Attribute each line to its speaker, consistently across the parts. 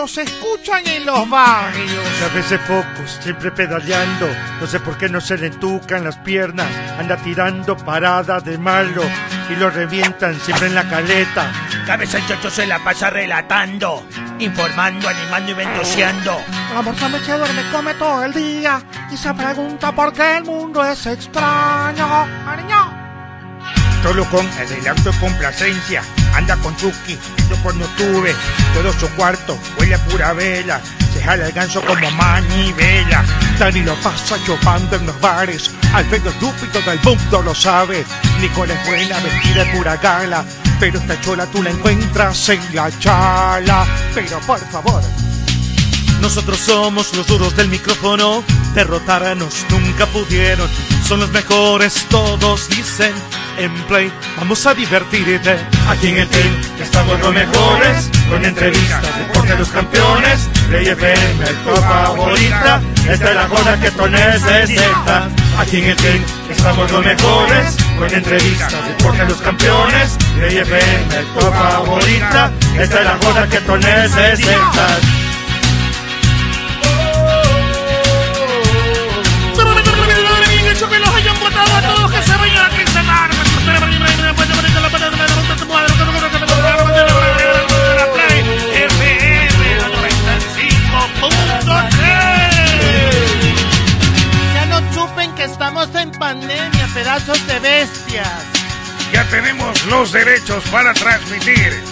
Speaker 1: nos escuchan en los barrios.
Speaker 2: A veces focos, siempre pedaleando. No sé por qué no se le entucan las piernas. Anda tirando paradas de malo y lo revientan siempre en la caleta.
Speaker 3: Cabeza el chocho se la pasa relatando, informando, animando y ventoseando.
Speaker 1: La persona que duerme come todo el día y se pregunta por qué el mundo es extraño. Ariño.
Speaker 4: Solo con adelanto y complacencia Anda con Chucky, yo cuando tuve Todo su cuarto huele a pura vela Se jala el ganso como manivela
Speaker 5: Dani lo pasa chupando en los bares Alfredo estúpido del mundo lo sabe Nicole es buena, vestida de pura gala Pero esta chola tú la encuentras en la chala Pero por favor
Speaker 6: nosotros somos los duros del micrófono, derrotarnos nunca pudieron. Son los mejores, todos dicen. En Play, vamos a divertirte.
Speaker 7: Aquí en el team estamos los mejores, con entrevistas, deporte de los campeones. Play FM, tu favorita, esta es la cosa que tú necesitas. Aquí en el team estamos los mejores, con entrevistas, deporte de los campeones. Play FM, tu favorita, esta es la cosa que tú necesitas.
Speaker 1: que los hayan votado a todos que se vayan a quincenar. Ya no chupen que estamos en pandemia, pedazos de bestias.
Speaker 8: Ya tenemos los derechos para transmitir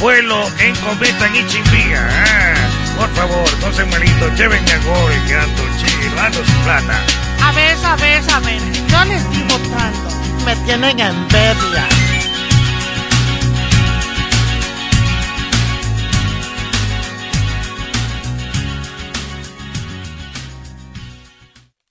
Speaker 8: vuelo en cometa en Ichimbía. Ah, por favor, no se malito, llévenme a gol, que ando chido, ando sin plata.
Speaker 1: A ver, a ver, a ver. Yo les estoy votando. Me tienen envidia.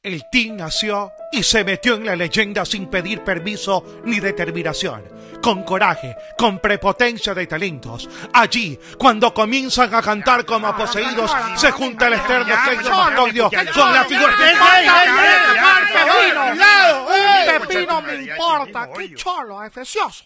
Speaker 5: El team
Speaker 6: ah,
Speaker 5: nació y se metió en la leyenda sin pedir permiso ni determinación. Con coraje, con prepotencia de talentos. Allí, cuando comienzan a cantar como poseídos, se junta el externo Cleiton Matoglio con la figura
Speaker 1: de Pepino me importa, qué cholo, es precioso.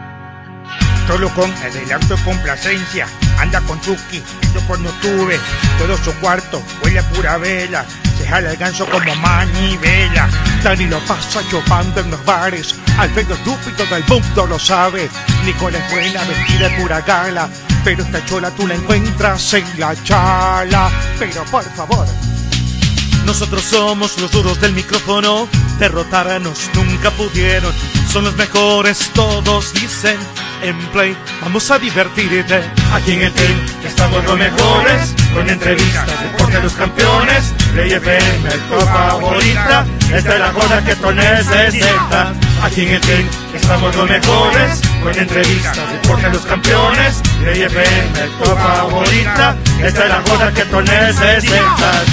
Speaker 4: solo con adelanto y complacencia. Anda con Chucky, yo cuando tuve todo su cuarto, huele a pura vela. Se jala el ganso como manivela.
Speaker 5: Dani lo pasa chupando en los bares. Alfredo estúpido del mundo lo sabe. Nicole es buena, vestida de pura gala. Pero esta chola tú la encuentras en la chala. Pero por favor.
Speaker 6: Nosotros somos los duros del micrófono, derrotarnos nunca pudieron. Son los mejores, todos dicen. En Play, vamos a divertirte.
Speaker 7: Aquí en el team estamos los mejores, con entrevistas, deporte de los campeones. Play FM, tu favorita, esta es la joda que tú necesitas. Aquí en el team estamos los mejores, con entrevistas, deporte de los campeones. Play FM, tu favorita, esta es la joda que tú necesitas.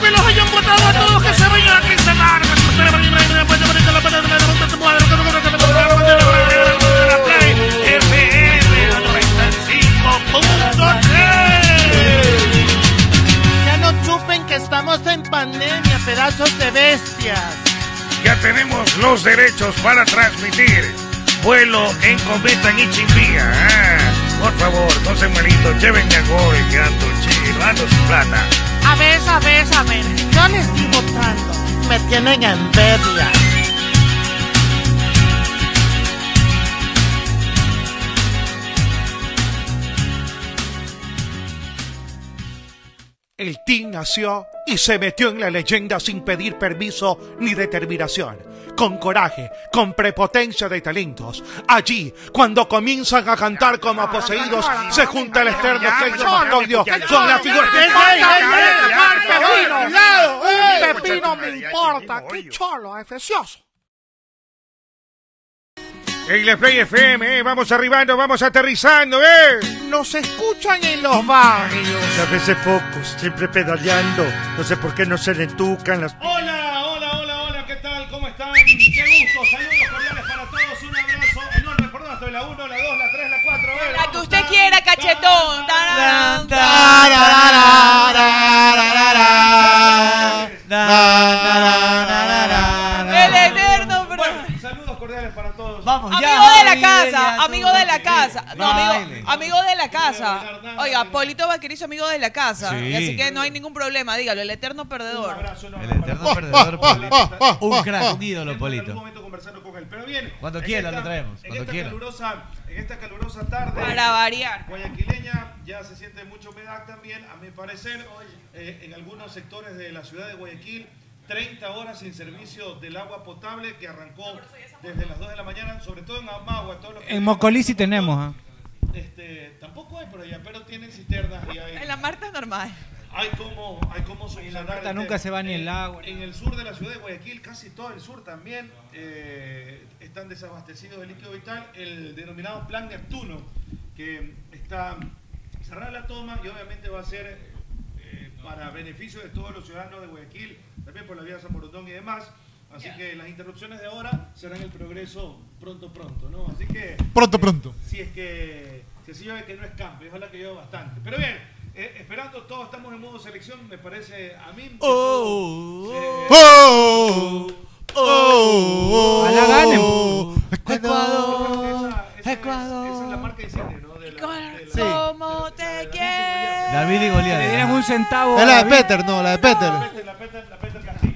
Speaker 1: que los hayan votado a todos que se vayan a quincenar. Ya no chupen que estamos en pandemia, pedazos de bestias.
Speaker 8: Ya tenemos los derechos para transmitir vuelo en cometa en Ichimbía. Ah, por favor, no se malito, llévenme a gol, que ando chido, ando sin plata.
Speaker 1: A ver, a ver, a ver, yo les estoy votando. Me tienen envidia.
Speaker 5: El team
Speaker 6: ah,
Speaker 5: nació y se metió en la leyenda sin pedir permiso ni determinación. Con coraje, con prepotencia de talentos. Allí, cuando comienzan a cantar como poseídos, se junta el externo Cleiton Matoglio con la figura
Speaker 1: de Pepino me importa, qué cholo, es precioso.
Speaker 5: Iglesia Play FM, eh, vamos arribando, vamos aterrizando, ¿eh?
Speaker 9: Nos escuchan en los barrios.
Speaker 7: Muchas veces focos, siempre pedaleando. No sé por qué no se le entucan las.
Speaker 6: Hola, hola, hola, hola, ¿qué tal? ¿Cómo están? Qué gusto, saludos cordiales para todos, un abrazo enorme. Perdón, estoy la 1, la 2, la 3, la 4.
Speaker 10: La que usted quiera, cachetón. Tararán, El eterno, bro.
Speaker 6: Saludos cordiales para todos.
Speaker 11: Vamos, ya.
Speaker 10: Amigo de la
Speaker 11: baile,
Speaker 10: casa,
Speaker 11: ya,
Speaker 10: amigo de la
Speaker 11: todo.
Speaker 10: casa. No,
Speaker 11: Baile.
Speaker 10: amigo, amigo de la casa. Oiga, Polito Vaquerizo, amigo de la casa.
Speaker 11: Sí.
Speaker 10: Así que no hay ningún problema, dígalo, el eterno perdedor.
Speaker 11: El eterno perdedor, Polito. Un crack, un ídolo, Polito.
Speaker 6: Pero bien,
Speaker 11: Cuando
Speaker 6: en
Speaker 11: quiera lo
Speaker 6: esta-
Speaker 11: traemos,
Speaker 6: En
Speaker 11: cuando
Speaker 6: esta,
Speaker 11: quiera.
Speaker 6: calurosa, en esta calurosa tarde.
Speaker 10: Para variar.
Speaker 6: Guayaquileña ya se siente mucha humedad también, a mi parecer. eh, en algunos sectores de la ciudad de Guayaquil, 30 horas sin servicio del agua potable que arrancó desde las 2 de la mañana, sobre todo en Amagua. Todos los
Speaker 12: En Mocolí sí tenemos, ¿ah?
Speaker 6: Este, tampoco hay por allá, pero tienen cisternas y hay.
Speaker 10: En la Marta es normal.
Speaker 6: Hay como, hay como solucionar
Speaker 12: Marta
Speaker 6: el
Speaker 12: nunca
Speaker 6: tema.
Speaker 12: se va ni el
Speaker 6: En-
Speaker 12: agua,
Speaker 6: eh, En el sur de la ciudad de Guayaquil, casi todo el sur también, eh, están desabastecidos de líquido vital. El denominado Plan Neptuno, que está cerrada la toma y obviamente va a ser eh, para beneficio de todos los ciudadanos de Guayaquil, también por la vía de San Borondón y demás. Así que las interrupciones de ahora serán el progreso pronto, pronto, ¿no? Así que eh,
Speaker 13: Pronto, pronto.
Speaker 6: si es que si así llueve que no es campo, y ojalá que llueva bastante. Pero bien, eh, esperando, todos estamos en modo selección, me parece a mí. que todo se-
Speaker 13: ¡Oh! ¡Oh! ¡Oh!
Speaker 6: Ojalá ganen.
Speaker 11: Ecuador,
Speaker 6: Esa es la marca de cine, ¿no? De la, de la- de la-
Speaker 10: Como te quiero.
Speaker 12: David y Goliat. Le dieron un centavo.
Speaker 13: Es la
Speaker 12: David.
Speaker 13: de Peter, no, la de Peter.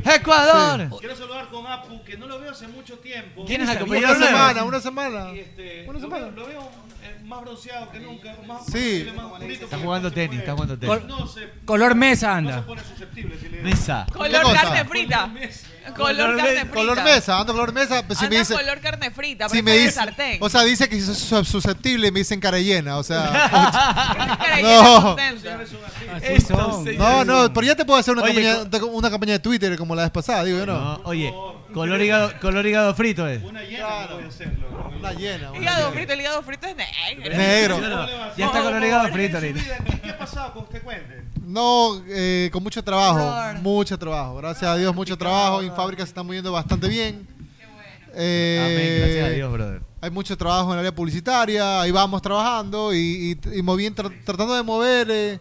Speaker 12: Ecuador.
Speaker 13: Sí.
Speaker 6: Quiero saludar con Apu, que no lo veo hace mucho tiempo.
Speaker 13: ¿Quién es el compañero Una nuevo? semana, una semana.
Speaker 6: Y este,
Speaker 13: Una
Speaker 6: lo
Speaker 13: semana.
Speaker 6: veo- Lo veo, eh, más bronceado que nunca. Más
Speaker 13: Sí.
Speaker 6: más bonito,
Speaker 11: Está
Speaker 6: porque
Speaker 11: jugando
Speaker 6: no se
Speaker 11: tenis,
Speaker 6: pone-
Speaker 11: está jugando
Speaker 12: Col-
Speaker 11: tenis.
Speaker 6: No se,
Speaker 12: color mesa anda.
Speaker 6: no se susceptible. Si le-
Speaker 11: Mesa.
Speaker 10: Color
Speaker 13: cosa?
Speaker 10: carne frita. Color carne frita.
Speaker 13: Color mesa, ando color mesa. pues, Si me
Speaker 10: Anda
Speaker 13: dice,
Speaker 10: color carne frita,
Speaker 13: si
Speaker 10: parece
Speaker 13: me
Speaker 10: de
Speaker 13: dice,
Speaker 10: sartén.
Speaker 13: o sea, dice que si soy susceptible me dicen cara llena, o sea.
Speaker 10: no.
Speaker 11: Estos
Speaker 13: No, no, pero ya te puedo hacer una,
Speaker 11: Oye,
Speaker 13: campaña, de- una campaña de Twitter como la vez pasada, digo yo no.
Speaker 11: No, oye, color hígado, color hígado frito es.
Speaker 6: Una llena no voy a hacerlo.
Speaker 13: Una llena. una
Speaker 10: Hígado
Speaker 13: llena.
Speaker 10: frito, el hígado frito es negro.
Speaker 13: Negro.
Speaker 11: Ya está color hígado frito ahorita.
Speaker 6: ¿Qué ha pasado con usted cuente?
Speaker 13: No, eh, con mucho trabajo,
Speaker 10: Horror.
Speaker 13: mucho trabajo. Gracias a Dios, mucho trabajo. En fábrica se están moviendo bastante bien. Eh,
Speaker 11: Amén, gracias a Dios, broter.
Speaker 13: Hay mucho trabajo en el área publicitaria, ahí vamos trabajando y, y- y moviendo, tra- tratando de mover, eh,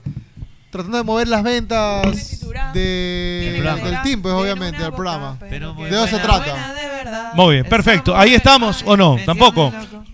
Speaker 13: tratando de mover las ventas
Speaker 10: cintura,
Speaker 13: de-
Speaker 11: cadera,
Speaker 13: del team, pues obviamente, del programa.
Speaker 11: Pero muy
Speaker 13: ¿De dónde se
Speaker 11: buena.
Speaker 13: trata?
Speaker 14: Muy bien, perfecto. Ahí estamos o no, tampoco.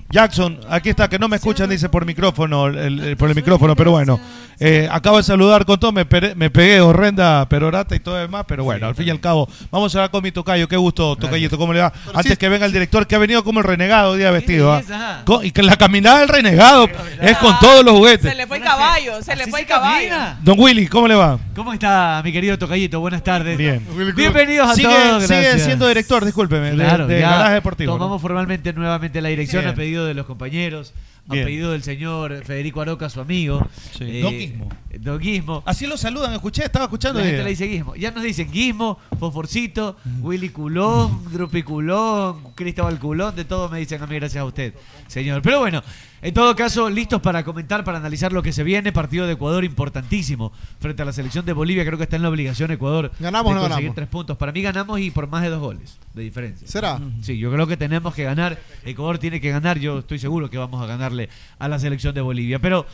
Speaker 14: Jackson, aquí está, que no me escuchan, dice por micrófono, el- el- por el micrófono, pero bueno. Eh, acabo de saludar con todo, me, pere- me pegué horrenda perorata y todo lo demás, pero bueno, al fin y al cabo, vamos a hablar con mi tocayo, qué gusto, tocayito, ¿cómo le va? Antes que venga el director, que ha venido como el renegado hoy día vestido, ¿ah?
Speaker 11: belleza.
Speaker 14: Co- Y que la caminada del renegado es con todos los
Speaker 10: ah. Se
Speaker 14: juguetes.
Speaker 10: le fue el caballo, se le
Speaker 11: ¿Así
Speaker 10: fue el
Speaker 11: se camina?
Speaker 10: caballo.
Speaker 14: Don Willy, ¿cómo le va?
Speaker 11: ¿Cómo está, mi querido Tocayito? Buenas tardes.
Speaker 14: Bien.
Speaker 11: Bienvenidos a
Speaker 14: Sigue,
Speaker 11: todos.
Speaker 14: sigue
Speaker 11: gracias.
Speaker 14: siendo director, discúlpeme, de-
Speaker 11: Claro,
Speaker 14: de,
Speaker 11: ya
Speaker 14: Garaje Deportivo. ¿no?
Speaker 11: Tomamos formalmente nuevamente la dirección
Speaker 14: Bien.
Speaker 11: a pedido de los compañeros, a
Speaker 14: Bien.
Speaker 11: pedido del señor Federico Aroca, su amigo. Eh,
Speaker 14: Sí, don Eh, Guismo.
Speaker 11: Don Guismo.
Speaker 14: Así lo saludan, escuché, estaba escuchando.
Speaker 11: La gente
Speaker 14: y-
Speaker 11: le dice guismo. Ya nos dicen guismo, fosforcito,
Speaker 14: Mm.
Speaker 11: Willy Culón, Drupi Culón, Cristóbal Culón, de todo me dicen a mí gracias a usted, señor. Pero bueno, en todo caso, listos para comentar, para analizar lo que se viene. Partido de Ecuador importantísimo frente a la selección de Bolivia. Creo que está en la obligación Ecuador
Speaker 13: ¿Ganamos o
Speaker 11: de
Speaker 13: no
Speaker 11: conseguir
Speaker 13: ganamos?
Speaker 11: tres puntos. Para mí ganamos y por más de dos goles de diferencia.
Speaker 13: ¿Será?
Speaker 11: Sí, yo creo que tenemos que ganar. Ecuador tiene que ganar. Yo estoy seguro que vamos a ganarle a la selección de Bolivia. Pero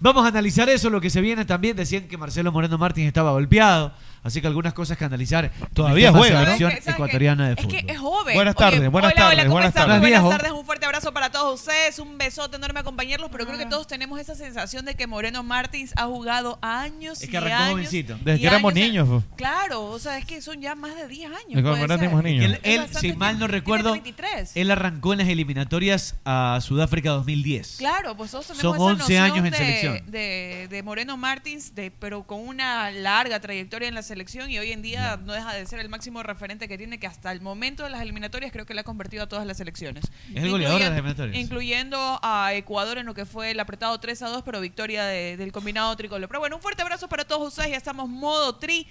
Speaker 11: vamos a analizar eso, lo que se viene también. Decían que Marcelo Moreno Martins estaba golpeado. Así que algunas cosas que analizar.
Speaker 14: Todavía
Speaker 11: en el tema
Speaker 14: juega, ¿no?
Speaker 10: ¿Sabes
Speaker 11: Selección
Speaker 10: qué? ¿Sabes qué?
Speaker 11: ecuatoriana de
Speaker 10: es
Speaker 11: fútbol.
Speaker 10: que es joven.
Speaker 14: Buenas tardes, buenas
Speaker 10: hola,
Speaker 14: tardes,
Speaker 10: Hola, ¿cómo
Speaker 14: buenas
Speaker 10: están?
Speaker 14: tardes.
Speaker 10: Muy
Speaker 11: Buenos
Speaker 10: buenas
Speaker 11: días,
Speaker 10: tardes, un fuerte abrazo para todos ustedes, un besote enorme compañeros, pero creo que todos tenemos esa sensación de que Moreno Martins ha jugado años
Speaker 11: Es
Speaker 10: y
Speaker 11: que arrancó
Speaker 10: años
Speaker 11: jovencito.
Speaker 10: y
Speaker 14: Desde que éramos
Speaker 10: años.
Speaker 14: niños, po.
Speaker 10: Claro, o sea, es que son ya más de 10 años.
Speaker 14: Cuando
Speaker 10: puede
Speaker 14: éramos
Speaker 10: ser.
Speaker 14: niños.
Speaker 11: Él,
Speaker 10: Es
Speaker 11: él,
Speaker 10: bastante
Speaker 11: si mal no
Speaker 10: tiempo.
Speaker 11: recuerdo,
Speaker 10: Tiene 33.
Speaker 11: él arrancó en las eliminatorias a Sudáfrica 2010.
Speaker 10: Claro, pues todos tenemos
Speaker 11: Son
Speaker 10: esa
Speaker 11: 11
Speaker 10: noción
Speaker 11: años en
Speaker 10: de,
Speaker 11: selección.
Speaker 10: De, de Moreno Martins, de, pero con una larga trayectoria en la selección y hoy en día no deja de ser el máximo referente que tiene, que hasta el momento de las eliminatorias creo que le ha convertido a todas las selecciones.
Speaker 11: Es el goleador de las
Speaker 10: Incluyendo-
Speaker 11: eliminatorias.
Speaker 10: Incluyendo a Ecuador en lo que fue el apretado 3 a 2, pero victoria de- del combinado tricolor. Pero bueno, un fuerte abrazo para todos ustedes, ya estamos modo tri.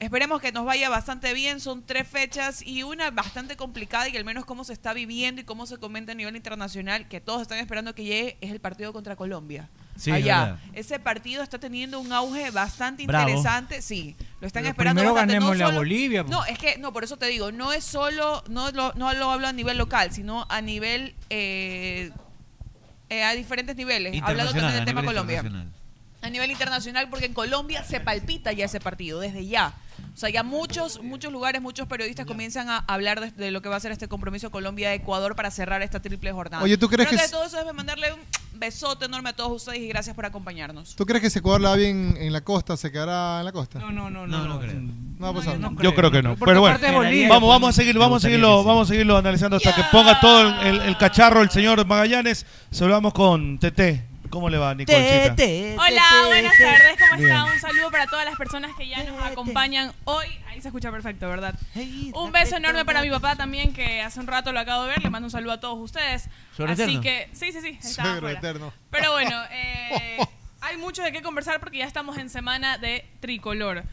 Speaker 10: Esperemos que nos vaya bastante bien. Son tres fechas y una bastante complicada y al menos cómo se está viviendo y cómo se comenta a nivel internacional, que todos están esperando que llegue, es el partido contra Colombia.
Speaker 11: Sí,
Speaker 10: Allá.
Speaker 11: verdad.
Speaker 10: Ese partido está teniendo un auge bastante
Speaker 11: Bravo.
Speaker 10: interesante. Sí, lo están
Speaker 12: Pero
Speaker 10: esperando
Speaker 12: primero
Speaker 10: bastante.
Speaker 12: ganémosle a
Speaker 10: solo-
Speaker 12: Bolivia, po.
Speaker 11: pues.
Speaker 10: No, es que, no, por eso te digo, no es solo, no lo, no lo hablo a nivel local, sino a nivel, eh, eh, a diferentes niveles. Hablando
Speaker 11: Internacional,
Speaker 10: también del
Speaker 11: a
Speaker 10: tema
Speaker 11: nivel
Speaker 10: Colombia.
Speaker 11: internacional.
Speaker 10: A nivel internacional, porque en Colombia se palpita ya ese partido, desde ya. O sea, ya muchos, muchos lugares, muchos periodistas comienzan a hablar de, de lo que va a ser este compromiso Colombia-Ecuador para cerrar esta triple jornada.
Speaker 13: Oye, ¿tú crees
Speaker 10: Pero
Speaker 13: que
Speaker 10: antes
Speaker 13: es-
Speaker 10: de todo eso, déjame mandarle un besote enorme a todos ustedes y gracias por acompañarnos.
Speaker 13: ¿Tú crees que si Ecuador le va bien en la costa, se quedará en la costa? No,
Speaker 12: no, no,
Speaker 13: no, no, creo. No va a pasar.
Speaker 6: Yo creo que no. Pero bueno, vamos, vamos a seguirlo, vamos a seguirlo, vamos a seguirlo analizando hasta que ponga todo el, el- el cacharro el señor Magallanes. Saludamos con TT. ¿Cómo le va, Nicolcita?
Speaker 14: Hola, buenas tardes, ¿cómo están?
Speaker 6: Bien.
Speaker 14: Un saludo para todas las personas que ya nos acompañan hoy. Ahí se escucha perfecto, ¿verdad? Un beso enorme para mi papá también, que hace un rato lo acabo de ver. Le mando un saludo a todos ustedes.
Speaker 13: Suegro
Speaker 14: Así
Speaker 13: eterno.
Speaker 14: que, sí, sí, sí, estaba
Speaker 13: Suegro
Speaker 14: afuera.
Speaker 13: eterno.
Speaker 14: Pero bueno, eh, hay mucho de qué conversar porque ya estamos en semana de tricolor.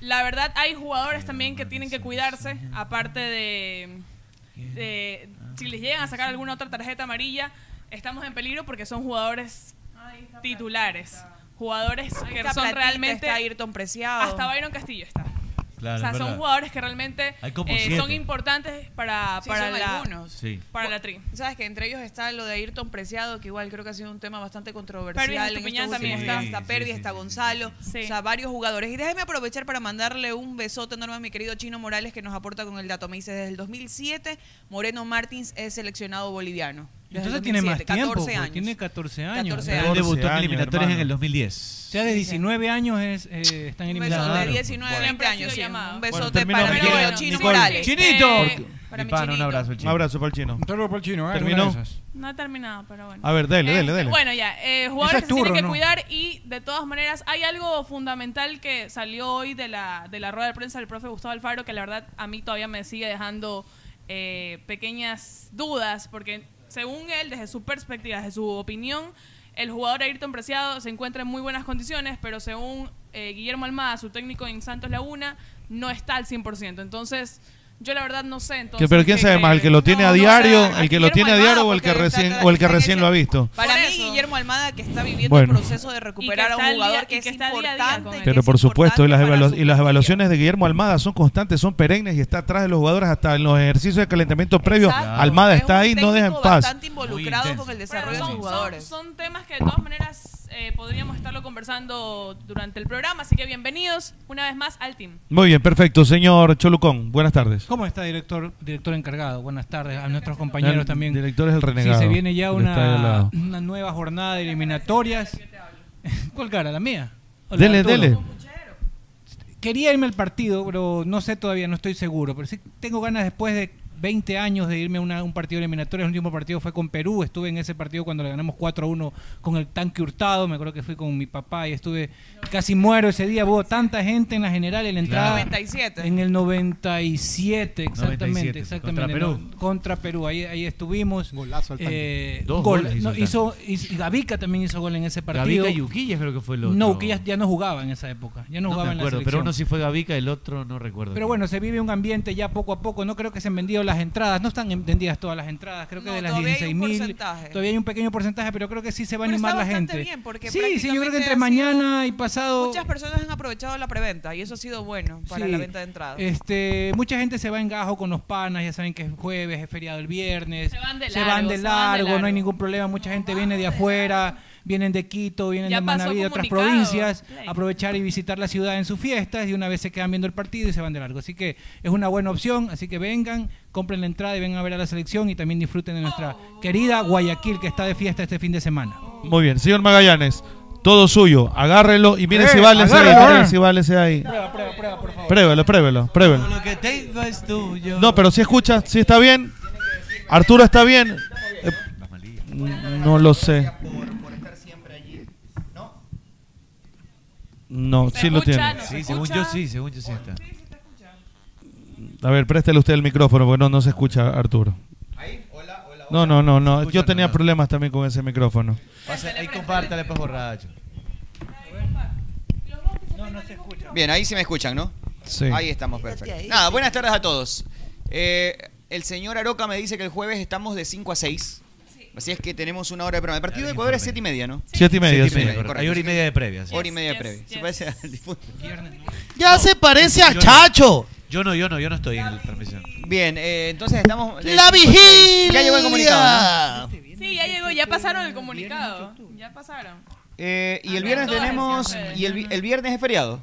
Speaker 14: La verdad, hay jugadores también que tienen que cuidarse, aparte de, de- si les llegan a sacar alguna otra tarjeta amarilla, estamos en peligro porque son jugadores titulares, jugadores
Speaker 10: Ahí
Speaker 14: que
Speaker 10: está
Speaker 14: son
Speaker 10: Platita,
Speaker 14: realmente
Speaker 10: está Ayrton Preciado.
Speaker 14: hasta Byron Castillo está.
Speaker 11: Claro,
Speaker 14: o sea,
Speaker 11: es
Speaker 14: son
Speaker 11: verdad.
Speaker 14: jugadores que realmente
Speaker 11: Hay como
Speaker 14: eh,
Speaker 11: siete.
Speaker 14: son importantes para,
Speaker 10: Sí,
Speaker 14: para
Speaker 10: son
Speaker 14: la
Speaker 10: algunos.
Speaker 11: Sí.
Speaker 14: para la tri.
Speaker 10: Sabes que entre ellos está lo de Ayrton Preciado, que igual creo que ha sido un tema bastante controversial.
Speaker 14: Pervis
Speaker 10: en
Speaker 14: Estupiñán
Speaker 10: estos
Speaker 14: también
Speaker 10: últimos
Speaker 14: está.
Speaker 10: días. Está
Speaker 14: Sí,
Speaker 10: Pervis,
Speaker 14: sí, sí,
Speaker 10: está
Speaker 14: sí, sí.
Speaker 10: Gonzalo, o sea, varios jugadores. Y déjeme aprovechar para mandarle un besote enorme a mi querido Chino Morales, que nos aporta con el dato. Me dice, desde el 2007, Moreno Martins es seleccionado boliviano. Desde
Speaker 12: Entonces
Speaker 10: el
Speaker 12: tiene más
Speaker 10: 2007,
Speaker 12: tiempo.
Speaker 10: 14
Speaker 12: porque
Speaker 10: años.
Speaker 12: Tiene 14 años.
Speaker 10: 14
Speaker 11: Él
Speaker 10: años.
Speaker 11: debutó en
Speaker 12: 14 años,
Speaker 11: eliminatorias en
Speaker 12: hermano.
Speaker 11: el 2010.
Speaker 12: O sea, de 19 años es, eh, están
Speaker 10: Un besote
Speaker 12: eliminados.
Speaker 10: de 19, 20 años. sí. Un besote
Speaker 12: terminó.
Speaker 10: para mi
Speaker 12: Pero
Speaker 10: querido
Speaker 12: bueno,
Speaker 10: Chino
Speaker 12: Nicole.
Speaker 10: Morales.
Speaker 12: Chinito.
Speaker 10: Eh,
Speaker 11: Mi
Speaker 10: para
Speaker 14: Este,
Speaker 10: mi
Speaker 11: pana, un abrazo, al
Speaker 6: Un
Speaker 11: chino.
Speaker 6: abrazo para el chino. ¿eh?
Speaker 12: Un saludo para el chino.
Speaker 6: Terminó.
Speaker 14: No he terminado, pero bueno.
Speaker 6: A ver, dele, dele,
Speaker 14: Este,
Speaker 6: dele.
Speaker 14: Bueno, ya, eh,
Speaker 6: Ese
Speaker 14: jugadores
Speaker 6: es
Speaker 14: que se tienen
Speaker 6: turro,
Speaker 14: que
Speaker 6: ¿no?
Speaker 14: cuidar y de todas maneras hay algo fundamental que salió hoy de la, de la rueda de prensa del profe Gustavo Alfaro que la verdad a mí todavía me sigue dejando eh, pequeñas dudas porque según él, desde su perspectiva, desde su opinión, el jugador Ayrton Preciado se encuentra en muy buenas condiciones, pero según eh, Guillermo Almada, su técnico en Santos Laguna, no está al 100%. Entonces, yo la verdad no sé. Entonces,
Speaker 6: pero quién
Speaker 14: ¿qué-
Speaker 6: sabe
Speaker 14: qué-
Speaker 6: más, el que lo tiene a diario, el que lo
Speaker 14: Guillermo
Speaker 6: tiene a
Speaker 14: Almada,
Speaker 6: diario o el que
Speaker 14: porque
Speaker 6: recién
Speaker 14: está-
Speaker 6: o el que
Speaker 14: está en
Speaker 6: recién lo ha visto.
Speaker 10: Para mí, Guillermo Almada, que está viviendo
Speaker 6: Bueno.
Speaker 10: el proceso de recuperar a un
Speaker 14: está al día-
Speaker 10: jugador
Speaker 14: y
Speaker 10: que es
Speaker 14: que está día a día
Speaker 10: importante.
Speaker 6: Pero por supuesto, y las, evalu- y las evaluaciones de Guillermo Almada son constantes, son perennes y está atrás de los jugadores hasta en los ejercicios de calentamiento previo.
Speaker 14: Exacto.
Speaker 6: Almada está ahí,
Speaker 14: técnico
Speaker 6: no deja en paz.
Speaker 10: bastante involucrado con el desarrollo de
Speaker 14: son,
Speaker 10: sus jugadores.
Speaker 14: Son, son temas que de todas maneras eh, podríamos estarlo conversando durante el programa, así que bienvenidos una vez más al team.
Speaker 6: Muy bien, perfecto, señor Cholucón. Buenas tardes.
Speaker 12: ¿Cómo está, director, director encargado? Buenas tardes a nuestros compañeros también.
Speaker 6: director es el renegado,
Speaker 12: Sí, se viene ya
Speaker 6: que está ahí al
Speaker 12: una,
Speaker 6: lado.
Speaker 12: una nueva jornada de eliminatorias. ¿Cuál cara? ¿La mía? ¿O la de
Speaker 6: Dele,
Speaker 12: Arturo?
Speaker 6: dele.
Speaker 12: Quería irme al partido, pero no sé todavía, no estoy seguro. Pero sí tengo ganas después de 20 años de irme a una- un partido eliminatorio. El último partido fue con Perú. Estuve en ese partido cuando le ganamos 4-1 con el tanque Hurtado. Me acuerdo que fui con mi papá y estuve casi muero ese día. Hubo tanta gente en la general en la entrada.
Speaker 10: 97.
Speaker 12: En el 97, exactamente.
Speaker 11: 97,
Speaker 12: exactamente
Speaker 11: contra Perú.
Speaker 12: No, contra Perú. Ahí, ahí estuvimos.
Speaker 13: Golazo al
Speaker 11: tanque.
Speaker 12: Eh,
Speaker 11: Dos
Speaker 12: gol,
Speaker 11: goles hizo
Speaker 12: no,
Speaker 11: el
Speaker 12: hizo, hizo- y Gavica también hizo gol en ese partido.
Speaker 11: Gavica y Uquillas creo que fue el otro.
Speaker 12: No, Uquillas ya no jugaba en esa época. Ya no,
Speaker 11: me
Speaker 12: jugaba en la
Speaker 11: acuerdo,
Speaker 12: selección.
Speaker 11: pero uno sí fue Gavica, el otro no recuerdo.
Speaker 12: Pero bueno, se vive un ambiente ya poco a poco. No creo que se han vendido las entradas. No están en- vendidas todas las entradas. Creo que
Speaker 10: No,
Speaker 12: de las
Speaker 10: todavía hay un
Speaker 12: 16 mil.
Speaker 10: porcentaje.
Speaker 12: Todavía hay un pequeño porcentaje, pero creo que sí se va a
Speaker 10: Pero está
Speaker 12: animar la
Speaker 10: bastante
Speaker 12: gente.
Speaker 10: bien, porque
Speaker 12: sí, sí, yo creo que
Speaker 10: prácticamente
Speaker 12: entre
Speaker 10: ha
Speaker 12: mañana y pasado.
Speaker 10: Muchas personas han aprovechado la preventa y eso ha sido bueno para
Speaker 12: Sí.
Speaker 10: la venta de entradas.
Speaker 12: Este, mucha gente se va en gajo con los panas, ya saben que es jueves, es feriado el viernes. Se
Speaker 14: van de
Speaker 12: van
Speaker 14: largo,
Speaker 12: de
Speaker 14: se van de
Speaker 12: largo, no hay
Speaker 14: largo.
Speaker 12: ningún problema. Mucha gente viene de afuera, vienen de Quito, vienen
Speaker 14: Ya
Speaker 12: de
Speaker 14: pasó
Speaker 12: Manaví, de otras
Speaker 14: comunicado.
Speaker 12: provincias,
Speaker 14: Play.
Speaker 12: aprovechar y visitar la ciudad en sus fiestas y una vez se quedan viendo el partido y se van de largo. Así que es una buena opción, así que vengan, compren la entrada y vengan a ver a la selección y también disfruten de nuestra querida Guayaquil que está de fiesta este fin de semana.
Speaker 6: Muy bien, señor Magallanes, todo suyo, agárrelo y mire
Speaker 12: Eh,
Speaker 6: si vale ese ahí,
Speaker 12: agárrelo,
Speaker 6: mire
Speaker 12: eh.
Speaker 6: si vale ese ahí.
Speaker 12: Prueba, prueba, prueba, por favor.
Speaker 6: Pruébelo, pruébelo, pruébelo.
Speaker 11: Lo que tengo es tuyo.
Speaker 6: No, pero si escucha, si está bien. Arturo está bien. Eh, no lo sé. No, sí lo tiene.
Speaker 11: Sí, según yo sí, según yo sí está.
Speaker 6: A ver, préstele usted el micrófono porque no, no se escucha, Arturo. No, no, no, no. Yo tenía problemas también con ese micrófono.
Speaker 15: Pase, ahí compártale, pues borracho.
Speaker 12: No, no se escucha.
Speaker 15: Bien, ahí sí me escuchan, ¿no?
Speaker 7: Sí.
Speaker 15: Ahí estamos, perfecto. Nada, buenas tardes a todos. Eh, el señor Aroca me dice que el jueves estamos de 5 a 6. Así es que tenemos una hora de programa. El partido de Ecuador es 7 y media, ¿no?
Speaker 7: Siete y media, sí, correcto.
Speaker 15: correcto.
Speaker 11: Hay hora y media de previa, sí.
Speaker 15: Hora y media de
Speaker 11: Yes,
Speaker 15: previa. Se
Speaker 11: yes.
Speaker 15: parece al difunto.
Speaker 16: Ya se parece a
Speaker 11: Yo no.
Speaker 16: Chacho.
Speaker 11: Yo no, yo no, yo no estoy en el transmisión.
Speaker 15: Bien, eh, entonces estamos...
Speaker 16: ¡La vigilia!
Speaker 15: Ya llegó el comunicado, ¿no?
Speaker 17: Sí, ya llegó, ya pasaron el comunicado. Ya pasaron.
Speaker 15: Eh, y el viernes tenemos... ¿Y el, vi- el viernes es feriado?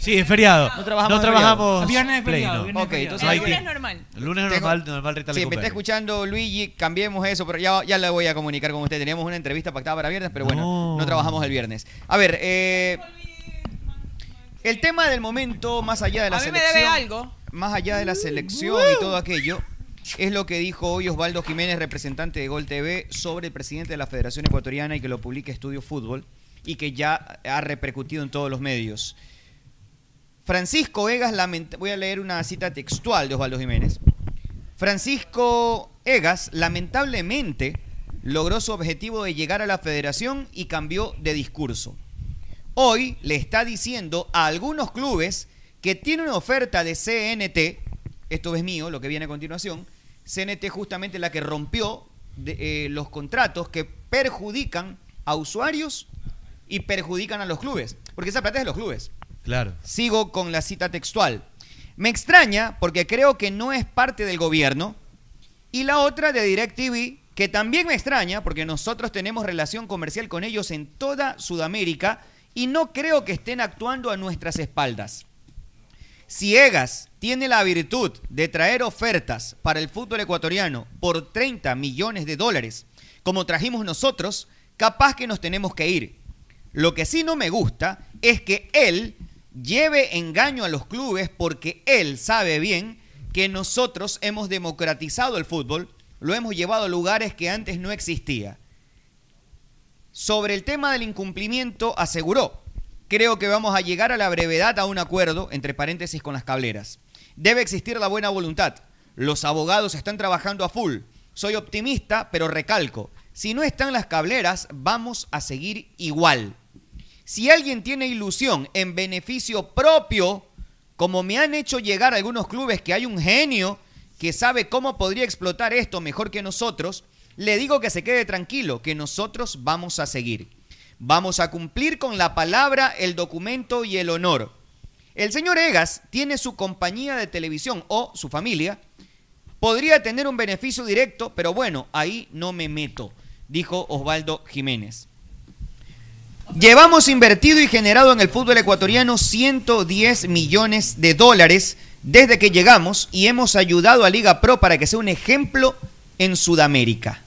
Speaker 11: Sí, es feriado.
Speaker 15: No trabajamos.
Speaker 11: No
Speaker 15: en
Speaker 11: trabajamos.
Speaker 15: feriado.
Speaker 11: Viernes es feriado, play, no. viernes es
Speaker 15: Ok,
Speaker 11: feriado.
Speaker 15: entonces
Speaker 11: El lunes normal. El lunes normal, normal Rita
Speaker 15: Sí, me
Speaker 11: Lecumberri.
Speaker 15: está escuchando Luigi, cambiemos eso, pero ya, ya le voy a comunicar con usted. Teníamos una entrevista pactada para viernes, pero bueno, no, trabajamos el viernes. A ver, eh, el tema del momento, más allá de la
Speaker 10: A mí me
Speaker 15: selección.
Speaker 10: debe algo.
Speaker 15: Más allá de la selección y todo aquello. Es lo que dijo hoy Osvaldo Jiménez, representante de Gol TV, sobre el presidente de la Federación Ecuatoriana y que lo publica Estudio Fútbol y que ya ha repercutido en todos los medios. Francisco Egas lamenta- voy a leer una cita textual de Osvaldo Jiménez. Francisco Egas lamentablemente logró su objetivo de llegar a la federación y cambió de discurso. Hoy le está diciendo a algunos clubes que tiene una oferta de CNT, esto es mío, lo que viene a continuación, CNT justamente la que rompió de, eh, los contratos que perjudican a usuarios y perjudican a los clubes, porque esa plata es de los clubes.
Speaker 11: Claro.
Speaker 15: Sigo con la cita textual. Me extraña porque creo que no es parte del gobierno. Y la otra de DirecTV, que también me extraña porque nosotros tenemos relación comercial con ellos en toda Sudamérica y no creo que estén actuando a nuestras espaldas. Si Egas tiene la virtud de traer ofertas para el fútbol ecuatoriano por 30 millones de dólares, como trajimos nosotros, capaz que nos tenemos que ir. Lo que sí no me gusta es que él lleve engaño a los clubes porque él sabe bien que nosotros hemos democratizado el fútbol, lo hemos llevado a lugares que antes no existía. Sobre el tema del incumplimiento, aseguró, creo que vamos a llegar a la brevedad a un acuerdo, entre paréntesis, con las cableras. Debe existir la buena voluntad. Los abogados están trabajando a full. Soy optimista, pero recalco, si no están las cableras, vamos a seguir igual. Si alguien tiene ilusión en beneficio propio, como me han hecho llegar algunos clubes que hay un genio que sabe cómo podría explotar esto mejor que nosotros, le digo que se quede tranquilo, que nosotros vamos a seguir. Vamos a cumplir con la palabra, el documento y el honor. El señor Egas tiene su compañía de televisión o su familia. Podría tener un beneficio directo, pero bueno, ahí no me meto, dijo Osvaldo Jiménez. Llevamos invertido y generado en el fútbol ecuatoriano 110 millones de dólares desde que llegamos y hemos ayudado a Liga Pro para que sea un ejemplo en Sudamérica.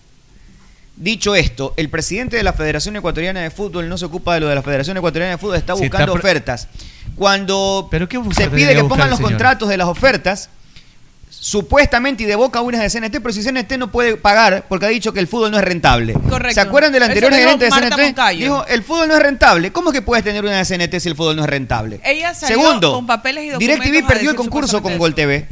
Speaker 15: Dicho esto, el presidente de la Federación Ecuatoriana de Fútbol no se ocupa de lo de la Federación Ecuatoriana de Fútbol, está
Speaker 11: Sí, está
Speaker 15: buscando
Speaker 11: pro-
Speaker 15: ofertas. Cuando se
Speaker 11: oferta
Speaker 15: pide
Speaker 11: debería
Speaker 15: que
Speaker 11: buscar
Speaker 15: pongan
Speaker 11: el
Speaker 15: los
Speaker 11: señor?
Speaker 15: contratos de las ofertas, supuestamente y de boca unas de CNT, pero si CNT no puede pagar porque ha dicho que el fútbol no es rentable.
Speaker 10: Correcto.
Speaker 15: ¿Se acuerdan del
Speaker 10: Eso
Speaker 15: anterior
Speaker 10: dijo
Speaker 15: gerente de
Speaker 10: Marta
Speaker 15: CNT?
Speaker 10: Moncayo.
Speaker 15: Dijo, el fútbol no es rentable. ¿Cómo es que puedes tener una de CNT si el fútbol no es rentable?
Speaker 10: Ella salió
Speaker 15: Segundo,
Speaker 10: con papeles y documentos.
Speaker 15: DirecTV
Speaker 10: a
Speaker 15: perdió el
Speaker 10: decir
Speaker 15: concurso con
Speaker 10: supuestamente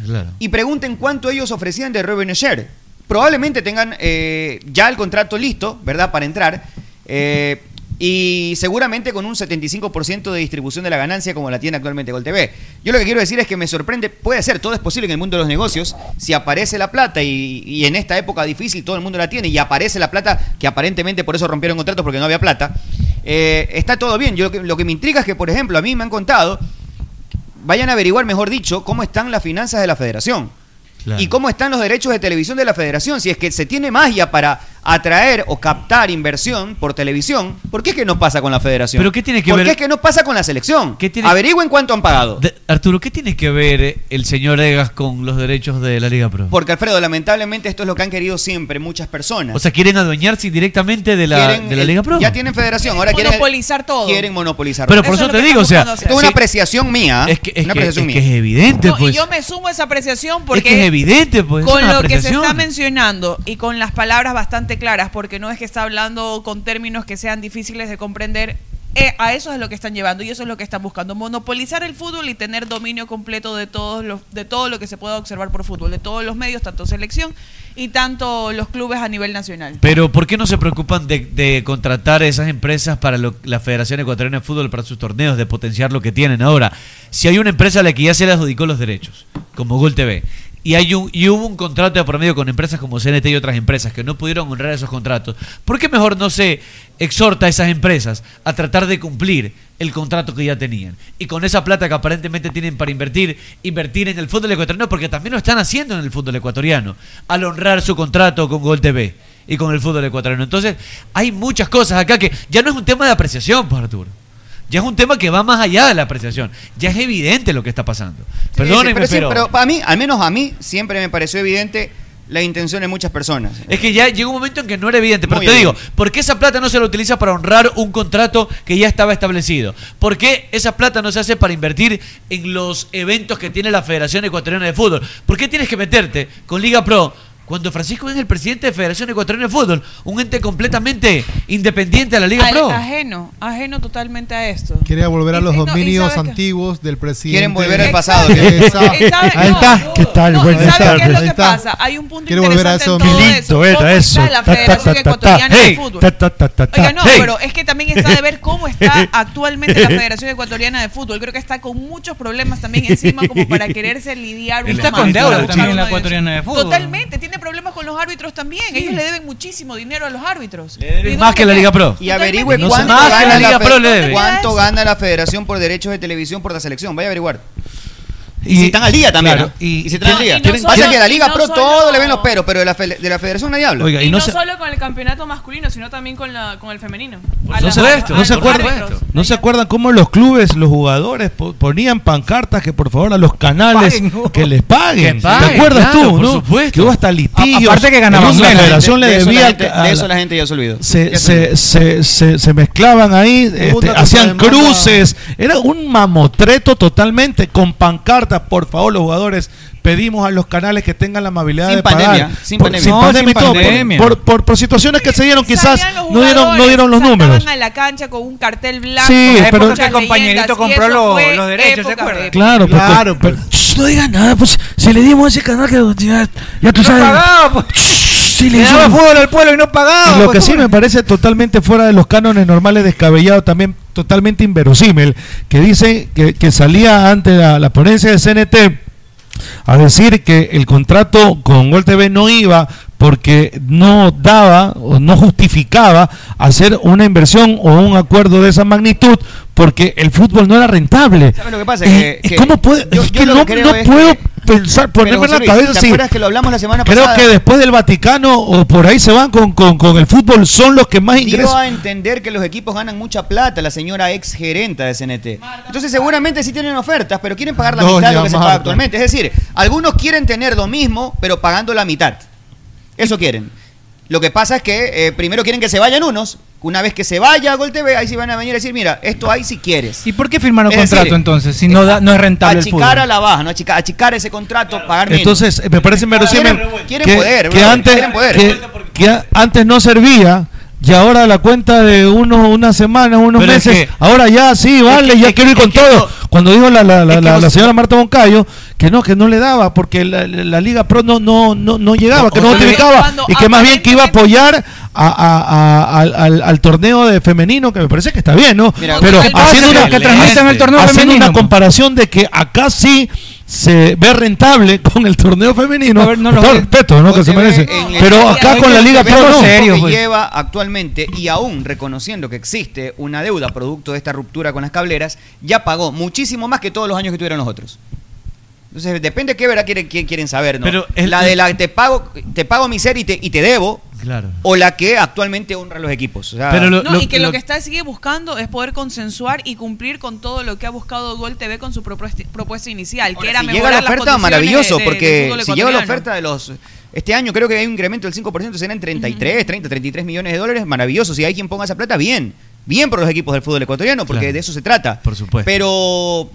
Speaker 15: Gol TV. Y pregunten cuánto ellos ofrecían de revenue share. Probablemente tengan eh, ya el contrato listo, ¿verdad? Para entrar. Eh, y seguramente con un 75% de distribución de la ganancia como la tiene actualmente Gol TV. Yo lo que quiero decir es que me sorprende, puede ser, todo es posible en el mundo de los negocios, si aparece la plata y, y en esta época difícil todo el mundo la tiene y aparece la plata, que aparentemente por eso rompieron contratos porque no había plata, eh, está todo bien. Yo, lo que- lo que me intriga es que, por ejemplo, a mí me han contado vayan a averiguar, mejor dicho, cómo están las finanzas de la federación. Y cómo están los derechos de televisión de la federación, si es que se tiene magia para atraer o captar inversión por televisión, ¿por qué es que no pasa con la federación?
Speaker 11: ¿Pero qué tiene que
Speaker 15: ¿Por
Speaker 11: ver-
Speaker 15: qué es que no pasa con la selección? Averigüen cuánto han pagado.
Speaker 11: De- Arturo, ¿qué tiene que ver eh, el señor Egas con los derechos de la Liga Pro?
Speaker 15: Porque Alfredo, lamentablemente esto es lo que han querido siempre muchas personas.
Speaker 11: O sea, quieren adueñarse directamente de la,
Speaker 15: Quieren,
Speaker 11: de la
Speaker 15: eh,
Speaker 11: Liga Pro.
Speaker 15: Ya tienen federación, ahora quieren
Speaker 10: Monopolizar todo.
Speaker 15: Quieren monopolizar.
Speaker 11: Pero por Eso eso es lo te que digo, están o sea, buscando hacer.
Speaker 15: esto es una
Speaker 11: sí.
Speaker 15: apreciación mía.
Speaker 11: Es que es,
Speaker 15: una
Speaker 11: que-
Speaker 15: apreciación
Speaker 11: es
Speaker 15: mía.
Speaker 11: que es evidente,
Speaker 10: No,
Speaker 11: pues.
Speaker 10: y yo me sumo a esa apreciación
Speaker 11: es
Speaker 10: porque
Speaker 11: que es evidente, pues. es
Speaker 10: con
Speaker 11: una
Speaker 10: lo que se
Speaker 11: apreciación.
Speaker 10: está mencionando y con las palabras bastante claras, porque no es que está hablando con términos que sean difíciles de comprender, eh, a eso es lo que están llevando y eso es lo que están buscando, monopolizar el fútbol y tener dominio completo de todos los de todo lo que se pueda observar por fútbol, de todos los medios, tanto selección y tanto los clubes a nivel nacional.
Speaker 11: Pero ¿por qué no se preocupan de, de contratar esas empresas para lo- la Federación Ecuatoriana de Fútbol, para sus torneos, de potenciar lo que tienen ahora? Si hay una empresa a la que ya se le adjudicó los derechos, como Gol TV, y, hay un- y hubo un contrato de promedio con empresas como CNT y otras empresas que no pudieron honrar esos contratos, ¿por qué mejor no se exhorta a esas empresas a tratar de cumplir el contrato que ya tenían? Y con esa plata que aparentemente tienen para invertir, invertir en el fútbol ecuatoriano, porque también lo están haciendo en el fútbol ecuatoriano, al honrar su contrato con Gol TV y con el fútbol ecuatoriano. Entonces, hay muchas cosas acá que ya no es un tema de apreciación, pues, Arturo. Ya es un tema que va más allá de la apreciación. Ya es evidente lo que está pasando. Perdónenme,
Speaker 15: pero, sí,
Speaker 11: pero-
Speaker 15: pero para mí, al menos a mí, siempre me pareció evidente la intención de muchas personas.
Speaker 11: Es que ya llegó un momento en que no era evidente. Pero
Speaker 15: Muy
Speaker 11: te digo,
Speaker 15: evidente.
Speaker 11: ¿por qué esa plata no se la utiliza para honrar un contrato que ya estaba establecido? ¿Por qué esa plata no se hace para invertir en los eventos que tiene la Federación Ecuatoriana de Fútbol? ¿Por qué tienes que meterte con Liga Pro? Cuando Francisco es el presidente de Federación Ecuatoriana de Fútbol, un ente completamente independiente a la Liga
Speaker 10: Al-
Speaker 11: Pro.
Speaker 10: Ajeno, ajeno totalmente a esto.
Speaker 13: Quiere volver a los
Speaker 10: Y- y no- y
Speaker 13: dominios
Speaker 10: ¿sabes qué?
Speaker 13: antiguos del presidente.
Speaker 15: Quieren volver al pasado.
Speaker 13: Esa-
Speaker 10: ¿Y sabe-
Speaker 13: Ahí
Speaker 10: no,
Speaker 13: está.
Speaker 10: ¿Qué tal? No,
Speaker 13: Buenas
Speaker 10: ¿sabe qué es
Speaker 13: tardes.
Speaker 10: lo
Speaker 13: Ahí
Speaker 10: que
Speaker 13: está.
Speaker 10: pasa? Hay un punto
Speaker 13: Quiere volver a
Speaker 10: interesante en
Speaker 13: esos
Speaker 10: todo
Speaker 13: dominios.
Speaker 10: eso.
Speaker 13: Lindo
Speaker 10: ¿Cómo
Speaker 13: era
Speaker 10: está
Speaker 13: eso.
Speaker 10: la
Speaker 13: Ta, ta,
Speaker 10: Federación
Speaker 13: ta, ta, ta.
Speaker 10: Ecuatoriana de
Speaker 13: Hey.
Speaker 10: Fútbol?
Speaker 13: Ta, ta, ta, ta, ta.
Speaker 10: Oiga, no,
Speaker 13: Hey.
Speaker 10: pero es que también está de ver cómo está actualmente la Federación Ecuatoriana de Fútbol. Creo que está con muchos problemas también encima como para quererse lidiar
Speaker 12: Está
Speaker 10: uno más.
Speaker 12: con deuda
Speaker 10: Uno
Speaker 12: también
Speaker 10: más,
Speaker 12: la
Speaker 10: uno más.
Speaker 12: Ecuatoriana de Fútbol.
Speaker 10: Totalmente, tiene problemas con los árbitros también. Ellos le deben muchísimo dinero a los árbitros. Le
Speaker 11: deben más que la Liga Pro.
Speaker 15: Y averigüe
Speaker 11: No sé.
Speaker 15: cuánto,
Speaker 11: Más que
Speaker 15: gana
Speaker 11: la Liga
Speaker 15: fe-
Speaker 11: Pro le debe.
Speaker 15: cuánto gana la Federación por derechos de televisión por la selección. Vaya a averiguar.
Speaker 11: Y,
Speaker 15: si están al día también.
Speaker 11: claro,
Speaker 15: ¿no? Y, si están
Speaker 11: no,
Speaker 15: al
Speaker 11: y
Speaker 15: día.
Speaker 11: no solo-
Speaker 15: Pasa que la Liga
Speaker 1: y no
Speaker 15: Pro
Speaker 1: solo-
Speaker 15: todo le ven los peros, pero de la, fe- de la Federación nadie habla.
Speaker 6: Oiga,
Speaker 1: Y no, solo con el campeonato masculino, sino también con, la, con el femenino.
Speaker 11: Pues
Speaker 1: A
Speaker 6: no
Speaker 1: las-
Speaker 6: se,
Speaker 1: a
Speaker 6: no se
Speaker 15: Ah,
Speaker 1: los
Speaker 6: acuerdan,
Speaker 1: árbitros.
Speaker 6: no se acuerdan cómo los clubes, los jugadores po- ponían pancartas que por favor a los canales
Speaker 12: Paguen, ¿no?
Speaker 6: que les paguen.
Speaker 12: Que paguen,
Speaker 6: ¿Te acuerdas
Speaker 12: claro,
Speaker 6: tú,
Speaker 12: por
Speaker 6: no?
Speaker 12: supuesto.
Speaker 6: Que hubo hasta litigios.
Speaker 12: A- aparte que ganaban
Speaker 6: Incluso la
Speaker 12: menos.
Speaker 6: federación le
Speaker 15: De eso la
Speaker 6: debía
Speaker 15: gente-
Speaker 6: a-
Speaker 15: de eso la gente ya se olvidó.
Speaker 6: se,
Speaker 15: Ya
Speaker 6: se, se, se, se mezclaban ahí, este,
Speaker 15: una
Speaker 6: hacían
Speaker 15: contrademanda.
Speaker 6: cruces, era un mamotreto totalmente con pancartas, por favor los jugadores, pedimos a los canales que tengan la amabilidad
Speaker 15: Sin
Speaker 6: de
Speaker 15: pandemia,
Speaker 6: pagar.
Speaker 15: sin
Speaker 6: Por-
Speaker 15: pandemia.
Speaker 6: sin
Speaker 15: No,
Speaker 6: pandemia y
Speaker 15: sin
Speaker 6: todo, por-
Speaker 15: pandemia.
Speaker 6: Por, por situaciones que se dieron quizás no dieron, no
Speaker 10: jugadores
Speaker 6: dieron los
Speaker 10: sacaban
Speaker 6: números.
Speaker 10: a la cancha con un cartel blanco.
Speaker 6: Sí,
Speaker 10: con
Speaker 6: pero-
Speaker 10: muchas
Speaker 6: que el
Speaker 12: compañerito
Speaker 10: leyendas, y
Speaker 12: compró
Speaker 10: eso
Speaker 12: lo-
Speaker 10: fue
Speaker 12: los derechos, ¿se
Speaker 10: época
Speaker 12: acuerdan?
Speaker 10: de-
Speaker 6: Claro, pues,
Speaker 12: Claro,
Speaker 6: pero-
Speaker 14: Shh, no digas nada, pues si le dimos a ese canal que ya, ya tú sabes.
Speaker 15: pues.
Speaker 14: Shh, si le
Speaker 12: Le daba
Speaker 14: hicimos-
Speaker 12: fútbol al pueblo y no pagaba.
Speaker 6: Y lo que
Speaker 12: pues,
Speaker 6: sí me parece totalmente fuera de los cánones normales, descabellado, también totalmente inverosímil, que dice que, que salía ante la, la ponencia de CNT a decir que el contrato con Gol TV no iba porque no daba o no justificaba hacer una inversión o un acuerdo de esa magnitud porque el fútbol no era rentable.
Speaker 15: ¿Sabes lo que pasa?
Speaker 6: Eh,
Speaker 15: Que- que
Speaker 6: ¿Cómo puede?
Speaker 15: yo-
Speaker 6: es
Speaker 15: yo
Speaker 6: que
Speaker 15: lo
Speaker 6: no,
Speaker 15: que creo
Speaker 6: no
Speaker 15: es
Speaker 6: puedo
Speaker 15: que-
Speaker 6: pensar, ponerme en
Speaker 15: José
Speaker 6: la
Speaker 15: Luis,
Speaker 6: cabeza.
Speaker 15: ¿Te
Speaker 6: sí.
Speaker 15: acuerdas que lo hablamos la semana
Speaker 6: Creo
Speaker 15: pasada?
Speaker 6: que después del Vaticano o por ahí se van con, con, con el fútbol, son los que más
Speaker 15: Dio
Speaker 6: ingresan.
Speaker 15: a entender que los equipos ganan mucha plata, la señora ex gerenta de CNT. Entonces seguramente sí tienen ofertas, pero quieren pagar la
Speaker 13: Doña
Speaker 15: mitad de lo que se paga
Speaker 13: Marta.
Speaker 15: actualmente. Es decir, algunos quieren tener lo mismo, pero pagando la mitad. Eso quieren. Lo que pasa es que eh, primero quieren que se vayan unos. Una vez que se vaya a Gol TV, ahí sí van a venir a decir, mira, esto hay si quieres.
Speaker 12: ¿Y por qué firmaron
Speaker 15: Es
Speaker 12: contrato
Speaker 15: decir,
Speaker 12: entonces? Si no, da- no es rentable el fútbol.
Speaker 15: Achicar a la baja, ¿no? Achicar, achicar ese contrato, pagar menos.
Speaker 6: Entonces, eh, me parece inverosímil
Speaker 15: Ah, Quieren-
Speaker 6: que,
Speaker 15: quieren poder,
Speaker 6: que
Speaker 15: brother,
Speaker 6: antes,
Speaker 15: quieren poder.
Speaker 6: que- que a- antes no servía y ahora la cuenta de unos unas semanas, unos
Speaker 11: Pero es
Speaker 6: meses,
Speaker 11: que-
Speaker 6: ahora ya sí, vale, ya quiero ir con todo. Cuando dijo la, la, la, la- la señora Marta Moncayo que no, que no le daba porque la, la- la Liga Pro no, no, no, no llegaba, que no
Speaker 11: José Luis,
Speaker 6: justificaba
Speaker 11: cuando
Speaker 6: y que más bien que iba a apoyar a- a- a- al, al- al torneo de femenino, que me parece que está bien, ¿no?
Speaker 11: Mira,
Speaker 6: Pero
Speaker 11: que-
Speaker 6: haciendo
Speaker 11: que
Speaker 6: una,
Speaker 11: transmitan el torneo
Speaker 6: haciendo
Speaker 11: femenino,
Speaker 6: una comparación de que acá sí se ve rentable con el torneo femenino, con todo respeto, ¿no? Que se merece.
Speaker 15: en el-
Speaker 6: Pero acá con la Liga Pro no.
Speaker 15: que
Speaker 10: pues.
Speaker 15: lleva actualmente y aún reconociendo que existe una deuda producto de esta ruptura con las cableras, ya pagó muchísimo más que todos los años que tuvieron los otros. Entonces, depende de qué verdad quieren, quién quieren saber, ¿no?
Speaker 11: Pero el-
Speaker 15: la de la te pago te pago mi ser y te, y te debo
Speaker 11: Claro.
Speaker 15: o la que actualmente honra a los equipos. O sea,
Speaker 11: Pero lo-
Speaker 10: No, y que lo, que está sigue buscando es poder consensuar y cumplir con todo lo que ha buscado Gol TV con su propuesta, propuesta inicial, que era
Speaker 15: si llega
Speaker 10: mejorar
Speaker 15: la
Speaker 10: las
Speaker 15: oferta,
Speaker 10: condiciones
Speaker 15: maravilloso,
Speaker 10: de- de- del
Speaker 15: porque
Speaker 10: fútbol
Speaker 15: si llega la
Speaker 10: ecuatoriano.
Speaker 15: oferta de los... Este año creo que hay un incremento del 5%, serán 33, 30, 33 millones de dólares, maravilloso. Si hay quien ponga esa plata, bien. Bien por los equipos del fútbol ecuatoriano, porque
Speaker 11: Claro.
Speaker 15: de eso se trata.
Speaker 11: Por supuesto.
Speaker 15: Pero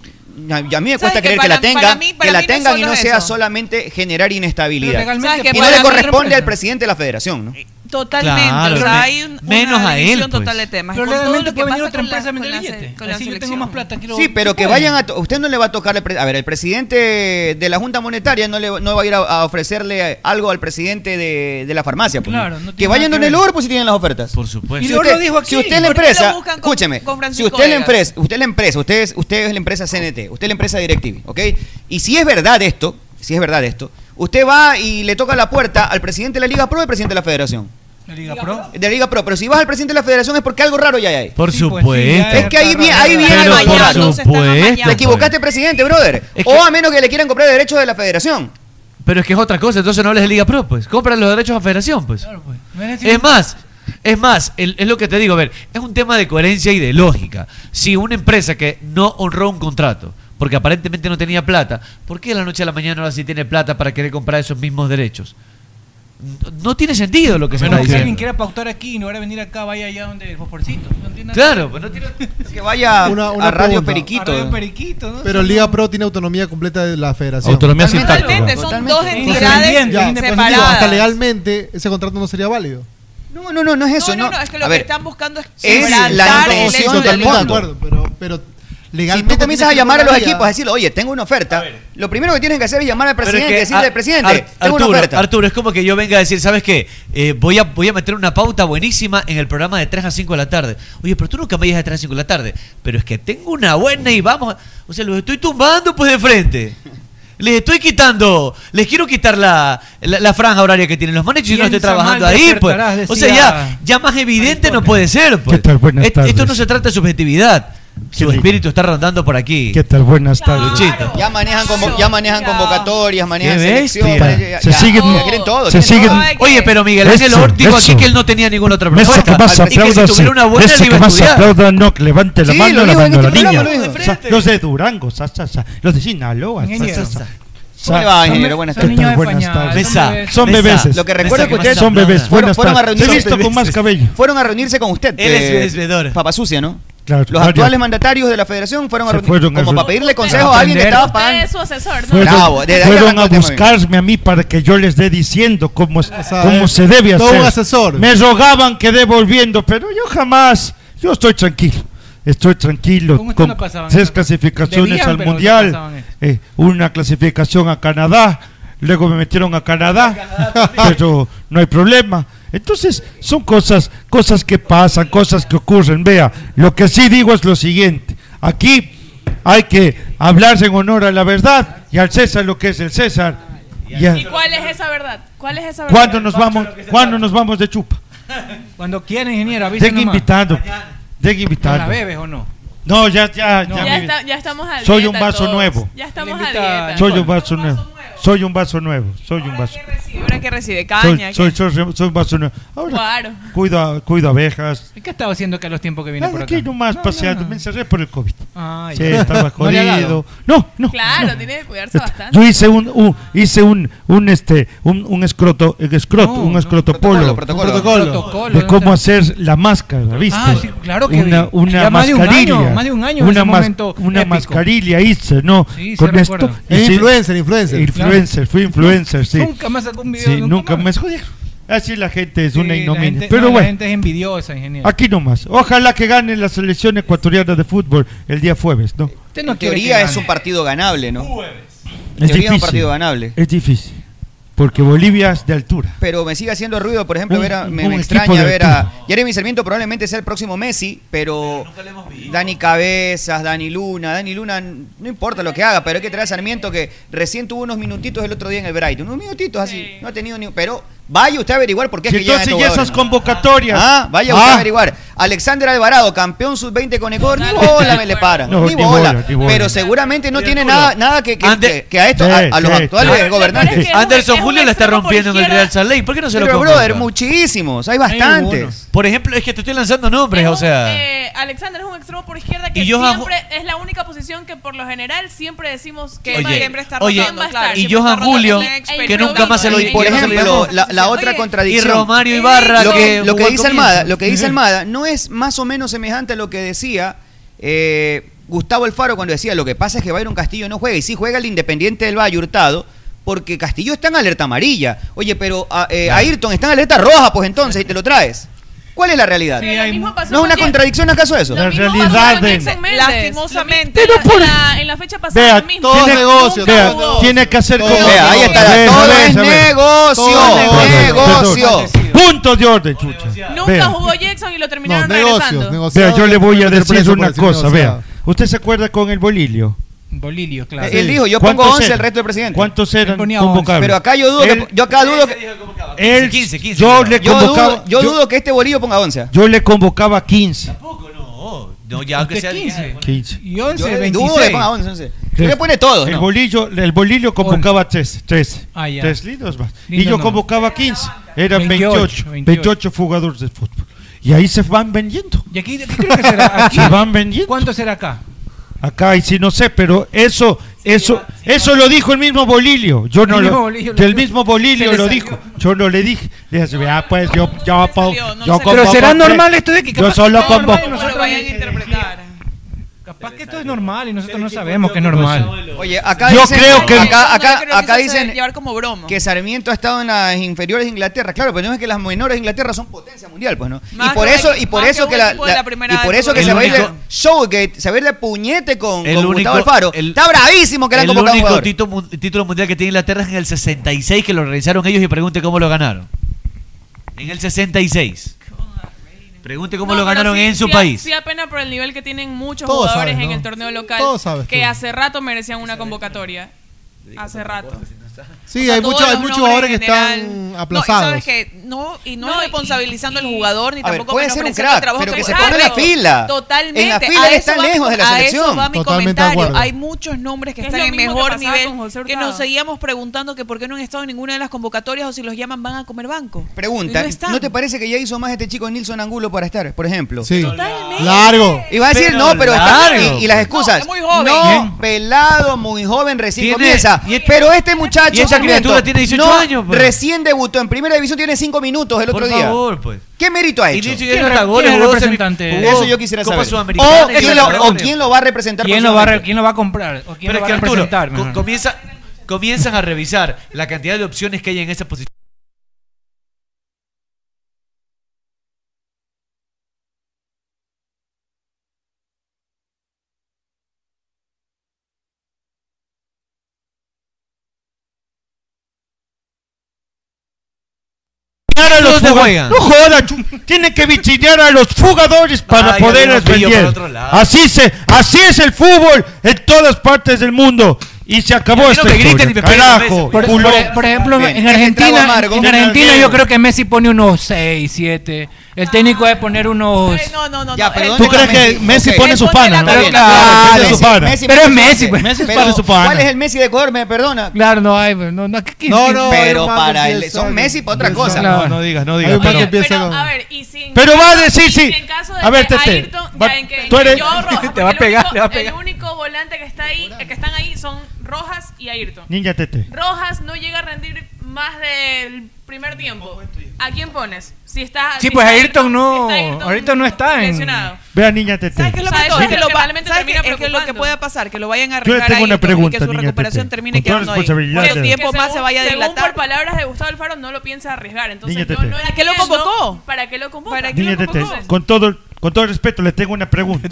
Speaker 15: a, y a mí
Speaker 10: ¿Sabes
Speaker 15: me cuesta
Speaker 10: que
Speaker 15: creer que
Speaker 10: para-
Speaker 15: la
Speaker 10: para
Speaker 15: tengan,
Speaker 10: mí- para
Speaker 15: que la
Speaker 10: mí no es
Speaker 15: tengan y
Speaker 10: solo
Speaker 15: no sea
Speaker 10: eso.
Speaker 15: solamente generar
Speaker 10: Pero
Speaker 15: inestabilidad.
Speaker 10: legalmente ¿Sabes que
Speaker 15: Y no
Speaker 10: para
Speaker 15: le
Speaker 10: mí Eh, otra
Speaker 15: corresponde
Speaker 10: empresa?
Speaker 15: al presidente de la federación, ¿no?
Speaker 10: Totalmente,
Speaker 11: Claro,
Speaker 10: o sea,
Speaker 11: me-
Speaker 10: hay un-
Speaker 11: menos
Speaker 10: una
Speaker 11: a él,
Speaker 10: división
Speaker 11: pues.
Speaker 10: total de temas.
Speaker 12: Pero
Speaker 10: Con todo
Speaker 12: legalmente
Speaker 10: lo
Speaker 12: puede venir
Speaker 10: pasa
Speaker 12: otra
Speaker 10: con la-
Speaker 12: empresa a
Speaker 10: con
Speaker 12: meter
Speaker 10: la-
Speaker 12: billete.
Speaker 10: con la
Speaker 12: Así yo tengo
Speaker 10: selección.
Speaker 12: más plata, quiero...
Speaker 15: Sí, pero que vayan a... to- Usted no le va a tocar... al pre- A ver, el presidente de la Junta Monetaria no, le, no va a ir a, a ofrecerle algo al presidente de, de la farmacia. pues,
Speaker 12: Claro, no
Speaker 15: que
Speaker 12: tiene
Speaker 15: vayan
Speaker 12: nada que
Speaker 15: donde el
Speaker 12: ver.
Speaker 15: lugar, pues si tienen las ofertas. Por
Speaker 11: supuesto.
Speaker 12: Y Loro dijo aquí.
Speaker 15: Si usted es la
Speaker 12: ¿Por qué lo
Speaker 15: empresa...
Speaker 12: buscan con-
Speaker 15: escúcheme.
Speaker 12: con
Speaker 15: si
Speaker 12: Francisco
Speaker 15: usted es la
Speaker 12: Vegas?
Speaker 15: empresa, usted es la empresa, usted es, usted es la empresa CNT, usted es la empresa DirecTV, ¿ok? Y si es verdad esto, si es verdad esto, usted va y le toca la puerta al presidente de la Liga Pro y al presidente de la Federación.
Speaker 12: ¿La Liga Pro?
Speaker 15: De la Liga Pro, pero si vas al presidente de la Federación es porque algo raro ya hay.
Speaker 11: Por supuesto.
Speaker 15: Es que ahí, vi- ahí viene
Speaker 11: Pero
Speaker 15: lo
Speaker 11: por
Speaker 15: raro.
Speaker 11: supuesto,
Speaker 15: Te equivocaste, presidente, brother. O a menos que le quieran comprar derechos de la federación.
Speaker 11: pues. Pero es que es otra cosa, entonces no hables de Liga Pro, pues. Compran los derechos a Federación, pues. Es más, es más, el- es lo que te digo, a ver, es un tema de coherencia y de lógica. Si una empresa que no honró un contrato, porque aparentemente no tenía plata, ¿por qué de la noche a la mañana ahora sí tiene plata para querer comprar esos mismos derechos? No, no tiene sentido lo que se está
Speaker 12: Menos que alguien
Speaker 11: diciendo.
Speaker 12: quiera pautar aquí y no ahora venir acá, vaya allá donde el fosforcito. No tiene nada
Speaker 11: Claro,
Speaker 12: que
Speaker 11: pues
Speaker 12: ver.
Speaker 11: no tiene...
Speaker 15: Que vaya
Speaker 13: Una- una
Speaker 15: a Radio
Speaker 13: pregunta.
Speaker 15: Periquito.
Speaker 12: A Radio Periquito, ¿no?
Speaker 13: Pero
Speaker 12: Son-
Speaker 13: Liga Pro tiene autonomía completa de la federación.
Speaker 7: Autonomía sin
Speaker 10: Totalmente,
Speaker 13: táctica.
Speaker 10: son dos
Speaker 13: Entonces,
Speaker 10: entidades
Speaker 13: ya, digo,
Speaker 10: separadas.
Speaker 13: Hasta legalmente ese contrato no sería válido.
Speaker 15: No, no, no, no es eso.
Speaker 10: No, no, no, es que lo
Speaker 13: A
Speaker 10: que
Speaker 13: ver,
Speaker 10: están buscando es
Speaker 15: es la
Speaker 10: quebrantar el
Speaker 15: introducción
Speaker 10: hecho de
Speaker 15: del
Speaker 10: la-
Speaker 13: Estoy de
Speaker 15: fondo.
Speaker 13: acuerdo, pero, pero
Speaker 15: Si
Speaker 13: legalmente.
Speaker 15: tú comienzas a
Speaker 13: tienes que
Speaker 15: llamar a los
Speaker 13: tener una
Speaker 15: equipos a
Speaker 13: vía.
Speaker 15: decirle, oye, tengo una oferta, lo primero que tienes que hacer es llamar al
Speaker 11: Pero
Speaker 15: presidente y
Speaker 11: es que,
Speaker 15: decirle,
Speaker 11: Ar-
Speaker 15: presidente,
Speaker 11: Ar-
Speaker 15: tengo
Speaker 11: Arturo,
Speaker 15: una oferta.
Speaker 11: Arturo, es como que yo venga a decir, ¿sabes qué? Eh, voy, a, voy a meter una pauta buenísima en el programa de 3 a 5 de la tarde. Oye, pero tú nunca me llegas de 3 a 5 de la tarde. Pero es que tengo una buena y vamos... a- O sea, los estoy tumbando pues de frente. Les estoy quitando, les quiero quitar la, la, la franja horaria que tienen los managers y yo no estoy
Speaker 12: Piensa
Speaker 11: trabajando
Speaker 12: mal,
Speaker 11: ahí, pues.
Speaker 12: despertarás,
Speaker 11: O sea, ya,
Speaker 12: decía
Speaker 11: ya más evidente no puede ser, pues. Et- Esto no se trata de subjetividad. Su espíritu está rondando por aquí.
Speaker 7: ¿Qué tal? Buenas tardes.
Speaker 11: Luchito.
Speaker 15: Ya manejan, convo- ya manejan convocatorias, manejan
Speaker 11: Qué
Speaker 15: selección.
Speaker 11: bestia.
Speaker 15: manejan- ya-
Speaker 7: Se
Speaker 15: ya-
Speaker 7: siguen-
Speaker 15: ya quieren todo,
Speaker 7: se
Speaker 15: quieren
Speaker 7: siguen-
Speaker 15: todo.
Speaker 11: Oye, pero Miguel Ángel
Speaker 7: Eso,
Speaker 11: Or dijo aquí
Speaker 7: eso.
Speaker 11: que él no tenía ninguna otra
Speaker 7: Mesa que
Speaker 11: propuesta.
Speaker 7: más
Speaker 11: y que si
Speaker 7: aplauda, sí.
Speaker 11: tuviera una buena, él
Speaker 7: Mesa
Speaker 11: iba
Speaker 7: que
Speaker 11: a
Speaker 7: más
Speaker 11: estudiar.
Speaker 7: aplauda, no, que levante la
Speaker 11: Sí,
Speaker 7: mano,
Speaker 11: lo
Speaker 7: la
Speaker 11: dijo en
Speaker 7: mano la
Speaker 11: este
Speaker 7: niña.
Speaker 11: programa, lo dijo.
Speaker 7: O sea, los de Durango, sa, sa, sa. los de Sinaloa. sa,
Speaker 15: Ingeniero.
Speaker 7: sa, sa.
Speaker 15: ¿Cómo le va, ingeniero? Buenas
Speaker 7: ¿Qué tal?
Speaker 15: tardes.
Speaker 7: Buenas tardes.
Speaker 15: Mesa,
Speaker 7: Son
Speaker 15: mesa.
Speaker 7: bebés.
Speaker 15: Lo que recuerdo es que ustedes
Speaker 7: son bebés.
Speaker 15: fueron,
Speaker 7: Buenas
Speaker 15: fueron a
Speaker 7: tardes. Te
Speaker 15: reunirse.
Speaker 7: he visto con más cabello.
Speaker 15: Fueron a reunirse con usted.
Speaker 7: Él es-
Speaker 15: eh,
Speaker 7: es vedor.
Speaker 15: Papa sucia, ¿no?
Speaker 7: Claro,
Speaker 15: Los
Speaker 7: varios.
Speaker 15: actuales mandatarios de la federación fueron a
Speaker 7: Se
Speaker 15: reunirse
Speaker 7: fueron a
Speaker 15: como
Speaker 7: reunir-
Speaker 15: para pedirle
Speaker 7: Ustedes-
Speaker 15: consejo a alguien que
Speaker 7: Aprender.
Speaker 15: estaba
Speaker 17: Usted
Speaker 15: pagando.
Speaker 17: es su asesor, ¿no?
Speaker 7: Fueron,
Speaker 15: Bravo, de- de-
Speaker 7: fueron
Speaker 15: de-
Speaker 7: a
Speaker 15: de- de-
Speaker 7: buscarme a mí para que yo les dé diciendo cómo, es-
Speaker 13: sea,
Speaker 7: cómo
Speaker 13: eh,
Speaker 7: se debe
Speaker 13: todo
Speaker 7: hacer.
Speaker 13: un asesor.
Speaker 7: Me rogaban que devolviendo, pero yo jamás, yo estoy tranquilo. Estoy tranquilo.
Speaker 12: ¿Cómo usted
Speaker 7: con
Speaker 12: no pasaban
Speaker 7: tres
Speaker 12: eso?
Speaker 7: clasificaciones
Speaker 12: Debían,
Speaker 7: al
Speaker 12: pero no
Speaker 7: Mundial,
Speaker 12: pasaban eso.
Speaker 7: eh, una clasificación a Canadá, luego me metieron a Canadá, pero no hay problema. Entonces, son cosas, cosas que pasan, cosas que ocurren. Vea, lo que sí digo es lo siguiente. Aquí hay que hablarse en honor a la verdad y al César lo que es el César.
Speaker 12: Ah,
Speaker 7: Y a-
Speaker 17: ¿Y cuál es esa verdad? ¿Cuál es esa verdad?
Speaker 7: ¿Cuándo nos vamos, cuándo nos vamos de chupa?
Speaker 12: Cuando quiera, ingeniero, avisen
Speaker 7: Tengo invitado. Tengo
Speaker 12: ¿La
Speaker 7: invitado.
Speaker 12: bebes o no?
Speaker 7: No, ya, ya, ya.
Speaker 17: Ya,
Speaker 7: me-
Speaker 17: está- ya estamos al
Speaker 7: Soy un vaso nuevo.
Speaker 17: Ya estamos al dieta.
Speaker 7: Soy un vaso nuevo. Soy un vaso nuevo. Soy un vaso.
Speaker 10: Sí, ahora que recibe
Speaker 7: Soy,
Speaker 10: caña.
Speaker 7: soy,
Speaker 10: que-
Speaker 7: soy, soy un vaso nuevo.
Speaker 10: Claro.
Speaker 7: Cuido, a- cuido abejas.
Speaker 12: ¿Y qué estaba haciendo acá los tiempos que vine
Speaker 7: Nada,
Speaker 12: por acá?
Speaker 7: aquí nomás paseando. Me encerré por el COVID.
Speaker 12: Ay,
Speaker 7: sí,
Speaker 12: Ah, ya.
Speaker 7: estaba
Speaker 12: No le ha dado.
Speaker 7: jodido. No, no.
Speaker 17: Claro, tiene que cuidarse bastante.
Speaker 7: Yo hice un, un- hice un, un este un, un escroto, un escroto, un escrotopolo,
Speaker 15: protocolo,
Speaker 7: un
Speaker 15: protocolo.
Speaker 7: de cómo hacer la máscara, ¿viste?
Speaker 12: Ah, sí, claro que
Speaker 7: una,
Speaker 12: vi.
Speaker 7: una
Speaker 12: Ya más de un año,
Speaker 7: mascarilla,
Speaker 12: más de un año
Speaker 7: una,
Speaker 12: ese
Speaker 7: mas-
Speaker 12: momento
Speaker 7: una
Speaker 12: épico.
Speaker 7: mascarilla hice, ¿no?
Speaker 12: Sí, sí
Speaker 7: Con
Speaker 12: recuerdo.
Speaker 7: esto
Speaker 13: Es
Speaker 7: hice-
Speaker 13: influencer, influencer.
Speaker 7: influencer, fui influencer, sí,
Speaker 12: Nunca más sacó un video.
Speaker 7: Sí, nunca me joder, Así la gente es una
Speaker 12: Sí, la
Speaker 7: ignominia,
Speaker 12: gente-
Speaker 7: pero
Speaker 12: no, La
Speaker 7: bueno.
Speaker 12: gente es envidiosa, ingeniero.
Speaker 7: Aquí nomás. Ojalá que gane la selección ecuatoriana de fútbol el día jueves, ¿no?
Speaker 12: no
Speaker 15: en
Speaker 12: quiere
Speaker 15: teoría
Speaker 12: que
Speaker 15: es
Speaker 12: gane.
Speaker 15: un partido ganable, ¿no? En
Speaker 7: Es
Speaker 15: teoría es
Speaker 7: difícil.
Speaker 15: un partido ganable.
Speaker 7: Es difícil. Porque Bolivia es de altura.
Speaker 15: Pero me sigue haciendo ruido, por ejemplo,
Speaker 7: Un-
Speaker 15: ver a- me,
Speaker 7: un
Speaker 15: me
Speaker 7: equipo
Speaker 15: extraña
Speaker 7: de
Speaker 15: ver a Jeremy Sarmiento probablemente sea el próximo Messi, pero Dani Cabezas, Dani Luna, Dani Luna, no importa lo que haga, pero hay que traer a Sarmiento que recién tuvo unos minutitos el otro día en el Brighton, unos minutitos así, no ha tenido ni... Pero vaya usted a averiguar por qué
Speaker 7: Y
Speaker 15: es que llegan
Speaker 7: entonces
Speaker 15: estos
Speaker 7: ya
Speaker 15: jugadores.
Speaker 7: esas convocatorias.
Speaker 15: Ah, vaya usted
Speaker 7: Ah.
Speaker 15: a averiguar. Alexander Alvarado, campeón sub-20 con Ecuador, ni bola me le para,
Speaker 7: No,
Speaker 15: ni
Speaker 7: ni
Speaker 15: bola.
Speaker 7: bola, ni bola.
Speaker 15: Pero seguramente no tiene nada, nada que, que- que- que a, esto, a, a los
Speaker 7: Sí, sí.
Speaker 15: actuales gobernantes.
Speaker 11: Anderson Julio la está rompiendo en el Real Salé. ¿Por qué no se lo
Speaker 15: Pero,
Speaker 11: convoca?
Speaker 15: brother, muchísimos, hay bastantes.
Speaker 11: Por ejemplo, es que te estoy lanzando nombres, o sea.
Speaker 17: Eh, Alexander es un extremo por izquierda que
Speaker 11: Y Johan
Speaker 17: siempre es la única posición que por lo general siempre decimos que
Speaker 11: Oye,
Speaker 17: siempre está
Speaker 11: oye,
Speaker 17: rotando, claro,
Speaker 11: y
Speaker 17: siempre
Speaker 11: Johan
Speaker 17: está rotando.
Speaker 11: Julio,
Speaker 17: Es una
Speaker 11: que nunca más se lo
Speaker 15: Y por
Speaker 11: que no se lo
Speaker 15: ejemplo,
Speaker 11: llamó.
Speaker 15: la, la otra contradicción.
Speaker 11: y Romario Ibarra,
Speaker 15: Lo
Speaker 11: que
Speaker 15: que, lo que
Speaker 11: jugó al
Speaker 15: dice
Speaker 11: comienzo.
Speaker 15: Almada, lo que dice
Speaker 11: Ujú.
Speaker 15: Almada no es más o menos semejante a lo que decía eh, Gustavo Alfaro cuando decía lo que pasa es que Byron Castillo no juega. Y sí juega el Independiente del Valle Hurtado porque Castillo está en alerta amarilla. Oye, pero a, eh, Ayrton está en alerta roja, pues entonces, y te lo traes. ¿Cuál es la realidad?
Speaker 17: Sí, hay-
Speaker 15: ¿No es
Speaker 17: pasó
Speaker 15: una
Speaker 17: con-
Speaker 15: contradicción acaso eso?
Speaker 17: Lo mismo pasó con Jackson Méndez.
Speaker 10: Lastimosamente.
Speaker 17: Lo mismo- en la- en, la, en la fecha pasada
Speaker 7: Vea,
Speaker 17: lo mismo.
Speaker 7: tiene, vea,
Speaker 17: hubo-
Speaker 7: tiene que hacer
Speaker 15: Todo
Speaker 7: como.
Speaker 15: negocio. Vea, ahí está,
Speaker 7: A ver,
Speaker 15: todo
Speaker 7: a ver,
Speaker 15: es
Speaker 7: a ver.
Speaker 15: negocio,
Speaker 7: Todo es
Speaker 15: negocio.
Speaker 7: Perdón. Punto de orden, chucha.
Speaker 17: Nunca
Speaker 7: Vea.
Speaker 17: jugó Jackson y lo terminaron regresando.
Speaker 7: Vea, yo le voy a decir
Speaker 2: Preso por
Speaker 7: una
Speaker 2: decir
Speaker 7: cosa,
Speaker 2: negociado.
Speaker 7: vea. ¿Usted se acuerda con el bolilio?
Speaker 12: Bolilio, claro.
Speaker 7: Sí. ¿Cuántos eran? ¿Cuántos eran convocables?
Speaker 15: Pero acá yo dudo, que-
Speaker 7: Él-
Speaker 15: yo acá dudo que...
Speaker 7: él- yo le
Speaker 15: Yo
Speaker 7: convocaba.
Speaker 15: dudo, yo dudo que este bolillo ponga 11.
Speaker 7: Yo le convocaba 15.
Speaker 3: No, ya que sea 15.
Speaker 7: 15.
Speaker 12: Y
Speaker 15: Yo le- dudo que ponga 11, 11. Yo le pone todos,
Speaker 7: El
Speaker 15: ¿no?
Speaker 7: bolillo, el bolillo convocaba 3. 3.
Speaker 15: Ah, ya.
Speaker 7: lindos más.
Speaker 15: Lindo
Speaker 7: y yo
Speaker 15: no.
Speaker 7: convocaba 15. Eran
Speaker 12: 28,
Speaker 7: 28.
Speaker 12: 28.
Speaker 7: 28 jugadores de fútbol. Y ahí se van vendiendo.
Speaker 12: ¿Y aquí, aquí creo que será? Aquí.
Speaker 7: Se van vendiendo.
Speaker 12: ¿Cuánto será acá?
Speaker 7: Acá, y si no sé, pero eso, eso, eso lo dijo el mismo Bolilio. Yo no
Speaker 12: El
Speaker 7: lo,
Speaker 12: mismo Bolilio lo
Speaker 7: del
Speaker 12: dijo.
Speaker 7: mismo
Speaker 12: Se
Speaker 7: Bolilio
Speaker 12: le
Speaker 7: lo
Speaker 12: salió.
Speaker 7: dijo. Yo no le dije. Le dije, "Ah, pues yo, yo, po- yo
Speaker 12: Pero
Speaker 7: convoco
Speaker 12: será
Speaker 7: tres".
Speaker 12: normal esto de que
Speaker 7: yo
Speaker 12: capaz-
Speaker 7: solo
Speaker 12: no,
Speaker 7: convoco.
Speaker 12: normal, y nosotros ni- Capaz que esto es normal y nosotros no sabemos que es normal.
Speaker 15: Oye, acá
Speaker 12: Yo
Speaker 15: dicen,
Speaker 12: creo que-
Speaker 10: No,
Speaker 15: acá,
Speaker 10: yo
Speaker 15: acá,
Speaker 10: creo que
Speaker 15: acá
Speaker 10: eso se debe
Speaker 15: dicen
Speaker 10: llevar como broma.
Speaker 15: que Sarmiento ha estado en las inferiores de Inglaterra. Claro, pero no es que las menores de Inglaterra son potencia mundial, pues no.
Speaker 10: Más
Speaker 15: y por
Speaker 10: que-
Speaker 15: eso y por
Speaker 10: más
Speaker 15: eso
Speaker 10: que
Speaker 15: que
Speaker 10: un
Speaker 15: la,
Speaker 10: equipo de
Speaker 15: la-
Speaker 10: la primera
Speaker 15: y por eso que
Speaker 11: del
Speaker 15: se va a ir de
Speaker 11: mundo.
Speaker 15: Showgate, se va a ir de puñete con,
Speaker 11: El
Speaker 15: con
Speaker 11: único-
Speaker 15: Gustavo Alfaro.
Speaker 11: el-
Speaker 15: Está bravísimo que le han
Speaker 11: El
Speaker 15: convocado a un
Speaker 11: único
Speaker 15: jugador.
Speaker 11: tito mun- título mundial que tiene Inglaterra es en el 66, que lo realizaron ellos y pregunte cómo lo ganaron. En el 66. Pregunte cómo
Speaker 17: No,
Speaker 11: lo
Speaker 17: pero
Speaker 11: ganaron
Speaker 17: sí-
Speaker 11: en su
Speaker 17: sí a-
Speaker 11: país.
Speaker 17: Sí, apenas por el nivel que tienen muchos
Speaker 11: Todos
Speaker 17: jugadores
Speaker 11: sabes,
Speaker 17: en
Speaker 11: ¿no?
Speaker 17: el torneo local
Speaker 13: Todos sabes
Speaker 17: que
Speaker 13: tú.
Speaker 17: hace rato merecían una convocatoria. Hace rato.
Speaker 13: Sí, hay mucho- hay muchos jugadores que están aplazados.
Speaker 10: No, y sabes que no, y no, responsabilizando al jugador ni
Speaker 15: a ver,
Speaker 10: tampoco
Speaker 15: puede ser un
Speaker 10: menospreciando el
Speaker 15: crack,
Speaker 10: trabajo
Speaker 15: pero que se
Speaker 10: realiza.
Speaker 15: ponga en la fila.
Speaker 10: Totalmente.
Speaker 15: En la fila
Speaker 10: a
Speaker 15: él
Speaker 10: eso
Speaker 15: está
Speaker 10: va mi-
Speaker 15: lejos de la
Speaker 10: A eso
Speaker 15: selección.
Speaker 10: va mi
Speaker 15: Totalmente de
Speaker 10: comentario.
Speaker 15: acuerdo.
Speaker 10: Hay muchos nombres que
Speaker 17: Que es
Speaker 10: están
Speaker 17: lo
Speaker 10: en
Speaker 17: mismo que
Speaker 10: mejor
Speaker 17: pasaba
Speaker 10: nivel
Speaker 17: con José
Speaker 10: que
Speaker 17: Hurtado.
Speaker 10: nos seguíamos preguntando que por qué no han estado en ninguna de las convocatorias o si los llaman van a comer banco.
Speaker 15: Pregunta,
Speaker 10: Y no
Speaker 15: ¿no,
Speaker 10: están.
Speaker 15: te parece que ya hizo más este chico Nilson Angulo para estar, por ejemplo?
Speaker 13: Sí.
Speaker 15: Totalmente.
Speaker 13: Largo.
Speaker 15: Y va a decir,
Speaker 13: Pero
Speaker 15: no, pero está-
Speaker 13: largo.
Speaker 15: y, y las excusas.
Speaker 10: No, es muy joven.
Speaker 15: No, pelado, muy joven, recién
Speaker 11: Tiene-
Speaker 15: comienza. pero este muchacho
Speaker 11: y esta
Speaker 15: Sarmiento,
Speaker 11: criatura tiene 18
Speaker 15: no,
Speaker 11: años, pues.
Speaker 15: recién debutó en primera división, tiene 5 minutos el
Speaker 11: Por
Speaker 15: otro día.
Speaker 11: favor, pues.
Speaker 15: ¿Qué mérito ha hecho?
Speaker 11: dicho, ya ¿Quién no re- atacó, quién le es el jugó representante? semi- jugó
Speaker 15: Eso yo quisiera
Speaker 11: Copa
Speaker 15: saber.
Speaker 11: Sudamericana,
Speaker 15: o, quién
Speaker 11: etcétera.
Speaker 15: lo, o quién lo va a representar
Speaker 12: ¿Quién lo va a re-
Speaker 15: próximamente.
Speaker 12: quién lo va a comprar? ¿O
Speaker 11: Pero
Speaker 12: quién lo
Speaker 11: es
Speaker 12: va
Speaker 11: que
Speaker 12: a
Speaker 11: Arturo,
Speaker 12: representar?
Speaker 11: co-
Speaker 12: mejor?
Speaker 11: comienza, comienzan a revisar la cantidad de opciones que hay en esa posición.
Speaker 7: a los
Speaker 11: ¿Dónde
Speaker 7: fuga-
Speaker 11: juegan?
Speaker 7: No joda, chu- tiene que vichinear a los jugadores para
Speaker 11: Ay,
Speaker 7: poderles
Speaker 11: yo lo pillo
Speaker 7: vender.
Speaker 11: por otro lado.
Speaker 7: Así se, así es el fútbol en todas partes del mundo. Y se acabó
Speaker 12: A mí no
Speaker 7: esta
Speaker 12: me griten
Speaker 7: historia.
Speaker 12: ni me peguen pues.
Speaker 7: Carajo,
Speaker 12: Por,
Speaker 7: culón.
Speaker 12: por- por ejemplo,
Speaker 7: Bien.
Speaker 12: en
Speaker 7: Trago
Speaker 12: Argentina,
Speaker 7: amargo.
Speaker 12: en Argentina yo creo que Messi pone unos 6, 7. El técnico debe poner unos...
Speaker 10: No, no, no. no. eh,
Speaker 7: ¿Tú crees que Messi pone su pana?
Speaker 12: Pero,
Speaker 7: no?
Speaker 12: claro,
Speaker 7: Messi es su pana.
Speaker 12: pero es Messi. pues.
Speaker 15: Pero, ¿Cuál es el Messi de Ecuador? Me perdona.
Speaker 12: Claro, no hay... pues, No, no, ¿qué- qué-
Speaker 15: No,
Speaker 12: qué-
Speaker 15: no, Pero hay más para que él- empieza- son Messi para otra cosa.
Speaker 7: No, no digas, no digas.
Speaker 12: Hay un man
Speaker 7: pero-
Speaker 12: que empieza
Speaker 17: Pero, a ver, y si en
Speaker 7: Pero va a
Speaker 17: caso-
Speaker 7: decir
Speaker 17: y si
Speaker 7: sí.
Speaker 17: en caso de
Speaker 7: A ver,
Speaker 17: que
Speaker 7: Tete,
Speaker 17: Ayrton-
Speaker 7: va-
Speaker 17: ya en que-
Speaker 7: tú
Speaker 17: que
Speaker 7: eres-
Speaker 17: yo roja,
Speaker 7: te
Speaker 17: porque
Speaker 7: va a
Speaker 17: el
Speaker 7: pegar,
Speaker 17: único-
Speaker 7: te va a pegar.
Speaker 17: El único volante que está ahí, el que están ahí son Rojas y Ayrton.
Speaker 7: Niña Tete.
Speaker 17: Rojas no llega a rendir más del primer tiempo. ¿A quién pones? Si está
Speaker 12: Sí,
Speaker 17: si
Speaker 12: pues
Speaker 17: está
Speaker 12: Ayrton no...
Speaker 17: si está Ayrton
Speaker 12: Ayrton no está en...
Speaker 17: lesionado.
Speaker 7: Vea, niña Tete.
Speaker 10: ¿Sabes qué es lo
Speaker 17: O sea,
Speaker 10: peor?
Speaker 17: eso es
Speaker 10: Que
Speaker 17: lo
Speaker 10: lo
Speaker 17: que
Speaker 10: va-
Speaker 17: realmente
Speaker 10: ¿sabes qué?
Speaker 17: termina
Speaker 10: Es que lo que
Speaker 17: preocupando.
Speaker 10: puede pasar, que lo vayan a
Speaker 7: Yo le
Speaker 10: arreglar
Speaker 7: tengo
Speaker 10: ahí
Speaker 7: una
Speaker 10: y que
Speaker 7: pregunta,
Speaker 10: su
Speaker 7: niña
Speaker 10: recuperación
Speaker 7: Tete.
Speaker 10: termine
Speaker 7: Con toda
Speaker 10: quedando ahí.
Speaker 7: responsabilidad,
Speaker 10: Que el
Speaker 7: Tete.
Speaker 10: tiempo más se vaya a
Speaker 17: según
Speaker 10: dilatar.
Speaker 17: por palabras de Gustavo Alfaro no lo piensa arriesgar. Entonces,
Speaker 7: Niña
Speaker 17: no,
Speaker 7: Tete.
Speaker 17: no
Speaker 10: ¿Para qué lo
Speaker 17: entiendo
Speaker 10: convocó?
Speaker 17: ¿Para qué lo convocó?
Speaker 7: Niña Tete, con todo, con todo respeto, le tengo una pregunta.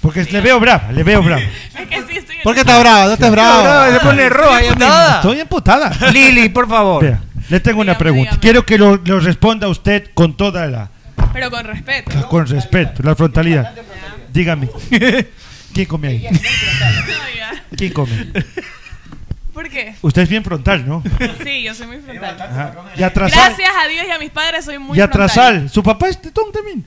Speaker 7: Porque le veo brava, le veo brava.
Speaker 17: Es que sí, estoy
Speaker 7: ¿Por qué está brava? No
Speaker 13: estés brava.
Speaker 12: se pone roja ahí mismo.
Speaker 7: Estoy emputada.
Speaker 12: Lili, por favor.
Speaker 7: Vea, le tengo una pregunta. Quiero que lo, lo responda usted con toda la.
Speaker 17: Pero con respeto.
Speaker 7: Con respeto, la frontalidad. Dígame. ¿Quién come ahí? ¿Quién come?
Speaker 17: ¿Por qué?
Speaker 7: Usted es bien frontal, ¿no?
Speaker 17: Sí, yo soy muy frontal.
Speaker 7: Ajá. Y atrasal.
Speaker 17: Gracias a Dios y a mis padres soy muy
Speaker 7: Y
Speaker 17: frontal.
Speaker 7: atrasal. Su papá es tetón también.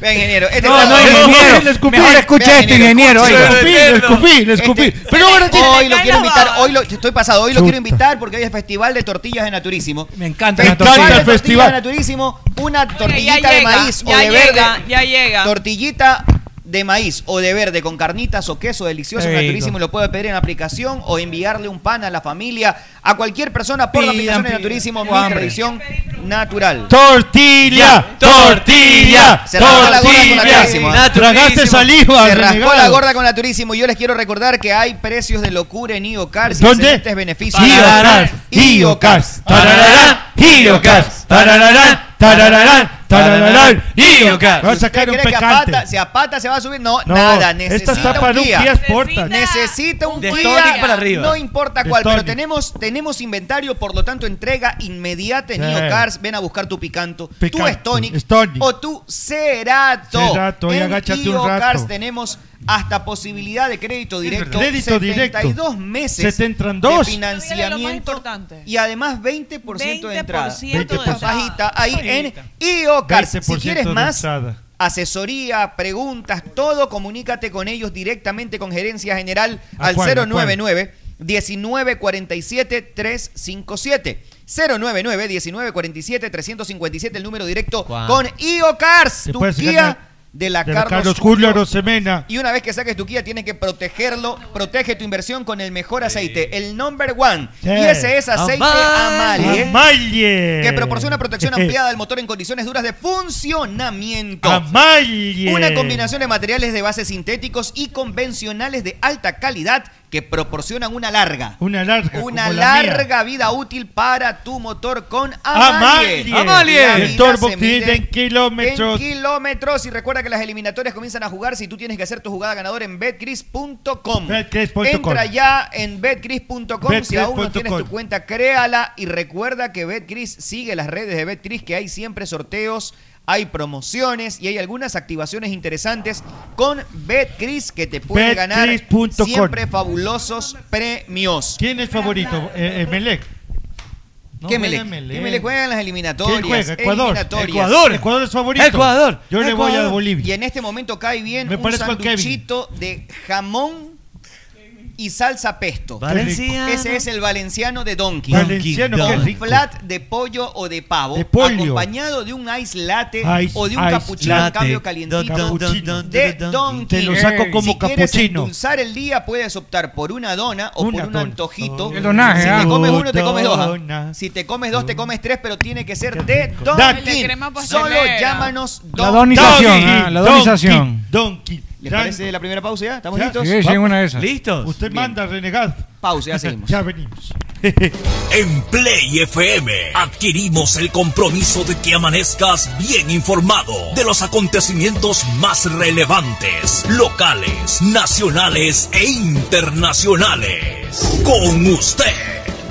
Speaker 15: Vea, ingeniero. Este
Speaker 12: No,
Speaker 15: está-
Speaker 12: no, ingeniero. Mejor escucha este ingeniero.
Speaker 15: escuche.
Speaker 12: oiga.
Speaker 7: Le escupí, le escupí. Pero ahora sí.
Speaker 15: Este, Hoy lo quiero invitar, hoy lo, estoy pasado, hoy lo quiero invitar porque hoy es Festival de Tortillas de Naturísimo. Me
Speaker 12: encanta
Speaker 7: la tortilla.
Speaker 15: de
Speaker 7: Encanta el
Speaker 15: Tortillas de
Speaker 7: festival.
Speaker 15: Naturísimo, una
Speaker 10: ya
Speaker 15: tortillita de
Speaker 10: llega,
Speaker 15: maíz o
Speaker 10: ya
Speaker 15: de
Speaker 10: llega,
Speaker 15: verde.
Speaker 10: ya llega.
Speaker 15: Tortillita de maíz o de verde con carnitas o queso delicioso,
Speaker 11: Qué rico.
Speaker 15: naturísimo, y lo puede pedir en la aplicación o enviarle un pan a la familia, a cualquier persona por la aplicación de naturísimo, mi
Speaker 11: hambre.
Speaker 15: tradición natural.
Speaker 18: Tortilla, tortilla,
Speaker 15: Se rascó la gorda con la
Speaker 18: tortilla.
Speaker 15: Turísimo.
Speaker 18: Tragaste saliva.
Speaker 15: Se rascó la
Speaker 18: renegado.
Speaker 15: gorda con la Turísimo. Yo les quiero recordar que hay precios de locura en IOCARS.
Speaker 18: ¿Dónde?
Speaker 15: Excelentes beneficios.
Speaker 18: Tararán, Iocas, tarararán, Iocas, tarararán, tarararán, tarararán, Iocas.
Speaker 15: ¿Usted cree que a pata, si a pata se va a subir, no,
Speaker 18: No,
Speaker 15: nada.
Speaker 18: esta
Speaker 15: Necesita
Speaker 18: está
Speaker 15: un
Speaker 18: para un
Speaker 15: Kia.
Speaker 18: Kia Sportage.
Speaker 15: Necesita un
Speaker 18: De
Speaker 15: Kia.
Speaker 18: Stonic para arriba.
Speaker 15: No importa
Speaker 18: De
Speaker 15: cuál, pero
Speaker 18: Stonic.
Speaker 15: tenemos, tenemos inventario, por lo tanto, entrega inmediata en
Speaker 18: Sí.
Speaker 15: IOCARS. Ven a buscar tu picanto, tu
Speaker 18: Picanto,
Speaker 15: Stonic,
Speaker 18: Stonic.
Speaker 15: o tu Cerato.
Speaker 18: Cerato, ahí
Speaker 15: en
Speaker 18: agáchate un
Speaker 15: IOCARS
Speaker 18: rato.
Speaker 15: tenemos hasta posibilidad de crédito directo.
Speaker 18: Crédito directo.
Speaker 15: 72 meses
Speaker 18: Se te entran
Speaker 15: de
Speaker 18: dos.
Speaker 10: Lo más
Speaker 15: financiamiento
Speaker 10: importante.
Speaker 15: y además 20% de entrada.
Speaker 10: 20% de
Speaker 15: Bajita ahí en
Speaker 10: entrada.
Speaker 15: IOCARS. Si
Speaker 7: 20%
Speaker 15: quieres
Speaker 7: de
Speaker 15: más,
Speaker 7: entrada.
Speaker 15: asesoría, preguntas, todo, comunícate con ellos directamente con Gerencia General
Speaker 7: ¿A
Speaker 19: Ah,
Speaker 15: al
Speaker 7: cuál, a cuál?
Speaker 15: 099 1947 357. 099 1947 357 el número directo con IOCARS,
Speaker 19: Te
Speaker 15: tu
Speaker 19: puedes
Speaker 15: guía
Speaker 19: ganar
Speaker 15: de la
Speaker 19: de la
Speaker 15: Carlos,
Speaker 19: Carlos
Speaker 15: Julio.
Speaker 19: Julio Rosemena.
Speaker 15: Y una vez que saques tu Kia, tienes que protegerlo. Protege tu inversión con el mejor aceite, el number one.
Speaker 19: Sí.
Speaker 15: Y ese es aceite Amalie,
Speaker 19: Amalie.
Speaker 15: que proporciona protección ampliada al motor en condiciones duras de funcionamiento.
Speaker 19: Amalie.
Speaker 7: eh,
Speaker 15: Una combinación de materiales de bases sintéticos y convencionales de alta calidad que proporcionan una larga.
Speaker 19: Una larga.
Speaker 15: Una
Speaker 19: como la mía.
Speaker 15: larga vida útil para tu motor con Amalie.
Speaker 19: Amalie.
Speaker 15: La
Speaker 19: El
Speaker 15: vida
Speaker 19: turbo
Speaker 15: se
Speaker 19: tiene
Speaker 15: mide
Speaker 19: en kilómetros.
Speaker 15: en kilómetros. Y recuerda que las eliminatorias comienzan a jugarse y tú tienes que hacer tu jugada ganadora en betcris.com.
Speaker 19: Betcris.com.
Speaker 15: Entra ya en betcris.com. Si aún no
Speaker 19: Betcris.com.
Speaker 15: tienes tu cuenta, créala. Y recuerda que Betcris sigue las redes de Betcris, que hay siempre sorteos. Hay promociones y hay algunas activaciones interesantes con Betcris que te puede ganar
Speaker 19: Betcris.com.
Speaker 15: siempre fabulosos premios.
Speaker 19: ¿Quién es favorito? Eh, Emelec. No juega
Speaker 15: ¿Qué Melec?
Speaker 19: Emelec.
Speaker 15: ¿Qué Melec juega en las eliminatorias?
Speaker 19: ¿Quién juega? Ecuador.
Speaker 15: eliminatorias.
Speaker 19: Ecuador. Ecuador es favorito.
Speaker 15: Ecuador.
Speaker 19: Yo le voy a
Speaker 15: Ecuador.
Speaker 19: Bolivia.
Speaker 15: Y en este momento cae bien
Speaker 19: Me
Speaker 15: un
Speaker 19: parezco a Kevin.
Speaker 15: sanduchito de jamón y salsa pesto.
Speaker 19: Valenciano.
Speaker 15: Ese es el valenciano de Donkey.
Speaker 19: Valenciano, qué rico.
Speaker 15: Flat de pollo o de pavo.
Speaker 19: De pollo.
Speaker 15: Acompañado de un ice latte
Speaker 19: Ice-
Speaker 15: o de un
Speaker 19: ice
Speaker 15: capuchino en
Speaker 19: latte.
Speaker 15: cambio calientito.
Speaker 19: Don, don, don, don,
Speaker 15: de
Speaker 19: don, don,
Speaker 15: Donkey.
Speaker 19: Te lo saco como
Speaker 15: si quieres
Speaker 19: capuchino.
Speaker 15: endulzar el día puedes optar por una dona o por un antojito.
Speaker 19: El donaje,
Speaker 15: si
Speaker 19: ah.
Speaker 15: te comes uno te comes dos. ah.
Speaker 19: Dona.
Speaker 15: Si te comes dos te comes tres, pero tiene que ser de
Speaker 19: Daqui.
Speaker 15: Donkey.
Speaker 19: Crema
Speaker 15: Solo
Speaker 19: pastelera.
Speaker 15: llámanos
Speaker 12: La donización,
Speaker 19: Donkey,
Speaker 12: ah, la
Speaker 19: donkey,
Speaker 12: donización.
Speaker 19: Donkey.
Speaker 15: ¿Les parece la primera pausa ya? ¿Estamos
Speaker 12: Ya,
Speaker 15: listos?
Speaker 12: sí, sí,
Speaker 15: Vamos.
Speaker 12: una de esas.
Speaker 11: ¿Listos?
Speaker 19: Usted manda, renegado.
Speaker 15: Pausa, ya seguimos.
Speaker 19: ya venimos.
Speaker 20: En Play FM adquirimos el compromiso de que amanezcas bien informado de los acontecimientos más relevantes, locales, nacionales e internacionales. Con usted.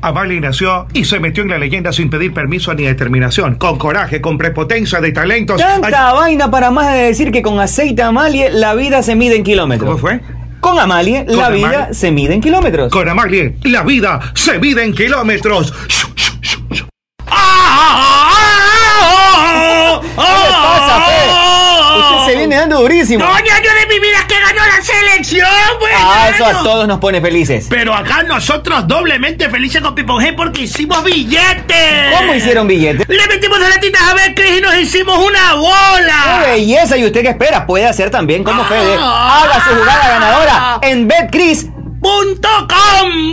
Speaker 5: Amalie nació y se metió en la leyenda sin pedir permiso ni determinación, con coraje, con prepotencia de talentos.
Speaker 14: Tanta vaina para más de decir que con aceite Amalie la vida se mide en kilómetros. ¿Cómo fue? Con Amalie la vida se mide en kilómetros.
Speaker 5: Con Amalie, la vida se mide en kilómetros.
Speaker 14: ¿Qué le pasa, Fe? ¡Ah! Usted se viene dando durísimo.
Speaker 21: año de mi vida que ganó la selección, pues, bueno.
Speaker 14: Ah, eso a todos nos pone felices.
Speaker 21: Pero acá nosotros doblemente felices con Pipon G porque hicimos billetes.
Speaker 14: ¿Cómo hicieron billetes?
Speaker 21: Le metimos las latitas a ver, Cris, y nos hicimos una bola.
Speaker 14: ¡Qué belleza! ¿Y usted qué espera? Puede hacer también como
Speaker 21: Ah.
Speaker 14: Fede. Haga su jugada ganadora en BetCris.com.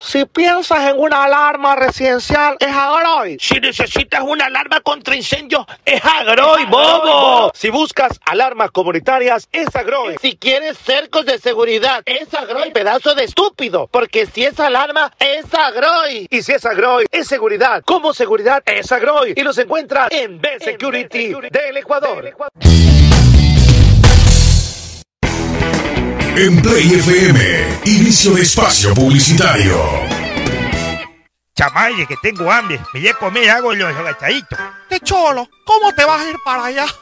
Speaker 22: Si piensas en una alarma residencial, es Agroy.
Speaker 1: Si necesitas una alarma contra incendios, es Agroy, bobo.
Speaker 22: Si buscas alarmas comunitarias, es Agroy. Si quieres cercos de seguridad, es Agroy, pedazo de estúpido. Porque si es alarma, es Agroy. Y si es Agroy, es seguridad. Como seguridad, es Agroy. Y los encuentras en B-Security del Ecuador.
Speaker 23: En Play FM, inicio de espacio publicitario.
Speaker 5: Chamaye, que tengo hambre. Me voy a comer algo y los agachaditos.
Speaker 22: Te cholo, ¿cómo te vas a ir para allá?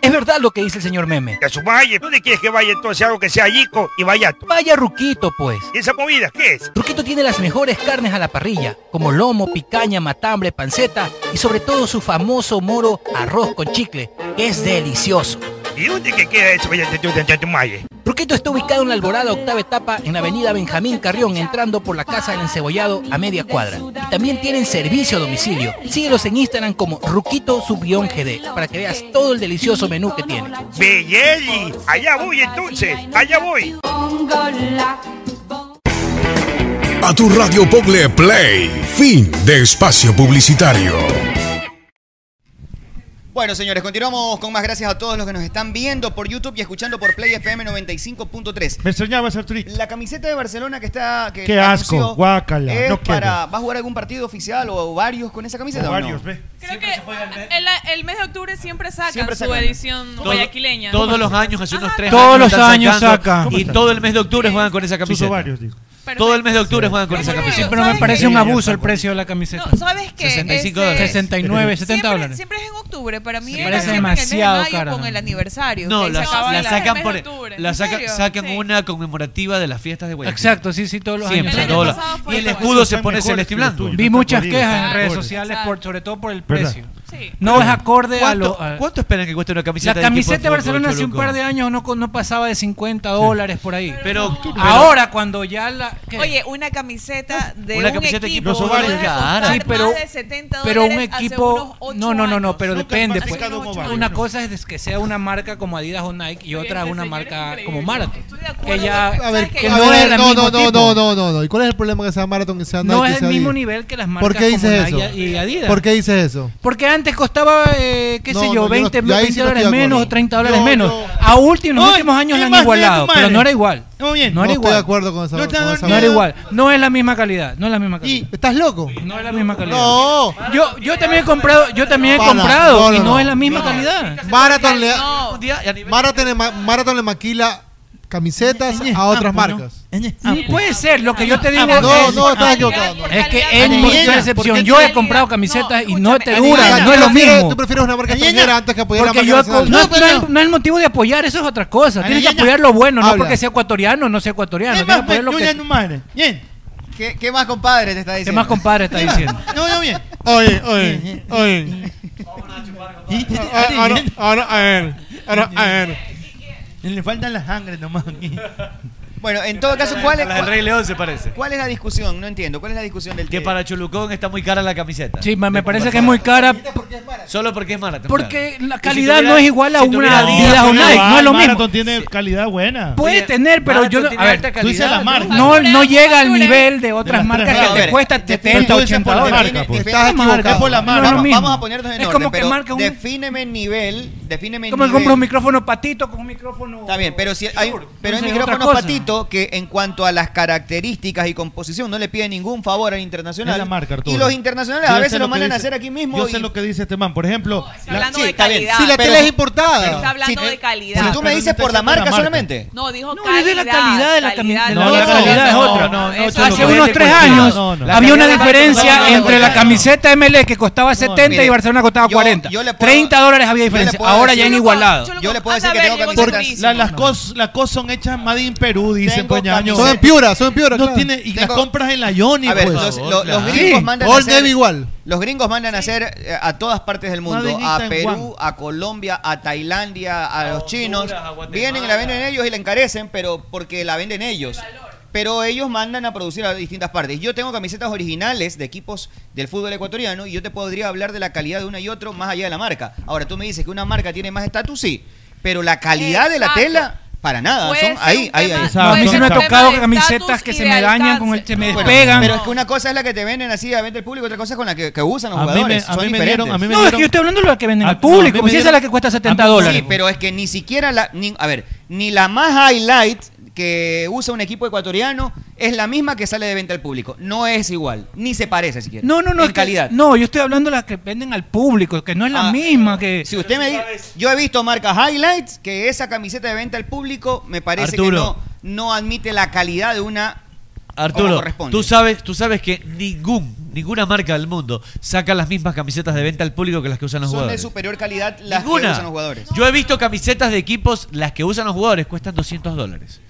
Speaker 5: Es verdad lo que dice el señor Meme. A su valle, ¿dónde quieres que vaya entonces algo que sea yico y vaya tú?
Speaker 24: Vaya Ruquito, pues.
Speaker 5: ¿Y esa comida qué es?
Speaker 24: Ruquito tiene las mejores carnes a la parrilla, como lomo, picaña, matambre, panceta y sobre todo su famoso moro arroz con chicle, que es delicioso.
Speaker 5: ¿Y dónde que queda eso vaya tú de Chatumaye?
Speaker 24: Ruquito está ubicado en la Alborada Octava Etapa en la avenida Benjamín Carrión, entrando por la Casa del Encebollado a media cuadra. Y también tienen servicio a domicilio. Síguelos en Instagram como Ruquito Subión GD para que veas todo el delicioso menú que tiene.
Speaker 5: Belleli, allá voy entonces, allá voy.
Speaker 23: A tu radio Pogle Play, fin de espacio publicitario.
Speaker 15: Bueno, señores, continuamos con más gracias a todos los que nos están viendo por YouTube y escuchando por Play FM 95.3.
Speaker 7: Me soñabas, Arturito.
Speaker 15: La camiseta de Barcelona que está. Que
Speaker 7: Qué asco,
Speaker 15: anunció
Speaker 7: guácala,
Speaker 15: es
Speaker 7: no quiero.
Speaker 15: para, ¿Va a jugar algún partido oficial o varios con esa camiseta?
Speaker 7: O
Speaker 15: o no?
Speaker 7: varios, ve.
Speaker 10: Creo que el, el mes de octubre siempre sacan
Speaker 15: Siempre
Speaker 10: su
Speaker 15: sacan.
Speaker 10: edición
Speaker 11: Todo-
Speaker 10: guayaquileña.
Speaker 11: Todos los años, hace unos tres
Speaker 25: Todos
Speaker 11: años.
Speaker 25: los
Speaker 11: están
Speaker 25: años
Speaker 11: sacando,
Speaker 25: saca.
Speaker 11: Y todo el mes de octubre juegan con esa camiseta.
Speaker 25: ovarios,
Speaker 11: Todo el mes de octubre juegan con esa camiseta.
Speaker 12: Pues Pero me parece un abuso el precio de la camiseta.
Speaker 10: No, ¿sabes qué?
Speaker 11: 65
Speaker 10: Ese-
Speaker 11: dólares.
Speaker 12: 69, 70
Speaker 10: Este, siempre,
Speaker 12: dólares.
Speaker 10: Siempre es en octubre. Para mí
Speaker 12: Sí,
Speaker 10: era
Speaker 12: parece
Speaker 10: siempre en el mes de
Speaker 12: demasiado
Speaker 10: mayo
Speaker 12: cara.
Speaker 10: con el aniversario.
Speaker 11: No,
Speaker 10: que
Speaker 11: la,
Speaker 10: se acaba
Speaker 11: la
Speaker 10: la-
Speaker 11: sacan
Speaker 10: el mes
Speaker 11: por.
Speaker 10: de octubre.
Speaker 11: La
Speaker 10: ¿En
Speaker 11: saca-
Speaker 10: serio?
Speaker 11: sacan una conmemorativa de las fiestas de Guayaquil.
Speaker 12: Exacto, sí, sí, todos los
Speaker 11: Siempre,
Speaker 12: años.
Speaker 11: todos los- Y el escudo se pone celeste y blanco.
Speaker 12: Vi muchas quejas en redes sociales, por, sobre todo por el
Speaker 11: ¿Verdad?
Speaker 12: precio. No es acorde a
Speaker 11: ¿Cuánto-
Speaker 12: lo. a-
Speaker 11: ¿Cuánto esperan que cueste una camiseta
Speaker 12: La
Speaker 11: del equipo
Speaker 12: camiseta de
Speaker 11: fútbol,
Speaker 12: Barcelona hace un
Speaker 11: Choluco?
Speaker 12: par de años no, co- no pasaba de 50 dólares por ahí.
Speaker 11: Pero,
Speaker 12: ahora cuando ya la
Speaker 10: Oye, una camiseta de
Speaker 12: Una
Speaker 10: un
Speaker 12: camiseta de
Speaker 10: equipo.
Speaker 12: equipo de fútbol
Speaker 10: debe
Speaker 12: cara.
Speaker 10: costar
Speaker 12: Sí, pero-
Speaker 10: más de 70
Speaker 12: pero un
Speaker 10: dólares hace unos
Speaker 12: equipo
Speaker 10: ocho
Speaker 12: no no no no pero
Speaker 10: años.
Speaker 12: depende
Speaker 10: Nunca
Speaker 12: pues.
Speaker 10: más de ocho
Speaker 12: una
Speaker 10: años.
Speaker 12: cosa es que sea una marca como Adidas o Nike y otra una marca como Marathon que
Speaker 10: acuerdo,
Speaker 12: ya
Speaker 10: pero- A ver,
Speaker 12: que
Speaker 13: A
Speaker 12: no
Speaker 13: ver,
Speaker 12: es del
Speaker 13: no,
Speaker 12: mismo
Speaker 13: no,
Speaker 12: tipo.
Speaker 13: no, no, no, no. ¿Y cuál es el problema que sea Marathon, que sea Nike?
Speaker 12: No es
Speaker 13: que
Speaker 12: el
Speaker 13: sea
Speaker 12: mismo
Speaker 13: Adidas?
Speaker 12: nivel que las
Speaker 13: ¿Por
Speaker 12: marcas
Speaker 13: qué
Speaker 12: como
Speaker 13: dices
Speaker 12: Nike
Speaker 13: eso?
Speaker 12: y Adidas.
Speaker 13: ¿Por qué dices eso?
Speaker 12: porque antes costaba eh, qué
Speaker 13: No,
Speaker 12: sé
Speaker 13: no,
Speaker 12: yo
Speaker 13: yo no-
Speaker 12: 20,
Speaker 13: yo
Speaker 12: 20
Speaker 13: ahí sí no estoy
Speaker 12: dólares
Speaker 13: de acuerdo.
Speaker 12: menos 30 dólares
Speaker 13: Yo-
Speaker 12: menos
Speaker 13: yo-
Speaker 12: a último los
Speaker 13: Ay,
Speaker 12: últimos años la
Speaker 13: es
Speaker 12: han
Speaker 13: más
Speaker 12: igualado
Speaker 13: bien tu
Speaker 12: pero no
Speaker 13: madre.
Speaker 12: era igual
Speaker 13: Muy bien.
Speaker 12: no era
Speaker 13: No estoy
Speaker 12: igual
Speaker 13: de acuerdo con esa- No te con esa-
Speaker 12: no era igual no es la misma calidad no es la misma calidad
Speaker 13: estás loco
Speaker 12: no es la misma calidad
Speaker 13: No.
Speaker 12: yo yo también he comprado yo también he
Speaker 13: Pana,
Speaker 12: comprado y no es la misma
Speaker 13: No.
Speaker 12: calidad
Speaker 13: Marathon le,
Speaker 12: No.
Speaker 13: Marathon le ma- Marathon le maquila camisetas a
Speaker 12: ah,
Speaker 13: otras
Speaker 12: pues
Speaker 13: marcas. Ah,
Speaker 12: Mm, Puede ser, lo que yo te digo
Speaker 13: No, pues no,
Speaker 12: es,
Speaker 13: estás equivocado. Por
Speaker 12: Es que
Speaker 13: calidad,
Speaker 12: es
Speaker 13: por
Speaker 12: mi
Speaker 13: calidad. ¿Por
Speaker 12: excepción.
Speaker 13: qué
Speaker 12: Yo he
Speaker 13: calidad?
Speaker 12: comprado camisetas y no te duran,
Speaker 13: Adriana,
Speaker 12: no es lo
Speaker 13: tú prefieres-
Speaker 12: mismo.
Speaker 13: Tú prefieres una marca extranjera antes que apoyar
Speaker 12: Porque
Speaker 13: la
Speaker 12: yo
Speaker 13: marca
Speaker 12: he co- no,
Speaker 13: nacional.
Speaker 12: no, es- no es el motivo de apoyar, eso es otra cosa. Tienes que
Speaker 13: Adriana,
Speaker 12: apoyar lo bueno, no
Speaker 13: habla.
Speaker 12: porque sea ecuatoriano o no sea ecuatoriano. Tienes que apoyar lo que
Speaker 13: Bien.
Speaker 15: ¿Qué, qué más compadre te está
Speaker 12: que
Speaker 15: diciendo?
Speaker 12: más compadre está diciendo.
Speaker 13: No, no, bien. Oye, oye, oye. Ah, Ahora, ahora, a ver. Ahora, a ver.
Speaker 6: Le faltan las sangre nomás aquí.
Speaker 15: Bueno, en todo caso, ¿cuál es,
Speaker 11: La del Rey
Speaker 15: cuál,
Speaker 11: León se parece.
Speaker 15: cuál es la discusión? No entiendo. ¿Cuál es la discusión del
Speaker 11: Que
Speaker 15: té?
Speaker 11: para Cholucón está muy cara la camiseta.
Speaker 12: Sí, me, me
Speaker 11: De
Speaker 12: parece que es
Speaker 11: comparación.
Speaker 12: muy cara.
Speaker 11: Solo porque es Marathon.
Speaker 12: Porque
Speaker 11: claro.
Speaker 12: la
Speaker 11: Y si
Speaker 12: calidad
Speaker 11: tuviera-
Speaker 12: no es igual a
Speaker 11: si
Speaker 12: una
Speaker 11: tuviera
Speaker 12: Adidas o Nike, no es lo mismo.
Speaker 6: tiene calidad buena.
Speaker 12: Puede tener, pero yo no,
Speaker 6: Marathon
Speaker 12: a ver,
Speaker 6: tiene alta Tú dices calidad, la marca.
Speaker 12: no,
Speaker 6: ¿no?
Speaker 12: no llega al
Speaker 6: Factura.
Speaker 12: nivel de
Speaker 6: De
Speaker 12: otras
Speaker 6: las
Speaker 12: marcas
Speaker 6: tres.
Speaker 12: que
Speaker 6: No, a
Speaker 12: te
Speaker 6: ver,
Speaker 12: cuesta
Speaker 6: define-
Speaker 12: 70,
Speaker 6: tú dices
Speaker 12: 80
Speaker 6: por la
Speaker 12: dólares.
Speaker 6: marca, pues.
Speaker 12: Estás
Speaker 15: Estás
Speaker 12: equivocado.
Speaker 15: equivocado.
Speaker 12: No es lo
Speaker 15: Vamos-
Speaker 12: mismo.
Speaker 15: Vamos a ponernos en
Speaker 12: Es
Speaker 15: orden,
Speaker 12: como que
Speaker 15: pero
Speaker 12: marca un-
Speaker 15: defíneme nivel, defíneme
Speaker 12: Como que
Speaker 15: nivel.
Speaker 12: compra un micrófono patito con un micrófono.
Speaker 15: Está bien, pero si hay, pero hay
Speaker 12: Entonces,
Speaker 15: micrófonos
Speaker 12: otra cosa.
Speaker 15: patito que en cuanto a las características y composición no le pide ningún favor al internacional.
Speaker 6: Es la marca, Arturo.
Speaker 15: y los internacionales
Speaker 6: Yo
Speaker 15: a
Speaker 6: sé
Speaker 15: veces
Speaker 6: lo
Speaker 15: lo
Speaker 6: que
Speaker 15: mandan a
Speaker 6: dice-
Speaker 15: hacer aquí mismo.
Speaker 6: Yo
Speaker 15: y-
Speaker 6: sé lo que dice este man. Por ejemplo, la-
Speaker 10: hablando
Speaker 6: sí,
Speaker 10: de
Speaker 6: está bien.
Speaker 10: calidad.
Speaker 6: Sí, la
Speaker 15: Pero-
Speaker 6: tele es importada.
Speaker 10: Está hablando
Speaker 6: Sí,
Speaker 10: de
Speaker 6: eh,
Speaker 10: calidad.
Speaker 6: si tú me Pero dices no te por la estoy marca diciendo la solamente.
Speaker 10: No, dijo
Speaker 12: No, es de la calidad de la camiseta.
Speaker 10: calidad,
Speaker 12: No, la calidad es otra.
Speaker 6: no, no,
Speaker 12: Eso
Speaker 6: Cholo,
Speaker 12: Hace
Speaker 6: no,
Speaker 12: unos
Speaker 6: no,
Speaker 12: tres
Speaker 6: no,
Speaker 12: años
Speaker 6: no, no.
Speaker 12: había una
Speaker 6: La calidad-
Speaker 12: diferencia
Speaker 6: no, no, no,
Speaker 12: entre
Speaker 6: no,
Speaker 12: la
Speaker 6: no.
Speaker 12: camiseta ML que costaba 70 y
Speaker 6: mire,
Speaker 12: Barcelona costaba 40.
Speaker 6: yo le puedo-
Speaker 12: 30 dólares había diferencia. Ahora ya han igualado.
Speaker 6: Yo le puedo
Speaker 12: decir que tengo
Speaker 6: Porque la- las cosas las cosas son hechas más en Perú, dicen, pues, ñaño.
Speaker 13: Son en Piura, son en Piura,
Speaker 6: No
Speaker 13: claro.
Speaker 6: tiene, y las
Speaker 13: Tengo-
Speaker 6: compras en la Johnny,
Speaker 15: A ver,
Speaker 6: pues.
Speaker 15: los, lo- los gringos mandan a
Speaker 13: Old
Speaker 15: hacer,
Speaker 13: Navy igual.
Speaker 15: Los gringos mandan a hacer eh, a todas partes del mundo,
Speaker 13: Madrid
Speaker 15: a
Speaker 13: está en
Speaker 15: Perú, a Colombia, a Tailandia, a, los chinos.
Speaker 11: a Guatemala.
Speaker 15: Vienen y la venden ellos y la encarecen, pero porque la venden ellos. Pero ellos mandan a producir a distintas partes. Yo tengo camisetas originales de equipos del fútbol ecuatoriano y yo te podría hablar de la calidad de una y otro más allá de la marca. Ahora tú me dices que una marca tiene más estatus, sí, pero la calidad de la
Speaker 17: Exacto.
Speaker 15: tela para nada,
Speaker 17: Puede
Speaker 15: son
Speaker 17: ser
Speaker 15: ahí,
Speaker 17: un
Speaker 15: ahí,
Speaker 17: tema-
Speaker 15: ahí.
Speaker 12: No, a mí sí me ha tocado camisetas que se me dañan, con el, se me
Speaker 15: Bueno,
Speaker 12: despegan.
Speaker 15: Pero es que una cosa es la que te venden así a vender el público, otra cosa es con la que, que usan los
Speaker 6: A mí me-
Speaker 15: jugadores.
Speaker 6: a
Speaker 15: son
Speaker 6: mí me
Speaker 15: diferentes.
Speaker 6: dieron- Ah, a mí me
Speaker 12: No, es que yo estoy hablando de la que venden al público.
Speaker 15: me
Speaker 12: si esa es
Speaker 15: dieron-
Speaker 12: la que cuesta 70
Speaker 15: Sí,
Speaker 11: pues.
Speaker 12: dólares.
Speaker 15: pero es que ni siquiera la, ni- a ver, ni la más highlight que usa un equipo ecuatoriano es la misma que sale de venta al público. No es igual, ni se parece siquiera.
Speaker 12: No, no, no. es
Speaker 15: En
Speaker 12: que-
Speaker 15: calidad.
Speaker 12: no, yo estoy hablando de las que venden al público, que no es la misma que.
Speaker 15: Si usted me dice, yo he visto marcas highlights que esa camiseta de venta al público me parece que
Speaker 11: Arturo.
Speaker 15: no, no admite la calidad de una como
Speaker 11: Arturo,
Speaker 15: corresponde.
Speaker 11: tú sabes, tú sabes que ningún, ninguna marca del mundo saca las mismas camisetas de venta al público que las que usan los
Speaker 15: son de
Speaker 11: jugadores.
Speaker 15: superior calidad las que
Speaker 11: Ninguna.
Speaker 15: usan los jugadores.
Speaker 11: Yo he visto camisetas de equipos, las que usan los jugadores, cuestan 200 dólares.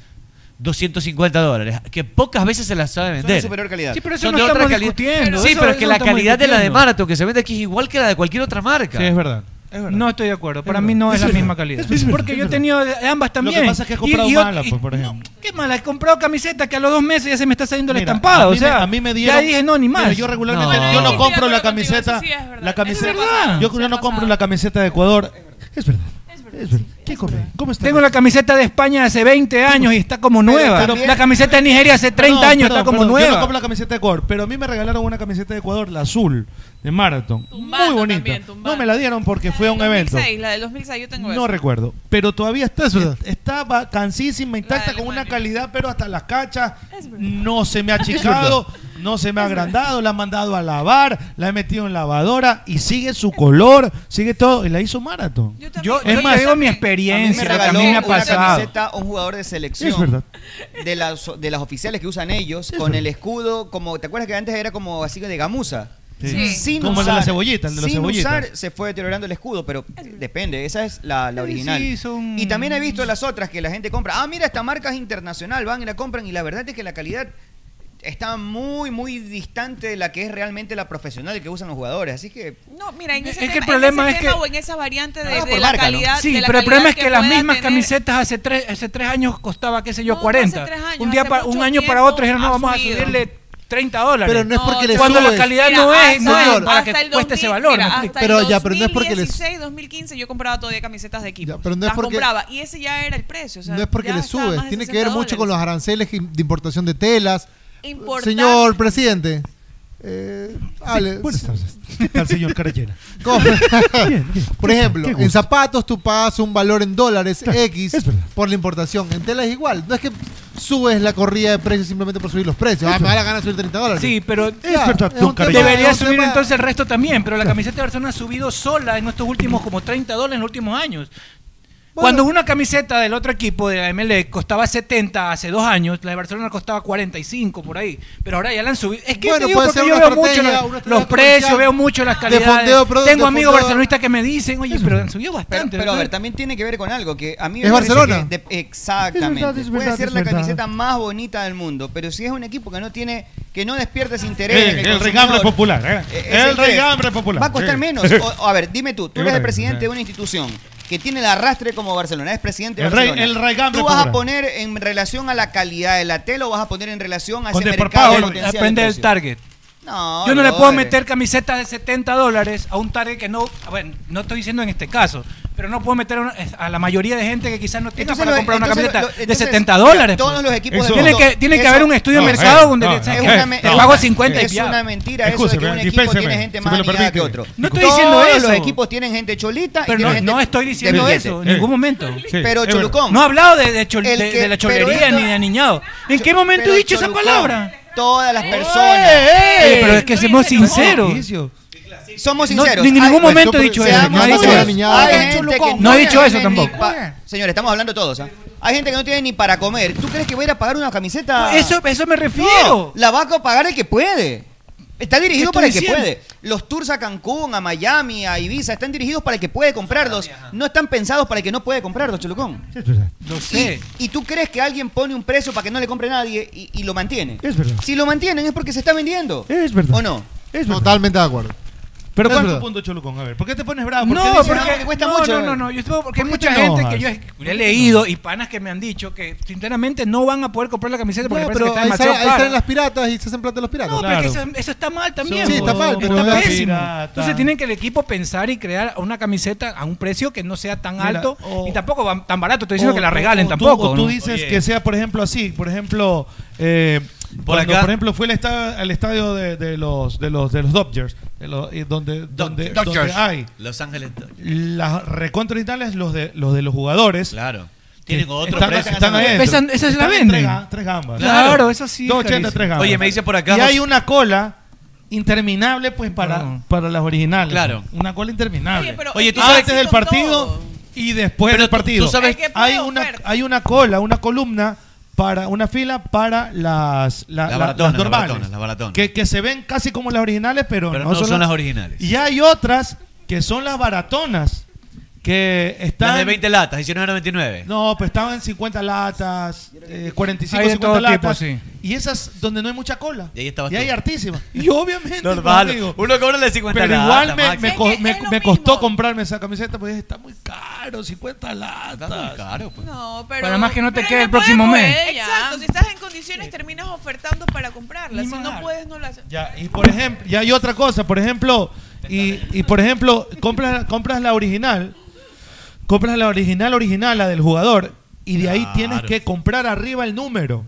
Speaker 11: 250 dólares, que pocas veces se las sabe vender.
Speaker 15: superior calidad. Sí, pero eso
Speaker 11: Son
Speaker 15: no
Speaker 11: de otra
Speaker 15: estamos
Speaker 11: calidad.
Speaker 15: discutiendo,
Speaker 11: Sí,
Speaker 15: eso-
Speaker 11: pero es
Speaker 15: eso
Speaker 11: que
Speaker 15: no
Speaker 11: la
Speaker 15: estamos
Speaker 11: calidad de la de
Speaker 15: discutiendo.
Speaker 11: Marathon que se vende aquí es igual que la de cualquier otra marca.
Speaker 12: Sí, es verdad. No estoy de acuerdo. Para mí no es la misma calidad. Porque yo he tenido de- ambas también.
Speaker 6: Lo que pasa es que has
Speaker 12: Y-
Speaker 6: comprado
Speaker 12: y yo-
Speaker 6: mala,
Speaker 12: y-
Speaker 6: pues, por ejemplo.
Speaker 12: Qué mala, he comprado camisetas que a los dos meses ya se me está saliendo el
Speaker 6: Mira,
Speaker 12: estampado.
Speaker 6: a
Speaker 12: O
Speaker 6: mí me-
Speaker 12: sea,
Speaker 6: a mí me dieron-
Speaker 12: ya dije no, ni más.
Speaker 6: Mira, yo regularmente yo no compro la camiseta, la camiseta. Yo, yo no compro la camiseta de Ecuador. Es verdad. Es verdad. ¿Qué compré? ¿Cómo está?
Speaker 12: Tengo la camiseta de España hace 20 años y está como nueva.
Speaker 6: también-
Speaker 12: la camiseta de Nigeria hace 30
Speaker 6: Perdón,
Speaker 12: años
Speaker 6: perdón,
Speaker 12: está como
Speaker 6: perdón,
Speaker 12: nueva.
Speaker 6: Yo no compro la camiseta de Ecuador, pero a mí me regalaron una camiseta de Ecuador, la azul, de Marathon. Muy bonita. no me la dieron porque fue a un evento.
Speaker 10: 2006, la del 2006 yo tengo
Speaker 6: No
Speaker 10: esa.
Speaker 6: recuerdo, pero todavía está, está vacancísima, intacta, con una calidad, pero hasta las cachas no se me ha achicado, no se me ha agrandado, la han mandado a lavar, la he metido en lavadora y sigue su color, sigue todo, y la hizo Marathon.
Speaker 12: Yo, es más, digo mi experiencia, lo que a mí me ha
Speaker 15: Una
Speaker 12: pasado.
Speaker 15: camiseta a un jugador de selección.
Speaker 6: Es verdad.
Speaker 15: De las, de las oficiales que usan ellos, con el escudo, como ¿te acuerdas que antes era como así de gamuza?
Speaker 6: Sí. Sí. Como el de la cebollita, el de la
Speaker 15: sin
Speaker 6: cebollita.
Speaker 15: usar se fue deteriorando el escudo, pero depende, esa es la, la original.
Speaker 6: sí,
Speaker 15: Y también he visto las otras que la gente compra. Ah, mira, esta marca es internacional, van y la compran y la verdad es que la calidad está muy, muy distante de la que es realmente la profesional que usan los jugadores. Así que
Speaker 10: No, mira, en
Speaker 12: Es
Speaker 10: ese
Speaker 12: que el
Speaker 10: tema, en
Speaker 12: problema
Speaker 10: ese
Speaker 12: es
Speaker 10: tema
Speaker 12: que- pues
Speaker 10: o en esa variante de,
Speaker 15: Ah,
Speaker 10: de
Speaker 15: por
Speaker 10: la
Speaker 15: marca, ¿no?
Speaker 10: calidad.
Speaker 12: Sí,
Speaker 10: de la
Speaker 12: pero el problema
Speaker 10: calidad
Speaker 12: es que las
Speaker 10: pueda
Speaker 12: mismas
Speaker 10: tener-
Speaker 12: camisetas hace tres, hace tres años costaba, qué sé yo,
Speaker 10: hace
Speaker 12: 40.
Speaker 10: tres años,
Speaker 12: un día
Speaker 10: hace
Speaker 12: pa- un
Speaker 10: mucho
Speaker 12: año para
Speaker 10: tiempo
Speaker 12: otro dijeron, no,
Speaker 10: ha
Speaker 12: vamos
Speaker 10: subido.
Speaker 12: a subirle 30 dólares.
Speaker 13: Pero no es porque le
Speaker 12: Cuando la
Speaker 13: subes.
Speaker 12: calidad
Speaker 10: Mira,
Speaker 12: no es,
Speaker 10: hasta
Speaker 12: no es
Speaker 10: el-
Speaker 12: para que
Speaker 10: hasta el
Speaker 12: cueste ese
Speaker 10: 2000,
Speaker 12: valor.
Speaker 10: mira,
Speaker 12: ¿me
Speaker 10: hasta
Speaker 12: explico?
Speaker 10: el
Speaker 13: Pero ya, pero no es porque les-
Speaker 10: 2016, 2015 yo compraba todavía camisetas de equipo.
Speaker 13: pero no es
Speaker 10: las
Speaker 13: porque-
Speaker 10: compraba y ese ya era el precio. o sea,
Speaker 13: No es porque
Speaker 10: ya
Speaker 13: le
Speaker 10: estaba más
Speaker 13: subes,
Speaker 10: de
Speaker 13: tiene que
Speaker 10: 60
Speaker 13: ver mucho con los
Speaker 10: dólares.
Speaker 13: aranceles que- de importación de telas.
Speaker 10: Importar-
Speaker 13: Señor presidente. Eh, hable.
Speaker 6: buenas tardes. ¿Qué tal, señor Carallera?
Speaker 13: ¿Cómo?
Speaker 6: Bien, bien.
Speaker 13: Por ejemplo,
Speaker 6: Qué
Speaker 13: en
Speaker 6: gusto.
Speaker 13: zapatos tú pagas un valor en dólares X por la importación. En telas igual. No es que subes la corrida de precios simplemente por subir los precios. Ah, me da la gana de subir 30 dólares.
Speaker 12: Sí, pero
Speaker 13: Ya, es un tema-
Speaker 12: debería
Speaker 13: es un
Speaker 12: subir
Speaker 13: tema-
Speaker 12: entonces el resto también, pero la camiseta de Barcelona ha subido sola en estos últimos como 30 dólares en los últimos años. Cuando una camiseta del otro equipo de la ML costaba 70 hace dos años, la de Barcelona costaba 45 por ahí, pero ahora ya la han subido. Es que
Speaker 13: Bueno,
Speaker 12: te digo
Speaker 13: puede
Speaker 12: porque
Speaker 13: ser
Speaker 12: yo
Speaker 13: una
Speaker 12: veo mucho
Speaker 13: estrategia,
Speaker 12: los,
Speaker 13: una
Speaker 12: los
Speaker 13: estrategia
Speaker 12: precios,
Speaker 13: comercial.
Speaker 12: veo mucho las
Speaker 13: De
Speaker 12: calidades.
Speaker 13: fondeo, producto,
Speaker 12: Tengo amigos
Speaker 13: fondeo.
Speaker 12: barcelonistas que me dicen, oye, pero han subido bastante.
Speaker 15: Pero a ver,
Speaker 12: ¿verdad?".
Speaker 15: también tiene que ver con algo que a mí
Speaker 12: ¿Es
Speaker 15: parece
Speaker 12: Barcelona?
Speaker 15: que de- exactamente.
Speaker 12: Es verdad, es
Speaker 15: Puede
Speaker 12: verdad,
Speaker 15: ser
Speaker 12: es
Speaker 15: la
Speaker 12: verdad.
Speaker 15: camiseta más bonita del mundo, pero si es un equipo que no tiene que no despierta ese interés,
Speaker 6: Eh,
Speaker 15: en el,
Speaker 6: el
Speaker 15: consumidor,
Speaker 6: regambre popular, eh.
Speaker 15: es
Speaker 6: El
Speaker 15: que es.
Speaker 6: regambre popular.
Speaker 15: Va a costar
Speaker 6: Sí.
Speaker 15: menos. O- o a ver, dime tú,
Speaker 6: Es
Speaker 15: tú eres el
Speaker 6: verdad,
Speaker 15: presidente
Speaker 6: sí.
Speaker 15: de una institución que tiene el arrastre como Barcelona, es presidente de
Speaker 6: El rey-
Speaker 15: Barcelona.
Speaker 6: el regambre
Speaker 15: ¿Tú vas a
Speaker 6: popular.
Speaker 15: poner en relación a la calidad de la tela o vas a poner en relación a
Speaker 12: Con
Speaker 15: ese mercado
Speaker 12: desparpajo,
Speaker 15: potencial de
Speaker 12: depende del
Speaker 15: precio?
Speaker 12: target.
Speaker 15: No,
Speaker 12: Yo no le puedo
Speaker 15: brother.
Speaker 12: meter camisetas de 70 dólares a un target que no, bueno, no estoy diciendo en este caso, pero no puedo meter a, una- eh, a la mayoría de gente que quizás no tenga
Speaker 15: Entonces,
Speaker 12: para
Speaker 15: lo-
Speaker 12: comprar una
Speaker 15: entonces,
Speaker 12: camiseta
Speaker 15: lo- entonces,
Speaker 12: de 70
Speaker 15: mira,
Speaker 12: dólares.
Speaker 15: todos
Speaker 12: pues.
Speaker 15: los equipos del
Speaker 12: tiene
Speaker 15: mundo-
Speaker 12: que, tiene que
Speaker 15: eso-
Speaker 12: haber un estudio de
Speaker 15: no,
Speaker 12: mercado
Speaker 15: eh,
Speaker 12: donde
Speaker 15: no,
Speaker 12: le-
Speaker 15: es
Speaker 12: ¿sabes
Speaker 15: una
Speaker 12: qué? Te
Speaker 15: me- es
Speaker 12: pago
Speaker 15: una-
Speaker 12: 50 y
Speaker 15: es
Speaker 12: ya.
Speaker 15: una mentira eso de que un equipo tiene gente más anillada que otro.
Speaker 12: No estoy
Speaker 15: Todos
Speaker 12: diciendo eso.
Speaker 15: los equipos tienen gente cholita y
Speaker 12: Pero
Speaker 15: tienen
Speaker 12: no,
Speaker 15: gente
Speaker 12: no estoy
Speaker 15: de
Speaker 12: diciendo
Speaker 15: billete.
Speaker 12: eso en ningún momento.
Speaker 15: Pero Cholucón.
Speaker 12: No he hablado de, de, chol-
Speaker 15: El
Speaker 12: de-
Speaker 15: que-
Speaker 12: de la
Speaker 15: pero
Speaker 12: cholería
Speaker 15: esto-
Speaker 12: ni de aniñado. ¿En qué momento
Speaker 15: Pero
Speaker 12: he dicho esa
Speaker 15: Cholucón,
Speaker 12: palabra? Eh,
Speaker 15: Todas las personas. Eh,
Speaker 12: Oye, pero es que somos sinceros.
Speaker 15: Somos
Speaker 12: No,
Speaker 15: sinceros.
Speaker 12: ni en ningún
Speaker 15: Hay-
Speaker 12: momento he dicho eso.
Speaker 15: Seamos
Speaker 12: No he dicho
Speaker 15: sinceros.
Speaker 12: eso.
Speaker 15: Hay
Speaker 12: Ay,
Speaker 15: gente
Speaker 12: Cholucón.
Speaker 15: que
Speaker 12: No he dicho
Speaker 15: tiene
Speaker 12: eso
Speaker 15: ni
Speaker 12: tampoco.
Speaker 15: pa- Señores, estamos hablando todos. ¿ah? Hay gente que no tiene ni para comer. ¿Tú crees que voy a ir a pagar una camiseta?
Speaker 12: Eso, eso me refiero.
Speaker 15: No, la va a pagar el que puede. Está dirigido ¿Qué para el estoy que diciendo? puede. Los tours a Cancún, a Miami, a Ibiza, están dirigidos para el que puede comprarlos. No están pensados para el que no puede comprarlos, Cholucón.
Speaker 6: Lo sé.
Speaker 15: Y, y tú crees que alguien pone un precio para que no le compre nadie y, y lo mantiene.
Speaker 6: Es verdad.
Speaker 15: Si lo mantienen es porque se está vendiendo.
Speaker 6: Es verdad.
Speaker 15: ¿O no?
Speaker 13: Totalmente de acuerdo.
Speaker 6: Pero
Speaker 13: Es
Speaker 6: ¿cuánto
Speaker 13: verdad.
Speaker 6: punto Cholucón? A ver, ¿por qué te pones bravo?
Speaker 12: No,
Speaker 6: qué dices,
Speaker 12: porque
Speaker 6: me
Speaker 12: no, No, no, no, Yo estoy porque hay
Speaker 6: ¿Por qué
Speaker 12: mucha
Speaker 6: te
Speaker 12: gente
Speaker 6: enojas?
Speaker 12: que yo he- he leído y panas que me han dicho que sinceramente no van a poder comprar la camiseta porque
Speaker 13: Ya,
Speaker 12: le parece
Speaker 13: pero
Speaker 12: que
Speaker 13: ahí,
Speaker 12: está
Speaker 13: sale- ahí
Speaker 12: demasiado cara.
Speaker 13: salen las piratas y se hacen plata los piratas.
Speaker 12: No, pero es que eso, eso está mal también.
Speaker 13: Sí, está mal, pero
Speaker 12: está
Speaker 13: es-
Speaker 12: pésimo.
Speaker 13: pirata.
Speaker 12: Entonces tienen que el equipo pensar y crear una camiseta a un precio que no sea tan
Speaker 6: Mira,
Speaker 12: alto
Speaker 6: o-
Speaker 12: y tampoco va- tan barato. Estoy diciendo
Speaker 6: O-
Speaker 12: que la regalen
Speaker 6: o tú-
Speaker 12: tampoco.
Speaker 6: o tú
Speaker 12: ¿no?
Speaker 6: dices que sea, por ejemplo, así. Por ejemplo, eh,
Speaker 11: Por
Speaker 6: cuando,
Speaker 11: acá.
Speaker 6: por ejemplo, fue al estadio, al estadio de, de los de los de los Dodgers, de los- eh, donde, donde, donde hay
Speaker 11: Los Ángeles.
Speaker 6: las recontraitales los de los de los jugadores.
Speaker 11: Claro. Tienen otro
Speaker 6: están,
Speaker 11: precio.
Speaker 6: Están adentro.
Speaker 11: Esa- esa es
Speaker 6: Están
Speaker 11: la
Speaker 6: en
Speaker 11: venden.
Speaker 6: Tres, ga- tres gambas.
Speaker 11: Claro, esa sí es
Speaker 6: 2.80,
Speaker 11: carísima.
Speaker 6: tres gambas.
Speaker 11: Oye, me dice por acá
Speaker 6: Y
Speaker 11: Jos-
Speaker 6: hay una cola interminable pues para, para las originales.
Speaker 11: Ah. Claro.
Speaker 6: Una cola interminable.
Speaker 11: Oye, pero
Speaker 6: Oye, tú
Speaker 11: así
Speaker 6: sabes
Speaker 11: con
Speaker 6: antes del partido y después del partido.
Speaker 11: tú sabes- Es que
Speaker 6: hay una hay una cola, una columna para una fila para las la-
Speaker 11: Las
Speaker 6: la-
Speaker 11: baratonas,
Speaker 6: las
Speaker 11: las
Speaker 6: normales,
Speaker 11: baratonas, las baratonas.
Speaker 6: Que, que se ven casi como las originales, pero,
Speaker 11: Pero no son las originales.
Speaker 6: Y hay otras que son las baratonas que están
Speaker 11: Las de 20 latas, 19.99.
Speaker 6: no, pues estaban 50 latas, eh, 45,
Speaker 11: Hay de
Speaker 6: 50
Speaker 11: todo
Speaker 6: latas.
Speaker 11: tipo, sí.
Speaker 6: Y esas donde no hay mucha cola.
Speaker 11: Y ahí estabas
Speaker 6: Y hay
Speaker 11: tú.
Speaker 6: hartísimas. Y obviamente.
Speaker 11: Normal.
Speaker 6: pues, amigo,
Speaker 11: Uno cobra de 50
Speaker 6: Pero
Speaker 11: latas,
Speaker 6: igual me,
Speaker 11: Max.
Speaker 6: me
Speaker 11: Es
Speaker 6: co-
Speaker 11: que
Speaker 6: me-
Speaker 11: es lo
Speaker 6: me costó comprarme esa camiseta porque dije, está muy caro, 50 latas.
Speaker 11: Está muy caro, pues.
Speaker 10: No, pero.
Speaker 12: Para más que no te
Speaker 10: pero
Speaker 12: quede
Speaker 10: la
Speaker 12: el próximo
Speaker 10: puedes
Speaker 12: mes.
Speaker 10: mover, Exacto, si estás en condiciones terminas ofertando para comprarla. Si no puedes, no la haces.
Speaker 6: Ya, y por ejemplo, ya hay otra cosa, por ejemplo, y, y por ejemplo, compras, compras la original, compras la original original, la del jugador, y de ahí tienes que comprar arriba el número.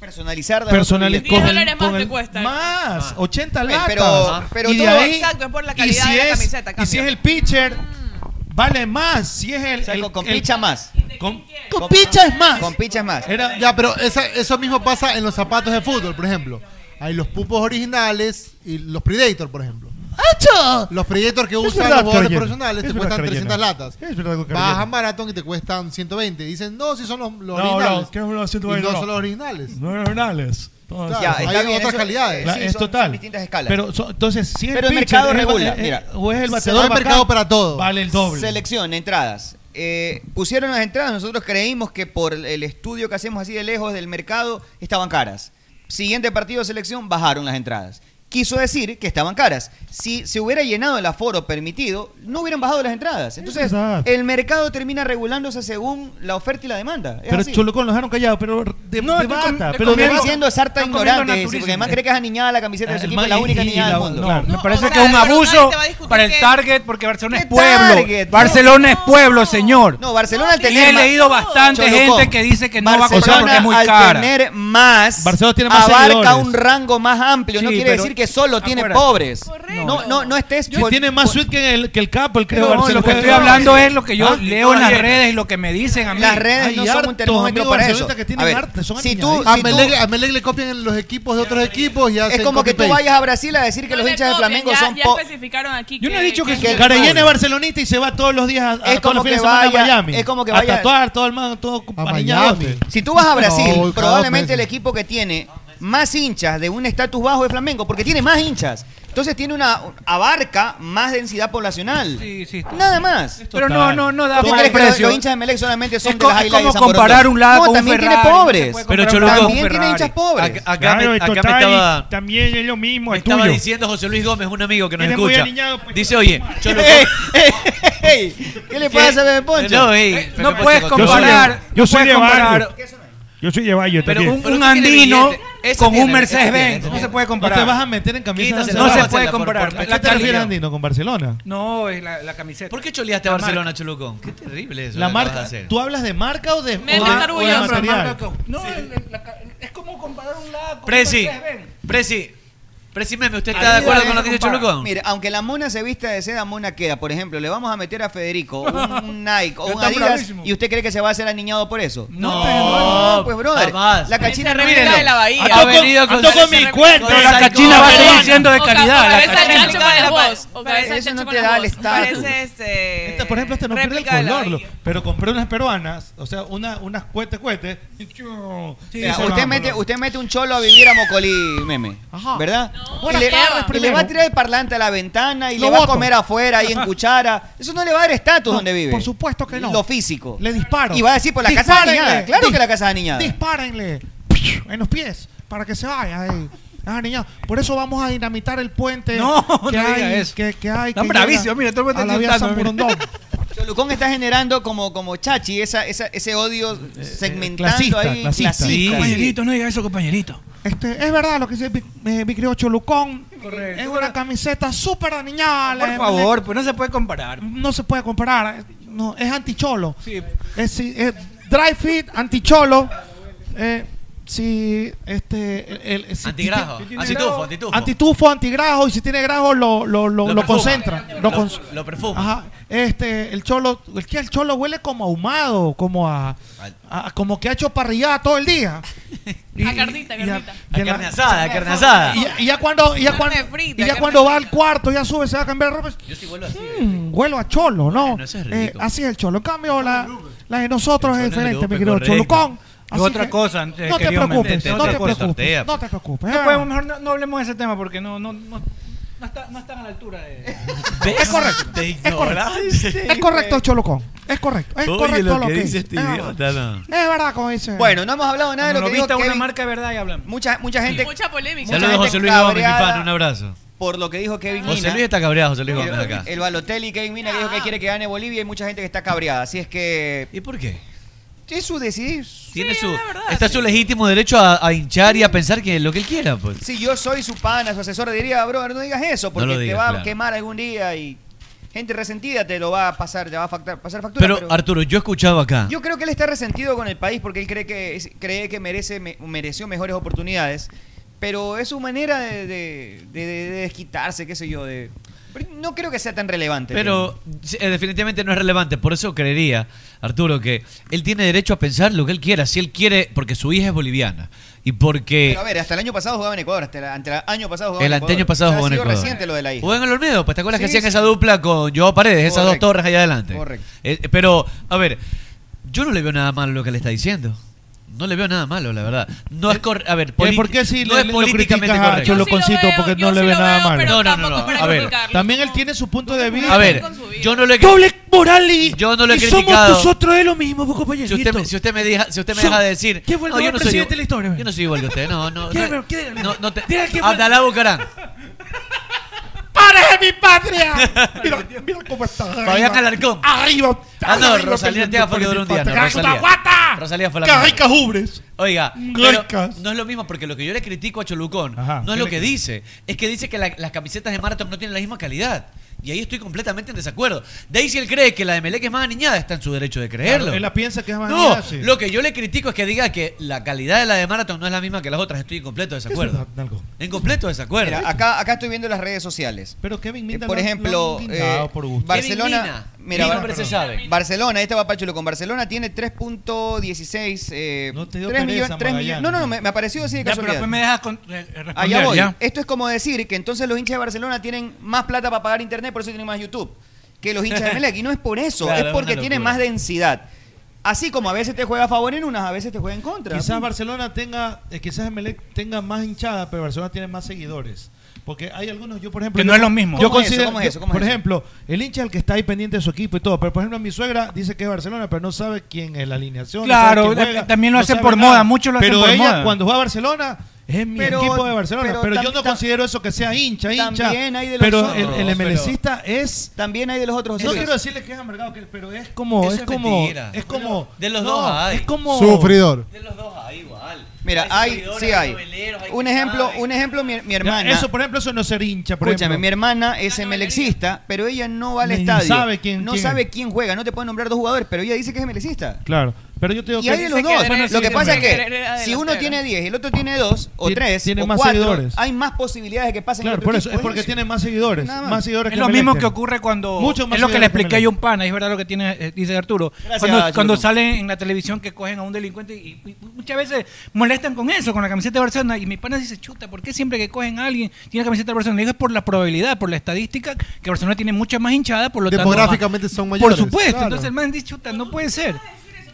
Speaker 15: Personalizar.
Speaker 6: Personali- con el- con el-
Speaker 15: cuesta. Ah.
Speaker 6: Más, 80
Speaker 15: Pe-
Speaker 6: latas.
Speaker 15: pero- pero
Speaker 6: y de
Speaker 15: todo-
Speaker 6: ahí,
Speaker 15: exacto, es por la
Speaker 6: y
Speaker 15: calidad
Speaker 6: si
Speaker 15: de la
Speaker 6: es-
Speaker 15: camiseta, Mm.
Speaker 6: Y si es el pitcher, vale más. Si es el. el-
Speaker 15: con
Speaker 6: el-
Speaker 15: picha más.
Speaker 6: Con,
Speaker 13: Con pichas más.
Speaker 15: Con pichas más.
Speaker 13: ya, pero esa- eso mismo pasa en los zapatos de fútbol, por ejemplo. Hay los pupos originales y los Predator, por ejemplo. Los Predator que
Speaker 6: Es
Speaker 13: usan
Speaker 6: verdad,
Speaker 13: los jugadores
Speaker 6: Carolina.
Speaker 13: profesionales
Speaker 6: Es
Speaker 13: te
Speaker 6: verdad,
Speaker 13: cuestan
Speaker 6: Carolina.
Speaker 13: 300 latas.
Speaker 6: Es verdad, Carolina.
Speaker 13: Bajan maratón y te cuestan 120. Dicen, no, si son los, los
Speaker 6: no,
Speaker 13: originales.
Speaker 6: no, quiero los
Speaker 13: y
Speaker 6: 120,
Speaker 13: no
Speaker 6: no.
Speaker 13: son los originales.
Speaker 6: No, originales.
Speaker 13: Claro, Ya, está hay bien, otras eso- calidades.
Speaker 6: La-
Speaker 13: sí,
Speaker 6: es
Speaker 13: son- son
Speaker 6: total.
Speaker 13: distintas escalas.
Speaker 6: Pero so- entonces, si es
Speaker 15: Pero el
Speaker 6: pitcher,
Speaker 15: mercado
Speaker 6: es el-
Speaker 15: regula,
Speaker 6: eh,
Speaker 15: mira.
Speaker 6: o es el
Speaker 15: Se
Speaker 6: bateador.
Speaker 15: va al
Speaker 6: bacán,
Speaker 15: mercado
Speaker 13: para todo.
Speaker 6: Vale el doble.
Speaker 15: Selección, entradas. Eh, pusieron las entradas, nosotros creímos que por el estudio que hacemos así de lejos del mercado estaban caras. Siguiente partido de selección, bajaron las entradas. Quiso decir que estaban caras. Si se hubiera llenado el aforo permitido, no hubieran bajado las entradas. Entonces,
Speaker 6: verdad.
Speaker 15: el mercado termina regulándose según la la oferta y la demanda. Es
Speaker 6: Pero
Speaker 15: así.
Speaker 6: Cholucón, los dejaron callados, pero de,
Speaker 15: No, estoy
Speaker 6: debata,
Speaker 15: com- estoy
Speaker 6: pero
Speaker 15: comiendo-
Speaker 6: debata.
Speaker 15: diciendo es harta
Speaker 6: Están comiendo
Speaker 15: ignorante, dice,
Speaker 6: naturismo.
Speaker 15: porque además cree que es aniñada la camiseta de su
Speaker 6: Ah, El
Speaker 15: equipo,
Speaker 6: man-
Speaker 15: la única
Speaker 6: y- y
Speaker 15: aniñada
Speaker 6: la-
Speaker 15: del mundo.
Speaker 12: Claro, me parece que es un abuso para el target porque Barcelona es
Speaker 15: ¿Qué
Speaker 12: pueblo.
Speaker 15: target?
Speaker 12: Barcelona es pueblo, señor.
Speaker 15: No, Barcelona al
Speaker 12: Y
Speaker 15: tener
Speaker 12: he
Speaker 15: más-
Speaker 12: leído bastante
Speaker 15: Cholucón.
Speaker 12: gente que dice que no va a comprar
Speaker 15: Barcelona
Speaker 12: porque es muy
Speaker 15: al
Speaker 12: cara.
Speaker 15: tener más,
Speaker 6: Barcelona tiene más
Speaker 15: abarca
Speaker 6: seguidores.
Speaker 15: un rango más amplio. no
Speaker 6: Sí,
Speaker 15: quiere
Speaker 6: pero-
Speaker 15: decir que solo tiene
Speaker 6: Acuérdate.
Speaker 15: pobres. No, no, no
Speaker 12: este
Speaker 15: estés...
Speaker 6: Si tiene más suite que el, que el capo, el creo.
Speaker 12: No, lo que estoy hablando es lo que
Speaker 6: Ah,
Speaker 12: yo leo en las redes y lo que me dicen a mí.
Speaker 15: Las redes no son un termómetro para eso. A ver, si tú,
Speaker 13: a
Speaker 6: Ah,
Speaker 15: si tú-
Speaker 13: Melec, a Melec le copian los equipos de otros equipos y hacen
Speaker 15: es como que tú
Speaker 13: copy-paste.
Speaker 15: vayas a Brasil a decir que los hinchas de Flamengo
Speaker 17: ya,
Speaker 15: son
Speaker 17: ya
Speaker 15: po-
Speaker 17: especificaron aquí.
Speaker 15: Yo no he dicho que-
Speaker 17: el-
Speaker 6: Carellena es barcelonista y se va todos los días a, a
Speaker 15: Es
Speaker 6: todos
Speaker 15: como
Speaker 6: los fines de
Speaker 15: que
Speaker 6: semana
Speaker 15: vaya-
Speaker 6: a Miami.
Speaker 15: es como que
Speaker 6: A
Speaker 15: vaya-
Speaker 6: tatuar todo el man, todo
Speaker 13: Miami.
Speaker 15: Si tú vas a Brasil,
Speaker 13: No, cada
Speaker 15: probablemente
Speaker 13: dos
Speaker 15: el equipo que tiene más hinchas de un estatus bajo de Flamengo, porque tiene más hinchas. Entonces tiene una abarca más densidad poblacional. Nada más.
Speaker 12: Pero no, no, no da
Speaker 15: ¿Por qué
Speaker 12: para el
Speaker 15: crees que los-
Speaker 12: precio.
Speaker 15: Los hinchas de Melec solamente son
Speaker 12: Es
Speaker 15: de
Speaker 12: co-
Speaker 15: las
Speaker 12: es
Speaker 15: Islas de
Speaker 12: como
Speaker 15: San Borondón.
Speaker 12: compañar un lado
Speaker 15: No,
Speaker 12: con un
Speaker 15: también
Speaker 12: Ferrari,
Speaker 15: tiene
Speaker 12: no se puede
Speaker 15: pobres.
Speaker 12: Pero, comparar un Choluco,
Speaker 15: también
Speaker 12: un
Speaker 15: tiene
Speaker 12: Ferrari.
Speaker 15: hinchas pobres.
Speaker 11: Acá, acá me, acá me estaba,
Speaker 6: también es lo mismo.
Speaker 11: me estaba diciendo José Luis Gómez, un amigo que nos
Speaker 6: Eres muy
Speaker 11: escucha.
Speaker 6: aliñado, pues,
Speaker 11: Dice, oye, Cholucón-
Speaker 15: ¿Qué le pasa a Pepe Poncho?
Speaker 11: No, ey,
Speaker 15: Eh,
Speaker 11: Pepe
Speaker 15: no
Speaker 11: Poncho
Speaker 15: puedes
Speaker 11: con-
Speaker 15: comparar-
Speaker 6: Yo soy
Speaker 11: no
Speaker 6: de
Speaker 11: puedes
Speaker 6: barrio.
Speaker 11: comparar-
Speaker 6: Yo soy de barrio
Speaker 11: Pero
Speaker 6: también.
Speaker 11: un- Pero un tú tienes andino billete. Ese
Speaker 12: con un
Speaker 11: tiene, ese
Speaker 12: Mercedes
Speaker 11: tiene,
Speaker 12: Benz.
Speaker 11: ese
Speaker 12: No se
Speaker 11: tiene.
Speaker 12: puede comparar.
Speaker 6: No te vas a meter en camisas.
Speaker 12: No se puede comparar.
Speaker 6: ¿A qué
Speaker 12: La
Speaker 6: te refieres,
Speaker 12: calidad.
Speaker 6: Andino, con Barcelona?
Speaker 12: No, es la, la camiseta. ¿Por qué
Speaker 11: choleaste a Barcelona, Cholucón? Qué terrible eso.
Speaker 6: La
Speaker 11: lo que acabas
Speaker 6: marca.
Speaker 11: de hacer.
Speaker 6: ¿Tú hablas de marca o de, o de,
Speaker 11: Me encanta
Speaker 6: o de
Speaker 11: orgulloso.
Speaker 6: material?
Speaker 12: No, el- la ca- es como comparar un lado con un
Speaker 11: Presi,
Speaker 12: Mercedes Benz.
Speaker 11: Presi, Presi Meme, ¿usted está de acuerdo
Speaker 6: eh,
Speaker 11: con lo que dice Cholucón?
Speaker 15: Mire, aunque la mona se vista de seda, mona queda. Por ejemplo, le vamos a meter a Federico un Nike o un
Speaker 11: Está
Speaker 15: Adidas
Speaker 11: bravísimo.
Speaker 15: y usted cree que se va a hacer aniñado por eso.
Speaker 11: No,
Speaker 15: No, pues brother.
Speaker 11: jamás.
Speaker 15: La cachina
Speaker 11: Ese
Speaker 15: mírenlo.
Speaker 11: rebelde de la Bahía. Ha venido con- ese rebelde- con
Speaker 15: La
Speaker 11: esa
Speaker 15: cachina va a seguir
Speaker 11: icona.
Speaker 15: siendo de
Speaker 11: O
Speaker 15: calidad.
Speaker 11: cabeza
Speaker 15: la
Speaker 11: de
Speaker 15: cachina.
Speaker 11: chancho con la voz.
Speaker 17: O
Speaker 15: Parece-
Speaker 17: cabeza de
Speaker 15: Eso no
Speaker 17: chancho
Speaker 15: te
Speaker 17: con la
Speaker 15: da el
Speaker 17: voz.
Speaker 15: estatus.
Speaker 17: Parece este-
Speaker 6: Esta, por ejemplo, este no pierde el
Speaker 17: réplica de la
Speaker 6: color,
Speaker 17: Bahía.
Speaker 6: lo- pero compré unas peruanas, o sea, una- unas cuete cuete.
Speaker 15: Mira, usted, mete, usted mete un cholo a vivir a Mocolí, meme.
Speaker 6: Ajá.
Speaker 15: ¿Verdad? Y le, y le va a tirar el parlante a la ventana y
Speaker 6: Lo
Speaker 15: le va
Speaker 6: voto.
Speaker 15: a comer afuera y en cuchara. Eso no le va a dar estatus donde vive.
Speaker 6: Por supuesto que no.
Speaker 15: Lo físico.
Speaker 6: Le disparo.
Speaker 15: Y va a decir, por la casa
Speaker 6: Dispárenle.
Speaker 15: aniñada. Claro
Speaker 6: Dis-
Speaker 15: que la casa aniñada.
Speaker 6: Dispárenle en los pies para que se vaya. ahí. Ah, niña, Por eso vamos a dinamitar el puente
Speaker 15: No,
Speaker 6: que,
Speaker 15: no
Speaker 6: hay,
Speaker 15: diga eso.
Speaker 6: que, que hay.
Speaker 15: Están
Speaker 6: que llega
Speaker 15: bravísimos, mira, todo el mundo está
Speaker 6: a la vía
Speaker 15: insultando,
Speaker 6: San
Speaker 15: mira.
Speaker 6: Borondón.
Speaker 15: Cholucón está generando como, como chachi esa, esa- ese odio segmentando
Speaker 6: Eh, clasista,
Speaker 15: ahí.
Speaker 6: clasista. Sí.
Speaker 18: Compañerito, no diga eso, compañerito.
Speaker 6: Este, es verdad lo que dice mi, eh, mi querido Cholucón. Es una camiseta súper aniñada. eh,
Speaker 8: Por favor, pues no se puede comparar.
Speaker 6: No se puede comparar. eh, No, es anticholo. Es, Eh, sí, es dry fit, anticholo. Eh, sí, este. El, el- si-
Speaker 11: Antigrajo,
Speaker 6: si tiene-
Speaker 11: antitufo,
Speaker 6: grajo-
Speaker 11: antitufo.
Speaker 6: Antitufo, antigrajo. Y si tiene grajo, lo, lo, lo,
Speaker 11: Lo
Speaker 6: lo
Speaker 11: perfuma.
Speaker 6: concentra. Lo, cons-
Speaker 11: Lo perfuma.
Speaker 6: Ajá. Este, el cholo. Es que el cholo huele como ahumado, como a. a- como que ha hecho parrillada todo el día.
Speaker 17: A carnita, a carnita.
Speaker 6: Y en la-
Speaker 11: carne asada, a carne asada.
Speaker 6: Y, ya- y ya cuando, y ya
Speaker 17: Carne
Speaker 6: cuando,
Speaker 17: frita,
Speaker 6: y ya
Speaker 17: carne
Speaker 6: cuando va al cuarto, ya sube, se va a cambiar de ropa. Yo sí
Speaker 11: vuelo así.
Speaker 6: Mm, huelo a cholo, ¿no?
Speaker 11: eso es
Speaker 6: Eh,
Speaker 11: rico.
Speaker 6: así es el cholo. En cambio, la, la de nosotros es
Speaker 8: El cholo es
Speaker 6: diferente, mi
Speaker 8: lupe,
Speaker 6: querido
Speaker 8: correcto.
Speaker 6: cholucón.
Speaker 8: Y
Speaker 6: Así
Speaker 8: otra
Speaker 6: que
Speaker 8: cosa, eh,
Speaker 6: no te
Speaker 8: querido
Speaker 6: preocupes,
Speaker 8: Mendete,
Speaker 6: no
Speaker 8: otra
Speaker 6: te
Speaker 8: cosa,
Speaker 6: preocupes,
Speaker 8: tea.
Speaker 6: no te preocupes.
Speaker 8: No,
Speaker 6: ah.
Speaker 8: pues, mejor no, no hablemos de ese tema porque no, no, no, no está, no están a la altura de.
Speaker 6: Es correcto.
Speaker 8: de
Speaker 6: Es correcto. Es correcto, Cholucón. Es correcto. Es
Speaker 8: Oye,
Speaker 6: correcto
Speaker 8: lo que
Speaker 6: es.
Speaker 8: dice este
Speaker 6: Es Eh,
Speaker 8: idiota,
Speaker 6: verdad.
Speaker 8: no.
Speaker 6: Es verdad, como dice.
Speaker 15: Bueno, no hemos hablado nada de lo que dijo Kevin.
Speaker 8: de verdad y hablamos.
Speaker 15: Mucha, mucha gente.
Speaker 17: Mucha polémica.
Speaker 11: Saludos, José Luis Gómez, mi pana, un abrazo.
Speaker 15: Por lo que dijo Kevin
Speaker 11: José
Speaker 15: Mina.
Speaker 11: Luis está cabreado, José Luis
Speaker 15: el,
Speaker 11: Gómez acá.
Speaker 15: el Balotelli Kevin Mina que dijo que quiere que gane Bolivia y mucha gente que está cabreada. Así es que.
Speaker 11: ¿Y por qué?
Speaker 15: Eso decidir.
Speaker 11: Tiene su, está su legítimo derecho a, a hinchar y a pensar que lo que él quiera, pues.
Speaker 15: Si yo soy su pana, su asesor, diría, brother, no digas eso, porque
Speaker 11: No lo
Speaker 15: te
Speaker 11: digas,
Speaker 15: va a
Speaker 11: claro.
Speaker 15: quemar algún día y gente resentida te lo va a pasar, te va a factar- pasar factura.
Speaker 11: Pero Arturo, yo he escuchado acá.
Speaker 15: Yo creo que él está resentido con el país porque él cree que es- cree que merece me- mereció mejores oportunidades, pero es su manera de, de- de- de- de desquitarse, qué sé yo, de pero no creo que sea tan relevante.
Speaker 11: Pero sí, eh, definitivamente no es relevante. Por eso creería, Arturo, que él tiene derecho a pensar lo que él quiera. Si él quiere, porque su hija es boliviana. Y porque
Speaker 15: Pero a ver, hasta el año pasado jugaba en Ecuador, hasta el, ante el año pasado jugaba
Speaker 11: el
Speaker 15: en Ecuador.
Speaker 11: anteño pasado
Speaker 15: O sea,
Speaker 11: jugó en
Speaker 15: ha sido
Speaker 11: Ecuador.
Speaker 15: reciente lo de la hija.
Speaker 11: Jugó en el Olmedo, pues te acuerdas que
Speaker 15: Sí,
Speaker 11: hacían
Speaker 15: sí.
Speaker 11: esa dupla con Joao Paredes, esas dos
Speaker 15: Correcto.
Speaker 11: torres allá adelante.
Speaker 15: Correcto.
Speaker 11: Eh, eh, pero, a ver, yo no le veo nada malo lo que le está diciendo. No le veo nada malo, la verdad. No es cor- a ver,
Speaker 6: ¿Y
Speaker 11: poli-
Speaker 6: por qué si
Speaker 11: no
Speaker 6: le,
Speaker 11: es
Speaker 6: le- lo
Speaker 11: políticamente
Speaker 6: criticas a
Speaker 11: correcto.
Speaker 6: Choloconcito? porque no le ve nada malo.
Speaker 11: No, no, no, no. A ver,
Speaker 6: También él tiene su punto de vista.
Speaker 11: a ver, yo no le
Speaker 6: Doble
Speaker 18: moral y,
Speaker 11: yo no lo he
Speaker 18: y
Speaker 11: criticado.
Speaker 18: somos nosotros es lo mismo, pues, compañerito.
Speaker 11: Si usted, me, si usted me deja, si usted me
Speaker 18: Som-
Speaker 11: deja de decir,
Speaker 18: ¿Qué fue el
Speaker 11: no, yo
Speaker 18: mejor
Speaker 11: no soy
Speaker 18: presidente de
Speaker 11: igual,
Speaker 18: la historia?
Speaker 11: yo no soy igual que usted, no, no,
Speaker 18: ¿Quién
Speaker 11: no,
Speaker 18: me- quién
Speaker 11: no, no te,
Speaker 18: Diga quién fue-
Speaker 11: Abdalá Bucarán,
Speaker 6: ¡Pares de mi patria! Mira, mira cómo está.
Speaker 11: Fabián Alarcón,
Speaker 6: Arriba.
Speaker 11: ah no,
Speaker 6: arriba,
Speaker 11: Rosalía
Speaker 6: que-
Speaker 11: Tea fue la de un día, no,
Speaker 6: ¡Carajo,
Speaker 11: Rosalía,
Speaker 6: guata!
Speaker 11: Rosalía fue la
Speaker 6: ¡Qué
Speaker 11: mejor.
Speaker 6: ricas ubres!
Speaker 11: Oiga, pero
Speaker 6: Ricas.
Speaker 11: no es lo mismo porque lo que yo le critico a Cholucón no
Speaker 6: ¿qué
Speaker 11: es lo
Speaker 6: le
Speaker 11: que
Speaker 6: critica?
Speaker 11: dice, es que dice que la- las camisetas de Marathon no tienen la misma calidad. Y ahí estoy completamente en desacuerdo. De ahí si él cree que la de Melec es más aniñada, está en su derecho de creerlo.
Speaker 6: Claro, él la piensa que es más
Speaker 11: No,
Speaker 6: niña, sí.
Speaker 11: lo que yo le critico es que diga que la calidad de la de Marathon no es la misma que las otras. Estoy en completo
Speaker 6: Eso
Speaker 11: desacuerdo.
Speaker 6: es algo.
Speaker 11: En completo desacuerdo.
Speaker 15: Mira, acá, acá estoy viendo las redes sociales.
Speaker 6: Pero Kevin Mina
Speaker 15: Eh, por
Speaker 6: lo- lo
Speaker 15: ejemplo,
Speaker 6: han blindado
Speaker 15: eh,
Speaker 6: por gusto.
Speaker 11: Kevin
Speaker 15: Barcelona.
Speaker 11: Mina. Mi nombre
Speaker 15: Bar-
Speaker 11: se sabe.
Speaker 15: Barcelona, ahí está Papá Chulo con Barcelona tiene 3.16. Eh, no te
Speaker 8: dio
Speaker 15: millones,
Speaker 8: pereza,
Speaker 15: 3
Speaker 8: Magallanes.
Speaker 15: millones. No, no, no, me, me apareció así de
Speaker 8: Ya, pero
Speaker 15: casualidad.
Speaker 8: después me dejas con- re- responder.
Speaker 15: Allá voy.
Speaker 8: ¿ya?
Speaker 15: Esto es como decir que entonces los hinchas de Barcelona tienen más plata para pagar internet, por eso tienen más YouTube que los hinchas de Melec. Y no es por eso,
Speaker 6: Claro,
Speaker 15: es
Speaker 6: es
Speaker 15: porque
Speaker 6: una
Speaker 15: tienen
Speaker 6: locura.
Speaker 15: más densidad. Así como a veces te juega a favor en unas, a veces te juega en contra.
Speaker 6: Quizás Barcelona tenga, eh, quizás Emelec tenga más hinchada, pero Barcelona tiene más seguidores. Porque hay algunos, yo por ejemplo.
Speaker 8: Que no
Speaker 6: yo-
Speaker 8: es lo mismo.
Speaker 6: Yo
Speaker 8: ¿Cómo es eso?
Speaker 6: considero,
Speaker 8: ¿Cómo es eso? ¿Cómo es
Speaker 6: por
Speaker 8: eso?
Speaker 6: ejemplo, el hincha es el que está ahí pendiente de su equipo y todo. Pero por ejemplo, mi suegra dice que es Barcelona, pero no sabe quién es la alineación. no
Speaker 8: Claro,
Speaker 6: sabe quién juega,
Speaker 8: también lo
Speaker 6: no
Speaker 8: hacen
Speaker 6: sabe
Speaker 8: por
Speaker 6: nada.
Speaker 8: moda, muchos lo hacen
Speaker 6: Pero
Speaker 8: por
Speaker 6: ella,
Speaker 8: moda.
Speaker 6: cuando juega a Barcelona, es mi
Speaker 8: Pero-
Speaker 6: equipo de Barcelona.
Speaker 8: pero
Speaker 6: Pero, yo no considero eso que sea hincha, hincha.
Speaker 15: También hay de los
Speaker 6: pero
Speaker 15: otros.
Speaker 6: el, el
Speaker 15: No,
Speaker 6: emelecista es.
Speaker 15: También hay de los otros.
Speaker 6: No
Speaker 15: Luis.
Speaker 6: quiero decirle que es amargado, que- pero es como.
Speaker 15: Eso
Speaker 6: Es
Speaker 15: es
Speaker 6: como.
Speaker 15: mentira.
Speaker 6: Es como.
Speaker 11: De los
Speaker 6: no,
Speaker 11: dos hay.
Speaker 6: Es como.
Speaker 13: Sufridor.
Speaker 11: De los dos hay igual.
Speaker 15: Mira, hay,
Speaker 11: seguidores,
Speaker 15: sí hay.
Speaker 11: noveleros, hay
Speaker 15: Un
Speaker 11: que
Speaker 15: ejemplo,
Speaker 11: saben.
Speaker 15: un ejemplo, mi, mi
Speaker 6: Ya,
Speaker 15: hermana.
Speaker 6: Eso, por ejemplo, eso no es ser hincha. Por
Speaker 15: Escúchame,
Speaker 6: ejemplo.
Speaker 15: mi hermana es emelexista, pero ella no va al
Speaker 6: Ni
Speaker 15: estadio.
Speaker 6: sabe quién-
Speaker 15: no
Speaker 6: quién
Speaker 15: sabe quién juega, no te puede nombrar dos jugadores, pero ella dice que es emelexista.
Speaker 6: Claro. Pero yo te digo
Speaker 15: Y hay de los dos. lo que pasa es que si uno tiene 10 y el otro tiene 2 o
Speaker 6: Ti-
Speaker 15: 3
Speaker 6: tiene
Speaker 15: o
Speaker 6: más
Speaker 15: 4,
Speaker 6: seguidores.
Speaker 15: hay más posibilidades de que pasen.
Speaker 6: Claro,
Speaker 15: otro
Speaker 6: por eso.
Speaker 8: pues,
Speaker 15: equipo,
Speaker 6: Es porque
Speaker 15: eso.
Speaker 6: tiene más seguidores.
Speaker 15: Nada más.
Speaker 6: Más seguidores
Speaker 8: Es lo mismo
Speaker 6: Melec
Speaker 8: que
Speaker 6: tiene.
Speaker 8: ocurre cuando.
Speaker 6: Mucho más
Speaker 8: es lo que le
Speaker 6: seguidores que
Speaker 8: expliqué
Speaker 6: Melec.
Speaker 8: yo a un pana, es verdad lo que tiene, eh, dice Arturo.
Speaker 6: Gracias,
Speaker 8: cuando,
Speaker 6: Arturo.
Speaker 8: cuando sale en la televisión que cogen a un delincuente y, y muchas veces molestan con eso, con la camiseta de Barcelona. Y mi pana dice, chuta, ¿por qué siempre que cogen a alguien tiene camiseta de Barcelona? Le digo, es por la probabilidad, por la estadística, que Barcelona tiene mucha más hinchada, por lo tanto.
Speaker 13: Demográficamente son
Speaker 8: más-
Speaker 13: mayores.
Speaker 8: Por supuesto.
Speaker 13: Claro.
Speaker 8: Entonces el man dice, chuta, no puede ser.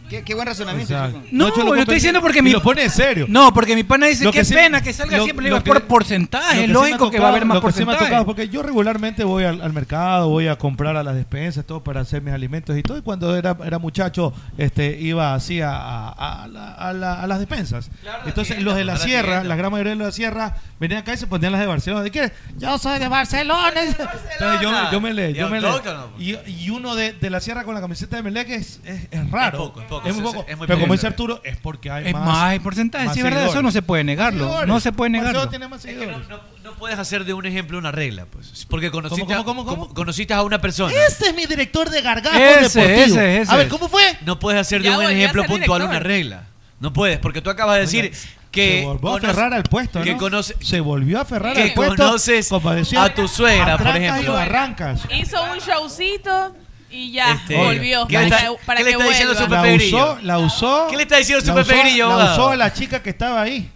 Speaker 15: Qué, qué buen razonamiento. chico.
Speaker 8: No,
Speaker 6: Nacho, loco,
Speaker 8: lo estoy diciendo porque
Speaker 6: y
Speaker 8: mi-
Speaker 6: lo pone en serio.
Speaker 8: No, porque mi pana dice,
Speaker 6: Lo
Speaker 8: qué
Speaker 6: sí-
Speaker 8: pena que salga siempre. Le digo, es por porcentaje,
Speaker 6: lo
Speaker 8: es
Speaker 6: sí me ha
Speaker 8: lógico que va a haber más
Speaker 6: lo que sí me ha
Speaker 8: porcentaje.
Speaker 6: tocado, porque yo regularmente voy al, al mercado, voy a comprar a las despensas, todo para hacer mis alimentos y todo. Y cuando era, era muchacho, este, iba así a, a- a la- a la- a las despensas. Entonces, los de la claro, sierra, tienda. la gran mayoría de los de la sierra, venían acá y se ponían las de Barcelona. ¿De qué?
Speaker 16: Yo soy de Barcelona.
Speaker 6: Entonces, yo, me- yo me le,
Speaker 16: Y
Speaker 6: yo me le-
Speaker 16: autóctono,
Speaker 8: pues.
Speaker 6: Y, y uno de, de la sierra con la camiseta de Melec es, es, es raro.
Speaker 8: Es poco, es poco,
Speaker 6: muy
Speaker 8: es-
Speaker 6: poco.
Speaker 8: es muy
Speaker 6: Pero como
Speaker 8: poco.
Speaker 6: dice Arturo, es porque hay
Speaker 8: Es
Speaker 6: más.
Speaker 8: más, hay porcentaje, sí, es verdad, eso no se puede negarlo,
Speaker 6: Seguidores.
Speaker 8: no se puede
Speaker 6: Marcelo
Speaker 8: negarlo.
Speaker 6: tiene más seguidores.
Speaker 11: No puedes hacer de un ejemplo una regla, pues. Porque conociste,
Speaker 6: ¿Cómo,
Speaker 11: a, con- conociste a una persona.
Speaker 16: Ese es mi director de gargajos
Speaker 11: Ese,
Speaker 16: deportivo.
Speaker 11: ese, ese.
Speaker 16: A ver, ¿cómo fue?
Speaker 11: No puedes hacer de
Speaker 16: Ya
Speaker 11: un
Speaker 16: volví a
Speaker 11: ejemplo
Speaker 16: ser
Speaker 11: puntual
Speaker 16: director.
Speaker 11: una regla. No puedes, porque tú acabas de decir que.
Speaker 6: se volvió a
Speaker 11: conoce-
Speaker 6: aferrar al puesto,
Speaker 11: Que
Speaker 6: ¿no?
Speaker 11: conoce-
Speaker 6: Se volvió a aferrar
Speaker 11: que
Speaker 6: al puesto.
Speaker 11: conoces
Speaker 6: como decía,
Speaker 11: a tu suegra, por
Speaker 6: atracas
Speaker 11: ejemplo.
Speaker 6: Y arrancas.
Speaker 17: Hizo un showcito y ya
Speaker 11: Este,
Speaker 17: volvió.
Speaker 11: ¿qué le
Speaker 17: para
Speaker 11: está-
Speaker 17: que, para
Speaker 11: qué le
Speaker 17: que
Speaker 11: está diciendo
Speaker 17: vuelva.
Speaker 11: su Pepe
Speaker 6: La
Speaker 11: Grillo?
Speaker 6: usó, la usó.
Speaker 11: ¿Qué le está diciendo su
Speaker 6: la
Speaker 11: Pepe
Speaker 6: usó-
Speaker 11: Grillo,
Speaker 6: La
Speaker 11: abogado?
Speaker 6: usó a la chica que estaba ahí.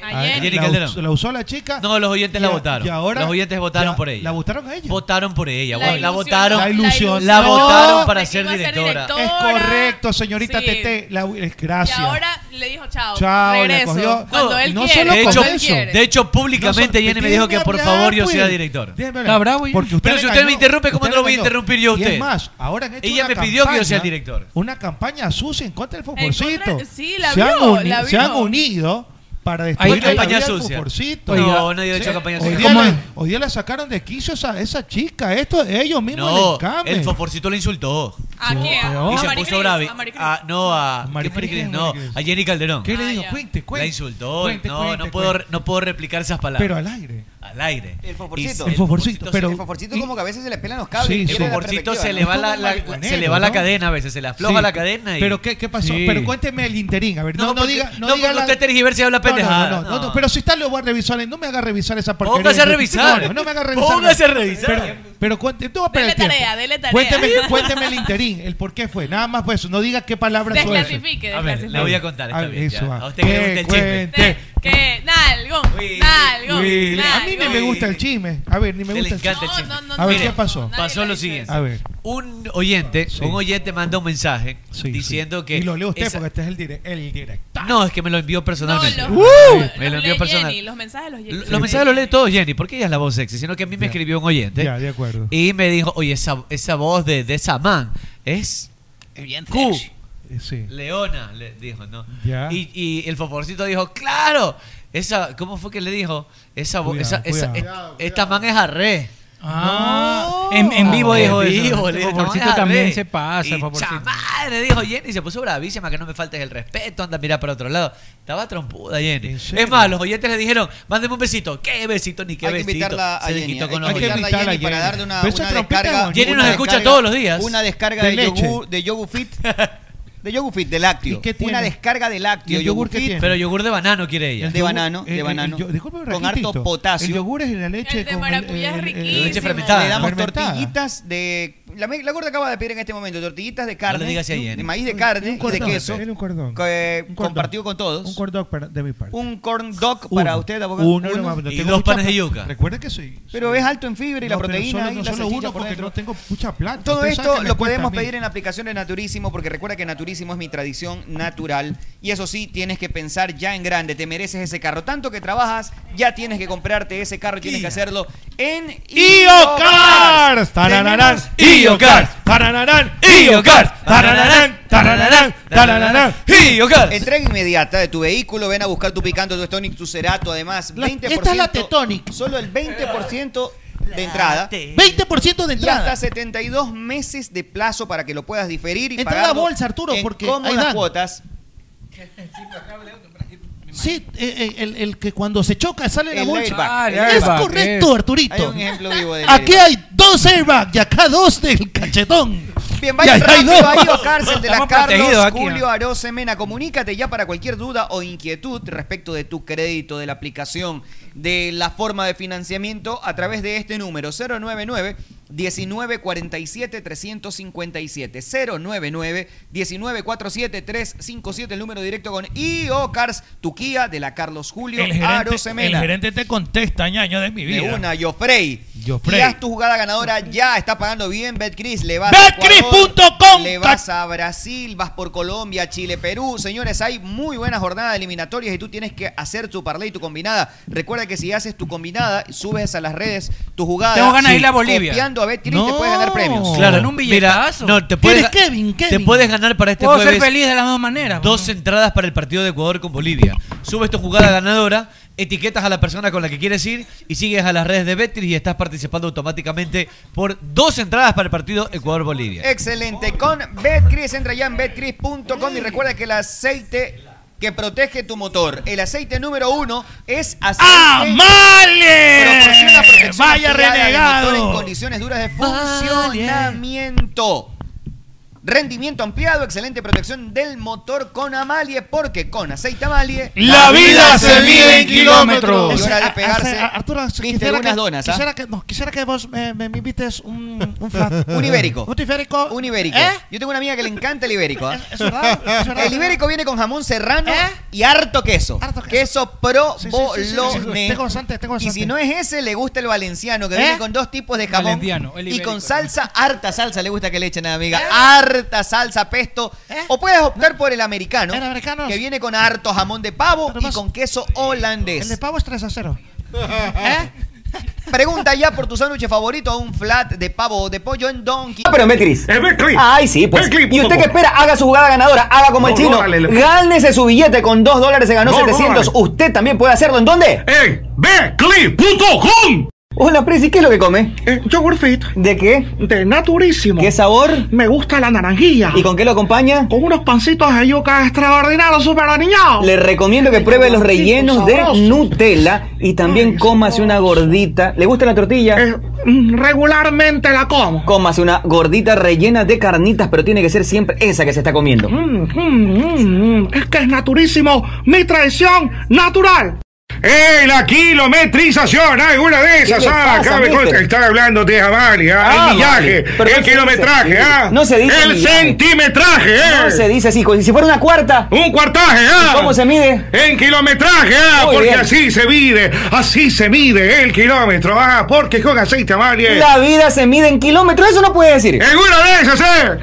Speaker 11: A Jenny. Jenny
Speaker 6: la,
Speaker 11: Calderón.
Speaker 6: us- la usó a la chica.
Speaker 11: No, los oyentes la votaron.
Speaker 6: Y ahora
Speaker 11: los oyentes votaron
Speaker 6: ya-
Speaker 11: por ella.
Speaker 6: La votaron a ella.
Speaker 11: Votaron por ella.
Speaker 6: La
Speaker 11: La,
Speaker 6: ilusionó.
Speaker 11: votaron.
Speaker 6: La ilusionó.
Speaker 11: La votaron para
Speaker 17: De que
Speaker 11: ser
Speaker 17: iba a ser
Speaker 11: directora.
Speaker 17: directora.
Speaker 6: Es correcto, señorita
Speaker 17: Sí.
Speaker 6: Tete. La, es-
Speaker 17: Y
Speaker 6: gracias.
Speaker 17: ahora le dijo chao.
Speaker 11: Ah,
Speaker 6: Chao, la
Speaker 17: regreso.
Speaker 6: cogió.
Speaker 17: Cuando
Speaker 6: No,
Speaker 17: él
Speaker 6: no
Speaker 17: quiere.
Speaker 6: solo
Speaker 11: De
Speaker 17: cuando
Speaker 11: hecho,
Speaker 17: él quiere.
Speaker 11: de hecho, públicamente Jenny me dijo que por favor yo sea director.
Speaker 6: Está bravo, Jenny. pues. Porque usted
Speaker 11: Pero
Speaker 6: le
Speaker 11: si usted me
Speaker 6: cayó,
Speaker 11: interrumpe, ¿cómo
Speaker 6: usted
Speaker 11: no lo
Speaker 6: le
Speaker 11: voy a
Speaker 6: cayó.
Speaker 11: interrumpir yo a
Speaker 6: Y
Speaker 11: usted?
Speaker 6: es más, ahora han hecho
Speaker 11: Ella
Speaker 6: una
Speaker 11: me pidió que yo sea el
Speaker 6: campaña-
Speaker 11: director.
Speaker 6: Una campaña sucia en contra del
Speaker 17: En
Speaker 6: fosforcito.
Speaker 17: contra- sí, la
Speaker 6: se, han
Speaker 17: vio,
Speaker 6: uni-
Speaker 17: la
Speaker 6: se han
Speaker 17: vio.
Speaker 6: unido para
Speaker 11: Hay
Speaker 6: destruir la
Speaker 11: campaña
Speaker 6: vida del
Speaker 11: sucia.
Speaker 6: fosforcito.
Speaker 11: Oiga, No, nadie ha hecho campaña
Speaker 6: Hoy
Speaker 11: sucia.
Speaker 6: día,
Speaker 11: ¿Cómo
Speaker 6: la,
Speaker 11: es?
Speaker 6: hoy día la sacaron de quicio esa, esa chica. Esto ellos mismos
Speaker 11: No,
Speaker 6: les cambian.
Speaker 11: el foforcito le insultó.
Speaker 17: ¿A quién?
Speaker 11: Y
Speaker 17: ¿A
Speaker 11: se
Speaker 17: Maricris?
Speaker 11: puso bravo.
Speaker 17: ¿A Maricris?
Speaker 11: No, a. ¿qué Maricris? No, a Jenny
Speaker 17: Ah,
Speaker 11: Calderón.
Speaker 6: ¿Qué le dijo? Cuente, cuente.
Speaker 11: La insultó.
Speaker 6: Cuente,
Speaker 11: no,
Speaker 6: cuente,
Speaker 11: no, puedo,
Speaker 6: cuente.
Speaker 11: no puedo replicar esas palabras.
Speaker 6: Pero al aire.
Speaker 11: Al aire.
Speaker 15: El foforcito.
Speaker 11: Y-
Speaker 6: El foforcito, pero-
Speaker 15: El foforcito como que a veces se le pelan los
Speaker 11: Sí,
Speaker 15: cables. y
Speaker 11: sí.
Speaker 15: pierde la
Speaker 11: Foforcito
Speaker 15: perspectiva,
Speaker 11: se
Speaker 15: ¿no?
Speaker 11: le va la, la- se le va la cadena a veces, se le afloja
Speaker 6: Sí,
Speaker 11: la cadena y
Speaker 6: Pero qué, qué pasó?
Speaker 11: Sí.
Speaker 6: Pero cuénteme el interín, a ver, no,
Speaker 11: No,
Speaker 6: no,
Speaker 11: porque-
Speaker 6: diga, no,
Speaker 11: no,
Speaker 6: diga
Speaker 11: porque usted tergiversa y habla
Speaker 6: No, no,
Speaker 11: pendejada.
Speaker 6: No, no, no,
Speaker 11: No.
Speaker 6: pero si está lo voy a revisar, no me haga revisar esa porquería.
Speaker 11: Póngase a
Speaker 6: No,
Speaker 11: revisar.
Speaker 6: No, no me haga revisar.
Speaker 11: Póngase a revisar.
Speaker 6: Pero, pero cuente, no, pero
Speaker 17: Dele
Speaker 6: el tiempo.
Speaker 17: tarea, dele tarea.
Speaker 6: Cuénteme, cuénteme el interín, el por qué fue, nada más pues eso, no diga qué palabras fue.
Speaker 17: Desclasifique, A ver, desclasifique.
Speaker 11: la voy a contar, está
Speaker 6: Ah,
Speaker 11: bien, ya.
Speaker 6: eso va.
Speaker 11: A usted que le gusta el chisme.
Speaker 6: Cuente.
Speaker 17: Que nalgón, nalgón,
Speaker 6: Uy, a mí ni
Speaker 17: nalgón.
Speaker 6: me gusta el chisme. A ver, ni me
Speaker 11: Le
Speaker 6: gusta el
Speaker 11: encanta
Speaker 6: chisme.
Speaker 11: el chisme.
Speaker 6: A ver,
Speaker 11: Mire,
Speaker 6: ¿qué pasó?
Speaker 11: Pasó lo siguiente.
Speaker 6: A ver.
Speaker 11: Un oyente, un oyente manda un mensaje diciendo que.
Speaker 6: Y lo lee usted
Speaker 11: esa-
Speaker 6: porque este es el, direct, el directo.
Speaker 11: No, es que me lo envió personalmente.
Speaker 17: No, los- los
Speaker 11: me lo
Speaker 17: lee
Speaker 11: envió personal.
Speaker 17: Jenny, los mensajes los lee
Speaker 11: Los
Speaker 17: Jenny.
Speaker 11: mensajes los lee todos Jenny, porque ella es la voz sexy, sino que a mí me escribió un oyente.
Speaker 6: Ya, de acuerdo.
Speaker 11: Y me dijo, oye, esa, esa voz de, de esa man es
Speaker 6: bien
Speaker 11: Q.
Speaker 6: Sí.
Speaker 11: Leona, le dijo, ¿no?
Speaker 6: Ya.
Speaker 11: Y, y el favorcito dijo, claro, esa, ¿cómo fue que le dijo? Esa, vo-
Speaker 6: Cuidado,
Speaker 11: esa, esa-
Speaker 6: cuidado.
Speaker 11: e- esta man es arre.
Speaker 8: Ah, en, en vivo
Speaker 11: En
Speaker 8: dijo eso.
Speaker 11: vivo,
Speaker 8: el
Speaker 11: le dijo,
Speaker 8: favorcito
Speaker 11: "No,
Speaker 8: también
Speaker 11: arre".
Speaker 8: se pasa,
Speaker 11: Y
Speaker 8: el favorcito.
Speaker 11: chamadre, dijo Jenny, se puso bravísima, que no me faltes el respeto, anda a mirar para otro lado. Estaba trompuda Jenny. Es más, los oyentes le dijeron, mándeme un besito. ¿Qué besito ni qué
Speaker 15: Hay que
Speaker 11: besito?
Speaker 15: invitarla a
Speaker 11: se
Speaker 15: Jenny,
Speaker 11: desquitó
Speaker 15: hay
Speaker 11: con
Speaker 15: que
Speaker 11: los oyentes.
Speaker 15: invitarla a Jenny para darle una,
Speaker 11: Pero esa
Speaker 15: una
Speaker 11: trompeta es
Speaker 15: descarga.
Speaker 11: bonita. Jenny
Speaker 15: una
Speaker 11: nos escucha
Speaker 15: descarga-
Speaker 11: todos los días.
Speaker 15: Una descarga
Speaker 11: De
Speaker 15: de,
Speaker 11: leche.
Speaker 15: yogur, de yogur fit. De yogur fit, de lácteo.
Speaker 11: tiene?
Speaker 15: Una descarga de lácteo. yogur fit,
Speaker 11: Pero yogur de banano quiere ella.
Speaker 15: De
Speaker 11: eh,
Speaker 15: banano, de banano. con harto potasio.
Speaker 6: El yogur es en la leche.
Speaker 15: de
Speaker 6: con el-
Speaker 15: maracuyá
Speaker 6: el-
Speaker 15: es
Speaker 6: el- el-
Speaker 15: riquísimo.
Speaker 11: Leche fermentada.
Speaker 15: Le damos
Speaker 6: Fermentada.
Speaker 15: tortillitas de. La, me- la gorda acaba de pedir en este momento tortillitas de carne.
Speaker 11: le digas así a
Speaker 15: de
Speaker 11: Jenny.
Speaker 15: maíz de carne y de
Speaker 6: cordón,
Speaker 15: queso.
Speaker 6: era un cordón.
Speaker 15: que- compartido con todos.
Speaker 6: Un corn dog para- de mi parte.
Speaker 15: Un corn dog para
Speaker 6: Uno.
Speaker 15: usted, abogado.
Speaker 6: Uno, no más, no tengo mucha plata. Recuerda que soy.
Speaker 15: Pero es alto en fibra y la
Speaker 6: No, pero
Speaker 15: proteína.
Speaker 6: solo-
Speaker 15: y
Speaker 6: no
Speaker 15: la
Speaker 6: solo
Speaker 15: salchicha
Speaker 6: uno
Speaker 15: por
Speaker 6: porque
Speaker 15: dentro.
Speaker 6: no tengo mucha plata.
Speaker 15: Todo
Speaker 6: Ustedes saben
Speaker 15: esto
Speaker 6: que me
Speaker 15: lo
Speaker 6: cuesta a
Speaker 15: podemos
Speaker 6: mí.
Speaker 15: pedir en la aplicación de Naturísimo porque recuerda que Naturísimo es mi tradición natural y eso sí, tienes que pensar ya en grande, te mereces ese carro. Tanto que trabajas, ya tienes que comprarte ese carro y tienes que hacerlo en
Speaker 6: IOCARS. Tarararán. IOCARS. Tarararán. IOCARS. Tarararán. Tarararán. Tarararán.
Speaker 15: Entrega inmediata de tu vehículo, ven a buscar tu Picanto, tu Stonic, tu Cerato, además 20%.
Speaker 16: esta es la
Speaker 15: Tetonic. Solo el 20% de entrada.
Speaker 16: 20% de entrada.
Speaker 15: Y hasta 72 meses de plazo para que lo puedas diferir y
Speaker 16: Entra
Speaker 15: pagarlo
Speaker 16: la bolsa, Arturo,
Speaker 15: en
Speaker 16: porque ahí
Speaker 15: cómodas
Speaker 16: dan.
Speaker 15: cuotas.
Speaker 16: Sí, eh, eh, el, el que cuando se choca sale la
Speaker 15: El
Speaker 16: bolsa.
Speaker 15: airbag, el
Speaker 16: es
Speaker 15: airbag.
Speaker 16: correcto,
Speaker 15: Es-
Speaker 16: Arturito.
Speaker 15: Hay un ejemplo vivo de
Speaker 16: Aquí hay dos airbags y acá dos del cachetón.
Speaker 15: Bien, vaya
Speaker 16: Y allá hay
Speaker 15: rápido
Speaker 16: dos.
Speaker 15: ahí, o cárcel de la
Speaker 16: Estamos protegidos
Speaker 15: Carlos
Speaker 16: aquí,
Speaker 15: Julio
Speaker 16: ¿no?
Speaker 15: Aroce Mena. Comunícate ya para cualquier duda o inquietud respecto de tu crédito, de la aplicación, de la forma de financiamiento a través de este número 099 1947 357 099 1947 357 el número directo con IOCARS, tu Kia de la Carlos Julio
Speaker 6: El gerente,
Speaker 15: Aroce Mena.
Speaker 6: el gerente te contesta, ñaño de mi
Speaker 15: De
Speaker 6: vida.
Speaker 15: una, Yofrey. Y
Speaker 6: Joffrey.
Speaker 15: haz tu jugada ganadora ya. Está pagando bien BetCris. Le vas a Ecuador,
Speaker 6: BetCris.com.
Speaker 15: Le vas a Brasil, vas por Colombia, Chile, Perú. Señores, hay muy buena jornada de eliminatorias y tú tienes que hacer tu parlay, tu combinada. Recuerda que si haces tu combinada, subes a las redes tu jugada.
Speaker 26: Tengo ganas de
Speaker 15: Sí.
Speaker 26: ir a Bolivia.
Speaker 15: Copiando a BetCris te puedes ganar premios.
Speaker 11: Claro,
Speaker 26: Con un billetazo.
Speaker 11: no, te puedes,
Speaker 26: Eres Kevin,
Speaker 11: te
Speaker 26: Kevin.
Speaker 11: puedes ganar para este
Speaker 26: Puedo ser
Speaker 11: jueves.
Speaker 26: feliz de las dos maneras.
Speaker 11: Dos entradas para el partido de Ecuador con Bolivia. Subes tu jugada ganadora, etiquetas a la persona con la que quieres ir y sigues a las redes de Betis y estás participando automáticamente por dos entradas para el partido Ecuador-Bolivia.
Speaker 15: Excelente. Con BetCris, entra ya en betcris.com y recuerda que el aceite que protege tu motor, el aceite número uno es aceite.
Speaker 6: ¡Amale!
Speaker 15: Proporciona protección
Speaker 6: Vaya
Speaker 15: ocular al
Speaker 6: renegado.
Speaker 15: motor en condiciones duras de funcionamiento. Rendimiento ampliado, excelente protección del motor con Amalie, porque con aceite Amalie
Speaker 6: La vida se mide en kilómetros.
Speaker 15: Y hora de pegarse.
Speaker 6: Ah, ah, Arturo, quisiera
Speaker 15: unas
Speaker 6: que-
Speaker 15: donas, ¿ah?
Speaker 6: Quisiera que, no, quisiera que vos me, me invites un, un flat.
Speaker 15: Un ibérico.
Speaker 6: Un ibérico.
Speaker 15: Un ibérico.
Speaker 6: ¿Eh?
Speaker 15: Yo tengo una amiga que le encanta el ibérico. ¿ah?
Speaker 6: verdad, es verdad. ¿Eh?
Speaker 15: El ibérico viene con jamón serrano y harto queso. queso.
Speaker 6: sí, sí, sí, sí,
Speaker 15: provolone.
Speaker 6: sí. Tengo bastante, tengo
Speaker 15: Y
Speaker 6: bastante.
Speaker 15: si no es ese, le gusta el valenciano, que
Speaker 6: ¿Eh?
Speaker 15: viene con dos tipos de jamón.
Speaker 6: Valentiano, el
Speaker 15: Y
Speaker 6: ibérico,
Speaker 15: con salsa, harta salsa le gusta que le echen a
Speaker 6: ¿Eh?
Speaker 15: amiga. Harta salsa, pesto. O puedes optar por el americano, que viene con harto jamón de pavo y con queso holandés.
Speaker 6: El de pavo es 3 a 0.
Speaker 15: ¿Eh? Pregunta ya por tu sándwich favorito a un flat de pavo o de pollo en Donkey.
Speaker 27: Ah, pero en Betcris. Ay, sí, pues.
Speaker 15: Betcris,
Speaker 27: Y usted
Speaker 15: por
Speaker 27: que
Speaker 15: favor.
Speaker 27: espera, haga su jugada ganadora, haga como el
Speaker 15: No,
Speaker 27: chino.
Speaker 15: no, dale, le-
Speaker 27: Gánese su billete con 2 dólares, se ganó
Speaker 15: No, no,
Speaker 27: 700. usted también puede hacerlo. ¿En dónde? En betcris.com. Hola, Prezi, ¿qué es lo que come?
Speaker 15: Eh,
Speaker 27: yogurt fit. ¿De qué? De naturísimo. ¿Qué sabor? Me gusta la naranjilla. ¿Y con qué lo acompaña? Con unos pancitos de yuca extraordinarios, super aniñados. Le recomiendo que pruebe los rellenos de Nutella y también cómase una gordita. ¿Le gusta la tortilla?
Speaker 14: Eh, mm,
Speaker 27: regularmente la como. Cómase una gordita rellena de carnitas, pero tiene que ser siempre esa que se está comiendo. mm,
Speaker 28: Es que es naturísimo. Mi traición natural.
Speaker 14: ¡Ey, la kilometrización! ¡Hay una de esas!
Speaker 28: ¿Qué le
Speaker 14: ¡Ah!
Speaker 28: pasa,
Speaker 14: Cabe
Speaker 28: mister?
Speaker 14: consta- Están hablando de Amalia, ah, el millaje, el kilometraje, ¿ah?
Speaker 27: No se dice.
Speaker 14: ¡El
Speaker 27: millaje.
Speaker 14: centimetraje, ¿eh?
Speaker 27: No se dice así. co- Si fuera una cuarta.
Speaker 14: ¡Un cuartaje, ah!
Speaker 27: ¿Y ¿Cómo se mide?
Speaker 14: En kilometraje, ah,
Speaker 27: Muy
Speaker 14: porque
Speaker 27: bien.
Speaker 14: así se mide, así se mide el kilómetro, ah, porque con aceite Amalia.
Speaker 27: La vida se mide en kilómetros, eso no puede decir.
Speaker 14: ¡En una de esas, eh!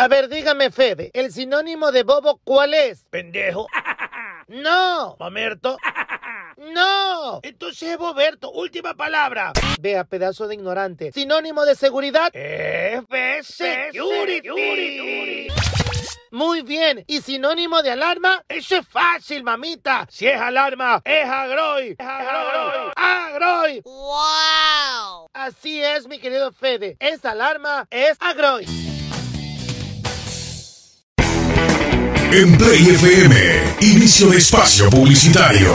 Speaker 1: A ver, dígame, Fede, ¿el sinónimo de bobo cuál es? Pendejo. No. Mamerto. No. Entonces es boberto. Última palabra. Vea, pedazo de ignorante. Sinónimo de seguridad. Eh, Security. Muy bien. ¿Y sinónimo de alarma? Eso es fácil, mamita. Si es alarma, es agroy. Es agroy. Agroy. ¡Wow! Así es, mi querido Fede. Esa alarma es agroy.
Speaker 23: En Play FM, inicio de espacio publicitario.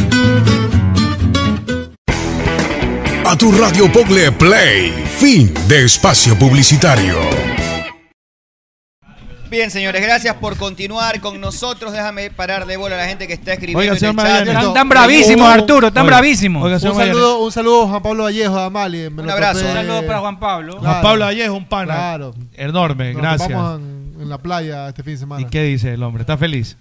Speaker 23: A tu radio Pogle Play, fin de espacio publicitario.
Speaker 15: Bien, señores, gracias por continuar con nosotros. Déjame parar de bola a la gente que está escribiendo
Speaker 6: Oiga,
Speaker 15: en el
Speaker 6: señor
Speaker 15: chat.
Speaker 6: Magallanes.
Speaker 15: Tan-
Speaker 6: no.
Speaker 15: tan bravísimos, Arturo, tan
Speaker 6: Oiga,
Speaker 15: bravísimos.
Speaker 6: Oiga, señor
Speaker 13: un,
Speaker 6: Magallanes.
Speaker 13: saludo, un saludo a Juan Pablo Vallejo de Amalie. Me lo
Speaker 6: abrazo.
Speaker 13: topé.
Speaker 6: Un saludo para
Speaker 26: Juan Pablo.
Speaker 13: Claro.
Speaker 6: Juan Pablo Vallejo, un pana.
Speaker 13: Claro.
Speaker 6: Enorme,
Speaker 13: Nos
Speaker 6: gracias.
Speaker 13: topamos en, en la playa este fin de semana.
Speaker 6: ¿Y qué dice el hombre? ¿Está feliz?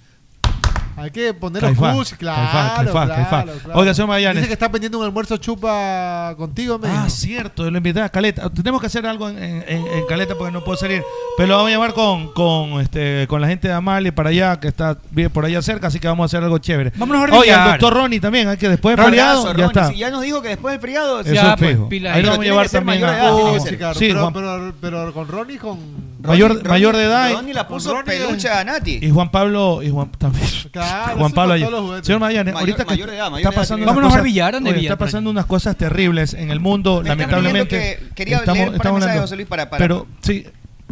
Speaker 13: Hay que poner los
Speaker 6: Caifás,
Speaker 13: push, claro.
Speaker 6: Caifás, Caifás,
Speaker 13: claro,
Speaker 6: Caifás.
Speaker 13: claro.
Speaker 6: Oiga, señor Magallanes.
Speaker 13: Dice que está pendiente un almuerzo chupa contigo, me
Speaker 6: Ah, cierto, lo invité a Caleta. Tenemos que hacer algo en, en- en- en Caleta porque no puedo salir. Pero lo vamos a llevar con, con, este, con la gente de Amalia para allá, que está bien por allá cerca, así que vamos a hacer algo chévere.
Speaker 8: Vámonos a
Speaker 6: Oye,
Speaker 8: ordeñar.
Speaker 6: al doctor Ronnie también, hay que después de
Speaker 8: Ronnie,
Speaker 6: feriado,
Speaker 8: abrazo,
Speaker 6: ya
Speaker 8: Ronnie,
Speaker 6: está.
Speaker 8: sí,
Speaker 14: Ya nos dijo que después del friado.
Speaker 6: Eso es
Speaker 15: pues,
Speaker 6: fijo. Ahí lo vamos a llevar también a-
Speaker 13: Oh,
Speaker 6: Sí,
Speaker 13: sí, claro,
Speaker 6: sí,
Speaker 13: pero,
Speaker 6: Juan-
Speaker 13: pero, pero con Ronnie, con.
Speaker 6: Mayor- Ronnie- mayor de edad y-
Speaker 13: Ronnie
Speaker 15: la puso pelucha a Nati.
Speaker 6: Y Juan Pablo, y Juan también.
Speaker 13: Claro,
Speaker 6: Juan
Speaker 13: eso
Speaker 6: Pablo
Speaker 13: con
Speaker 6: Ayala.
Speaker 13: todos los juguetes.
Speaker 6: Señor Magallanes,
Speaker 13: Mayor-
Speaker 6: ahorita que
Speaker 13: mayor de edad, mayor
Speaker 6: está
Speaker 13: de edad,
Speaker 6: pasando
Speaker 13: creo.
Speaker 6: unas
Speaker 13: Vámonos a
Speaker 6: cosas-
Speaker 13: Villar, ande
Speaker 6: oye,
Speaker 13: Villar,
Speaker 6: está
Speaker 13: por ahí.
Speaker 6: pasando unas cosas terribles en el mundo,
Speaker 15: Me están
Speaker 6: lamentablemente.
Speaker 15: pidiendo que- quería leer un par de mensajes, José Luis, para- para-
Speaker 6: Pero sí,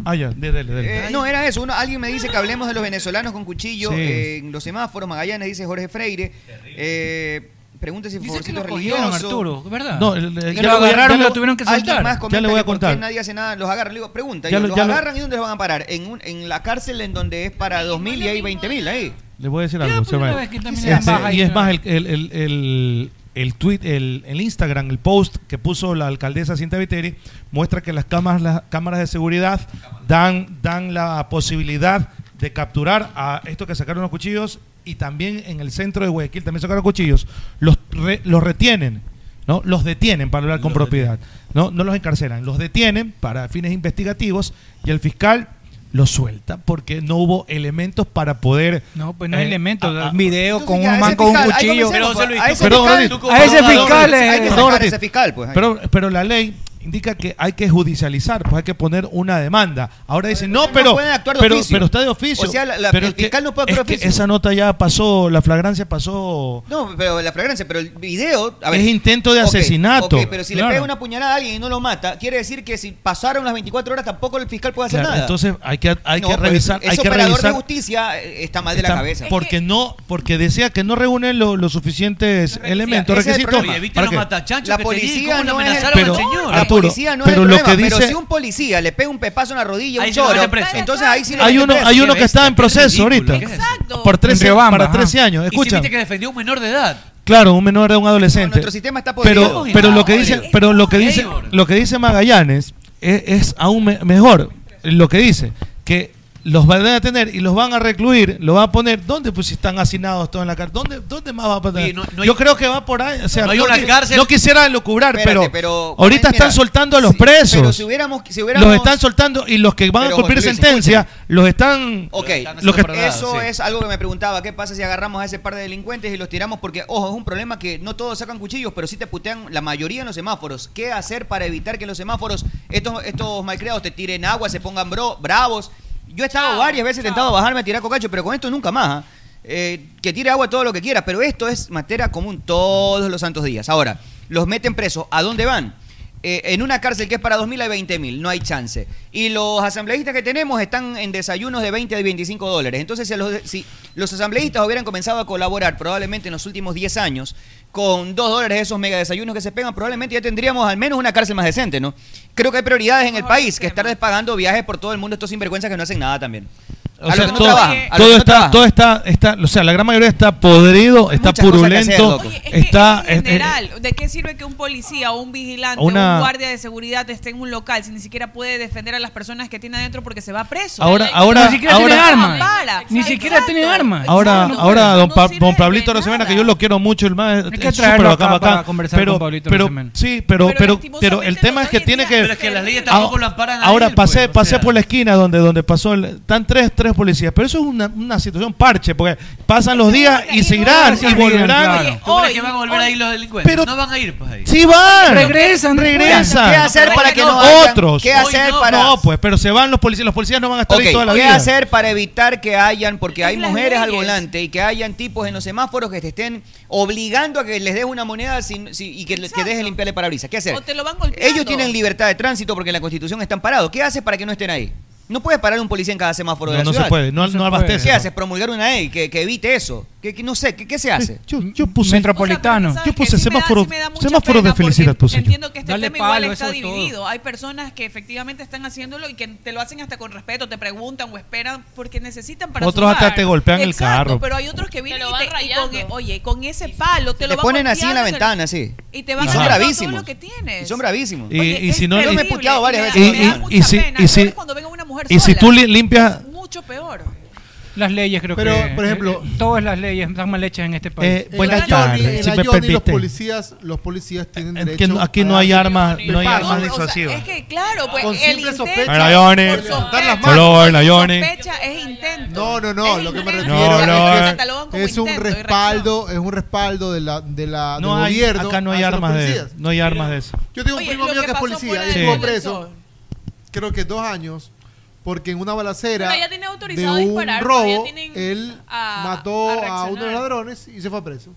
Speaker 6: ah ya, dele, dele, dele.
Speaker 15: Eh, no, era eso. Uno- alguien me dice que hablemos de los venezolanos con cuchillo
Speaker 6: Sí.
Speaker 15: eh, en los semáforos. Magallanes dice Jorge Freire. Eh, pregunta si favorcito
Speaker 8: lo
Speaker 15: religioso.
Speaker 8: cogieron, Arturo, ¿verdad?
Speaker 6: No, el- el-
Speaker 15: Ya
Speaker 6: ya
Speaker 15: lo
Speaker 6: lo voy a-
Speaker 15: agarraron,
Speaker 6: ya lo-
Speaker 15: lo tuvieron que
Speaker 6: ya le voy
Speaker 15: soltar.
Speaker 6: a
Speaker 15: Alguien más
Speaker 6: contar.
Speaker 15: comenta que ¿por qué nadie hace nada? Los agarran. Le digo, pregunta.
Speaker 6: Ya
Speaker 15: yo,
Speaker 6: lo-
Speaker 15: ¿Los
Speaker 6: ya lo-
Speaker 15: agarran y dónde los van a parar? En, un- en la cárcel en donde es para 2.000 y hay 20.000 ahí.
Speaker 6: Le voy a decir algo.
Speaker 15: pues,
Speaker 6: se va.
Speaker 15: una vez que también
Speaker 6: Este,
Speaker 15: eran bajas
Speaker 6: y
Speaker 15: y
Speaker 6: es
Speaker 15: no-
Speaker 6: más, el, el, el, el, el tweet, el, el Instagram, el post que puso la alcaldesa Cinta Viteri muestra que las cámaras, las cámaras de seguridad dan, dan la posibilidad de capturar a estos que sacaron los cuchillos y también en el centro de Guayaquil también sacaron cuchillos. Los, re- los retienen. ¿no? Los detienen para hablar con propiedad. No, no los encarcelan, los detienen para fines investigativos y el fiscal los suelta porque no hubo elementos para poder
Speaker 8: No, pues no hay
Speaker 6: eh,
Speaker 8: elementos.
Speaker 6: a- a-
Speaker 8: un video con
Speaker 6: ya,
Speaker 8: un
Speaker 6: ese
Speaker 8: man con un
Speaker 6: fiscal, ahí
Speaker 8: cuchillo.
Speaker 6: comencemos, pues, a ese
Speaker 8: Perdón,
Speaker 6: fiscal,
Speaker 8: Rodri,
Speaker 6: tú como
Speaker 8: a ese
Speaker 6: abogado,
Speaker 8: fiscal
Speaker 6: Rodri, hay que
Speaker 8: es.
Speaker 6: sacar a
Speaker 8: Rodri.
Speaker 6: ese
Speaker 15: fiscal, pues, ahí.
Speaker 6: Pero, pero la ley indica que hay que judicializar, pues hay que poner una demanda. Ahora dicen, no, pero,
Speaker 15: pueden actuar de
Speaker 6: pero,
Speaker 15: oficio.
Speaker 6: pero está de oficio.
Speaker 15: O sea, la- la-
Speaker 6: Pero
Speaker 15: el
Speaker 6: es que-
Speaker 15: fiscal no puede actuar
Speaker 6: es
Speaker 15: de
Speaker 6: que
Speaker 15: oficio.
Speaker 6: Esa nota ya pasó, la flagrancia pasó.
Speaker 15: No, pero la fragancia, pero el video. a ver.
Speaker 6: Es intento de
Speaker 15: Ok,
Speaker 6: asesinato.
Speaker 15: ok, pero si
Speaker 6: Claro.
Speaker 15: le pega una puñalada a alguien y no lo mata, quiere decir que si pasaron las 24 horas tampoco el fiscal puede hacer
Speaker 6: Claro,
Speaker 15: nada.
Speaker 6: Entonces hay que, hay
Speaker 15: No,
Speaker 6: que
Speaker 15: pero
Speaker 6: revisar,
Speaker 15: ese
Speaker 6: hay que
Speaker 15: operador
Speaker 6: revisar
Speaker 15: de justicia eh, está mal de la
Speaker 6: Está-
Speaker 15: cabeza.
Speaker 6: Porque no, porque decía que no reúnen lo- los suficientes elementos,
Speaker 15: Ese es el
Speaker 6: requisitos.
Speaker 15: problema.
Speaker 6: ¿Para qué?
Speaker 15: la policía no es el
Speaker 6: Pero,
Speaker 15: la
Speaker 6: Arturo,
Speaker 15: policía no
Speaker 6: pero
Speaker 15: es el
Speaker 6: lo
Speaker 15: problema,
Speaker 6: que
Speaker 15: pero
Speaker 6: dice-
Speaker 15: si un policía le pega un pepazo en la rodilla,
Speaker 6: Ahí
Speaker 15: un
Speaker 6: sí lo
Speaker 15: choro,
Speaker 6: meten preso.
Speaker 15: entonces ahí sí lo
Speaker 6: hay
Speaker 15: meten
Speaker 6: uno,
Speaker 15: preso.
Speaker 6: hay uno
Speaker 15: Qué
Speaker 6: que está en
Speaker 15: bestia, qué
Speaker 6: proceso
Speaker 15: rículo,
Speaker 6: ahorita.
Speaker 15: qué es eso.
Speaker 6: Por 13,
Speaker 15: Riobamba,
Speaker 6: para
Speaker 15: ajá.
Speaker 6: 13 años.
Speaker 15: Y si
Speaker 6: Escucha.
Speaker 15: viste
Speaker 6: que
Speaker 11: defendió un menor de edad.
Speaker 6: Claro, un menor de un adolescente.
Speaker 15: nuestro sistema está
Speaker 6: pero,
Speaker 15: podrido.
Speaker 6: pero lo que dice, pero lo que dice, lo que dice Magallanes es, es aún me- mejor. Lo que dice que los van a detener y los van a recluir, lo van a poner ¿dónde pues si están hacinados todos en la cárcel? ¿Dónde dónde más va a poner?
Speaker 11: Sí, no- no hay-
Speaker 6: Yo creo que va por ahí, o sea,
Speaker 11: No hay
Speaker 6: no
Speaker 11: una
Speaker 6: qui-
Speaker 11: cárcel-
Speaker 6: no quisiera lucubrar, pero,
Speaker 11: Espérate, pero,
Speaker 6: ahorita
Speaker 11: mira,
Speaker 6: están soltando a los presos.
Speaker 15: Pero si hubiéramos, si hubiéramos
Speaker 6: los están soltando y los que van a
Speaker 15: Pero,
Speaker 6: cumplir
Speaker 15: José Luis,
Speaker 6: sentencia los están
Speaker 15: Ok,
Speaker 6: los que-
Speaker 15: eso es algo que me preguntaba. ¿Qué pasa si agarramos a ese par de delincuentes y los tiramos? Porque, ojo, es un problema que no todos sacan cuchillos, pero sí te putean la mayoría en los semáforos. ¿Qué hacer para evitar que en los semáforos estos, estos malcriados te tiren agua, se pongan bro- bravos? Yo he estado varias veces tentado bajarme a tirar cocacho, pero con esto nunca más. ¿ah? Eh, que tire agua todo lo que quiera, pero esto es materia común todos los santos días. Ahora, los meten presos. ¿A dónde van? Eh, en una cárcel que es para 2.000 a 20.000, no hay chance. Y los asambleístas que tenemos están en desayunos de 20 a 25 dólares. Entonces, si los, si los asambleístas hubieran comenzado a colaborar probablemente en los últimos 10 años con 2 dólares esos mega desayunos que se pegan, probablemente ya tendríamos al menos una cárcel más decente, ¿no? Creo que hay prioridades en el país que estar despagando viajes por todo el mundo estos sinvergüenzas que no hacen nada también.
Speaker 6: O
Speaker 15: A los
Speaker 6: sea,
Speaker 15: que no
Speaker 6: todo,
Speaker 15: trabajan, a los
Speaker 6: todo
Speaker 15: que no
Speaker 6: está,
Speaker 15: trabajan.
Speaker 6: todo está, está, o sea, la gran mayoría está podrido, está
Speaker 15: Muchas cosas que hacer,
Speaker 6: purulento,
Speaker 15: loco. Oye, es
Speaker 6: está
Speaker 10: En
Speaker 6: es- es-
Speaker 10: general, ¿de qué sirve que un policía o un vigilante o
Speaker 6: este, Una-
Speaker 10: un guardia de seguridad esté en un local si ni siquiera puede defender a las personas que tiene adentro porque se va preso?
Speaker 6: Ahora-
Speaker 10: Ni
Speaker 6: ahora-
Speaker 10: siquiera
Speaker 6: ahora-
Speaker 10: tiene
Speaker 6: Ni
Speaker 10: armas.
Speaker 8: Ni siquiera tiene armas.
Speaker 6: ahora, ahora don, Pa- don Pablito Rosemena, que yo lo quiero mucho, el más
Speaker 8: que
Speaker 6: es
Speaker 8: traerlo
Speaker 6: súper
Speaker 8: acá
Speaker 6: bacán,
Speaker 8: para
Speaker 6: bacán,
Speaker 8: conversar
Speaker 6: pero,
Speaker 8: con Pablito
Speaker 6: pero-
Speaker 8: Rosemena.
Speaker 6: sí, pero, pero, pero el tema es que tiene que,
Speaker 11: Pero es que las leyes tampoco
Speaker 6: Ah,
Speaker 11: lo amparan a
Speaker 6: Ahora
Speaker 11: él,
Speaker 6: pasé,
Speaker 11: pues, o
Speaker 6: pasé
Speaker 11: sea.
Speaker 6: por la esquina donde, donde pasó, el- están tres, tres policías, pero eso es una, una situación parche, porque pasan los días y se irán y volverán.
Speaker 11: ¿Tú crees que van a volver ahí los delincuentes? no van a ir, pues ahí.
Speaker 6: Sí van.
Speaker 15: pues.
Speaker 6: regresan.
Speaker 11: ¿Qué hacer para que no
Speaker 15: vayan?
Speaker 6: otros?
Speaker 15: ¿Qué hacer
Speaker 6: no,
Speaker 15: para-
Speaker 6: No, pues, pero se van los policías, los policías no van a estar ahí
Speaker 15: Ok,
Speaker 6: toda la
Speaker 15: ¿Qué
Speaker 6: vida.
Speaker 15: hacer para evitar que hayan, porque hay mujeres al volante y que hayan tipos en los semáforos que te estén obligando a que les des una moneda sin- si- y que, que dejes limpiar el parabrisas? ¿Qué hacer?
Speaker 10: O te lo van
Speaker 15: Ellos tienen libertad de tránsito porque en la Constitución están parados. ¿Qué haces para que no estén ahí? No puedes parar un policía en cada semáforo
Speaker 6: No,
Speaker 15: de la
Speaker 6: no se
Speaker 15: ciudad.
Speaker 6: puede, no- No se no puede. abastece,
Speaker 15: ¿Qué
Speaker 6: no.
Speaker 15: haces? ¿Promulgar una ley que, que evite eso? Que, que no sé, ¿qué, qué se hace?
Speaker 6: Yo, yo puse metropolitano. yo puse semáforo, semáforo de felicidad puse. yo.
Speaker 10: Entiendo que este
Speaker 15: Dale
Speaker 10: tema igual
Speaker 15: palo,
Speaker 10: está
Speaker 15: eso es todo.
Speaker 10: dividido. Hay personas que efectivamente están haciéndolo y que te lo hacen hasta con respeto, te preguntan o esperan porque necesitan para
Speaker 6: Otros
Speaker 10: su
Speaker 6: hasta
Speaker 10: bar.
Speaker 6: te golpean el
Speaker 10: Exacto,
Speaker 6: carro.
Speaker 10: pero hay otros que vienen y, te, y con, e- oye, con ese palo te
Speaker 15: Te
Speaker 10: lo van
Speaker 15: ponen así en la
Speaker 10: golpeando, te lo-
Speaker 15: ventana, sí.
Speaker 10: Y te van
Speaker 15: son
Speaker 10: agarrando todo
Speaker 15: bravísimos.
Speaker 10: lo que tienes.
Speaker 15: Y son bravísimos.
Speaker 6: Y, y si no,
Speaker 15: yo
Speaker 6: y-
Speaker 15: me he puteado varias
Speaker 6: y-
Speaker 15: veces.
Speaker 6: y- y si, y si- y si tú li- limpias,
Speaker 10: mucho peor.
Speaker 12: Las leyes creo
Speaker 13: Pero,
Speaker 12: que...
Speaker 13: por ejemplo-
Speaker 12: eh, todas las leyes están mal hechas en este país.
Speaker 6: Eh,
Speaker 13: En la Johnny- en la Johnny los policías, los policías tienen
Speaker 12: En que
Speaker 13: derecho.
Speaker 12: no- aquí no
Speaker 15: ah,
Speaker 12: hay armas- no hay
Speaker 13: Prepago.
Speaker 12: armas
Speaker 13: disuasivas.
Speaker 10: Es que claro, pues
Speaker 13: Con
Speaker 10: el
Speaker 13: simple
Speaker 10: intento
Speaker 13: sospecha.
Speaker 7: Bueno, Johnny.
Speaker 10: por sospecha-
Speaker 7: Las manos. Color, la Johnny.
Speaker 10: sospecha es intento.
Speaker 13: No, no, no, lo que me refiero
Speaker 7: No,
Speaker 13: es,
Speaker 7: no,
Speaker 13: que
Speaker 7: eh.
Speaker 10: catalogan como
Speaker 13: es un
Speaker 10: intento, es
Speaker 13: respaldo, es un respaldo de la, de la,
Speaker 6: No
Speaker 13: del
Speaker 6: hay-
Speaker 13: gobierno.
Speaker 6: acá no hay
Speaker 13: hacia los
Speaker 6: armas de-
Speaker 13: policías.
Speaker 6: no hay armas de eso.
Speaker 13: Yo tengo un
Speaker 10: Oye,
Speaker 13: primo
Speaker 10: lo
Speaker 13: mío
Speaker 10: que
Speaker 13: que,
Speaker 10: pasó
Speaker 13: es policía,
Speaker 10: fuera
Speaker 13: y
Speaker 10: del
Speaker 13: estuvo
Speaker 10: Sol.
Speaker 13: preso, creo que dos años, porque en una balacera
Speaker 10: Pero ya tiene
Speaker 13: de
Speaker 10: autorizado
Speaker 13: un
Speaker 10: disparar, pero ya
Speaker 13: robo,
Speaker 10: tienen
Speaker 13: él
Speaker 10: a-
Speaker 13: mató
Speaker 10: a
Speaker 13: a, uno de los
Speaker 10: reaccionar.
Speaker 13: ladrones y se fue preso.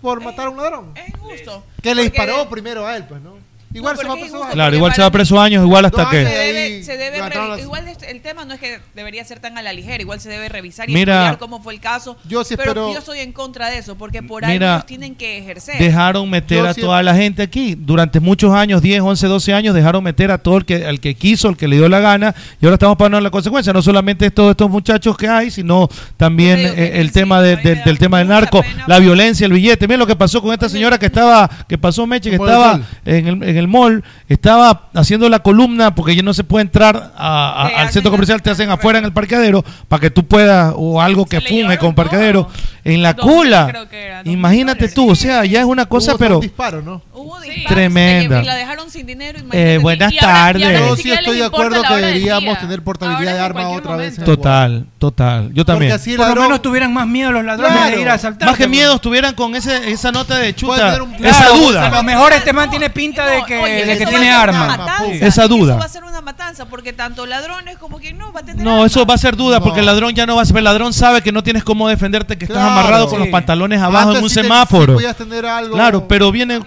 Speaker 13: Por matar a un ladrón.
Speaker 10: Es injusto.
Speaker 13: Que le
Speaker 10: Porque-
Speaker 13: disparó primero a él, pues, ¿no? Igual se va a
Speaker 10: porque es
Speaker 13: preso.
Speaker 7: Claro, igual se va preso años, igual hasta
Speaker 13: Dos
Speaker 7: que-
Speaker 13: años
Speaker 10: se
Speaker 13: de ahí.
Speaker 10: debe, se debe
Speaker 13: levantaron
Speaker 10: revi-
Speaker 13: las-
Speaker 10: igual es- el tema no es que debería ser tan a la ligera, igual se debe revisar y
Speaker 6: Mira,
Speaker 10: estudiar cómo fue el caso.
Speaker 13: Yo sí
Speaker 10: pero
Speaker 6: espero-
Speaker 10: yo estoy en contra de eso, porque por ahí
Speaker 6: Mira,
Speaker 10: ellos tienen que ejercer.
Speaker 6: Dejaron meter
Speaker 10: Yo
Speaker 6: a
Speaker 10: sí-
Speaker 6: toda la gente aquí. Durante muchos años, 10, 11, 12 años, dejaron meter a todo el que, al que quiso, el que le dio la gana. Y ahora estamos pagando la consecuencia. No solamente todos estos muchachos que hay, sino también eh, el tema de- del- del tema del narco, la violencia, el billete. Miren lo que pasó con esta señora que estaba, que pasó Meche, que
Speaker 7: ¿Cómo puede
Speaker 6: estaba
Speaker 7: ser?
Speaker 6: en el, en el mall, estaba haciendo la columna porque ya no se puede entrar a- a- al centro comercial, te hacen afuera en el parqueadero para que tú puedas, o algo que funge con parqueadero, en la cola. Imagínate tú, o sea, ya es una cosa,
Speaker 13: Hubo hasta
Speaker 6: pero
Speaker 13: un disparo, ¿no?
Speaker 10: Hubo
Speaker 6: tremenda.
Speaker 10: Y la dejaron sin dinero.
Speaker 6: Eh,
Speaker 10: imagínate.
Speaker 6: buenas
Speaker 10: Y ahora- y ahora ni
Speaker 6: tardes.
Speaker 13: sí estoy de acuerdo que deberíamos tener portabilidad de arma otra vez. en
Speaker 6: Total, total. Yo también.
Speaker 13: así el
Speaker 6: Por lo
Speaker 13: ladrón-
Speaker 6: menos tuvieran más miedo los ladrones
Speaker 13: Claro.
Speaker 6: de ir a asaltar. Más que miedo estuvieran con ese, esa nota de chuta,
Speaker 12: Claro, A lo mejor este man tiene pinta de que,
Speaker 10: Oye,
Speaker 6: de
Speaker 10: eso
Speaker 6: que
Speaker 10: va
Speaker 6: tiene
Speaker 10: a ser una
Speaker 6: arma.
Speaker 10: matanza,
Speaker 6: Esa duda.
Speaker 10: Eso va a ser una matanza, porque tanto ladrones como quien no va a tener
Speaker 6: No, eso va a ser duda porque el ladrón ya no va a saber. El ladrón sabe que no tienes cómo defenderte, que estás
Speaker 13: Claro.
Speaker 6: amarrado con
Speaker 13: Sí.
Speaker 6: los pantalones abajo
Speaker 13: Antes
Speaker 6: en un
Speaker 13: sí te-
Speaker 6: semáforo.
Speaker 13: sí podías tener algo.
Speaker 6: Claro, pero viene.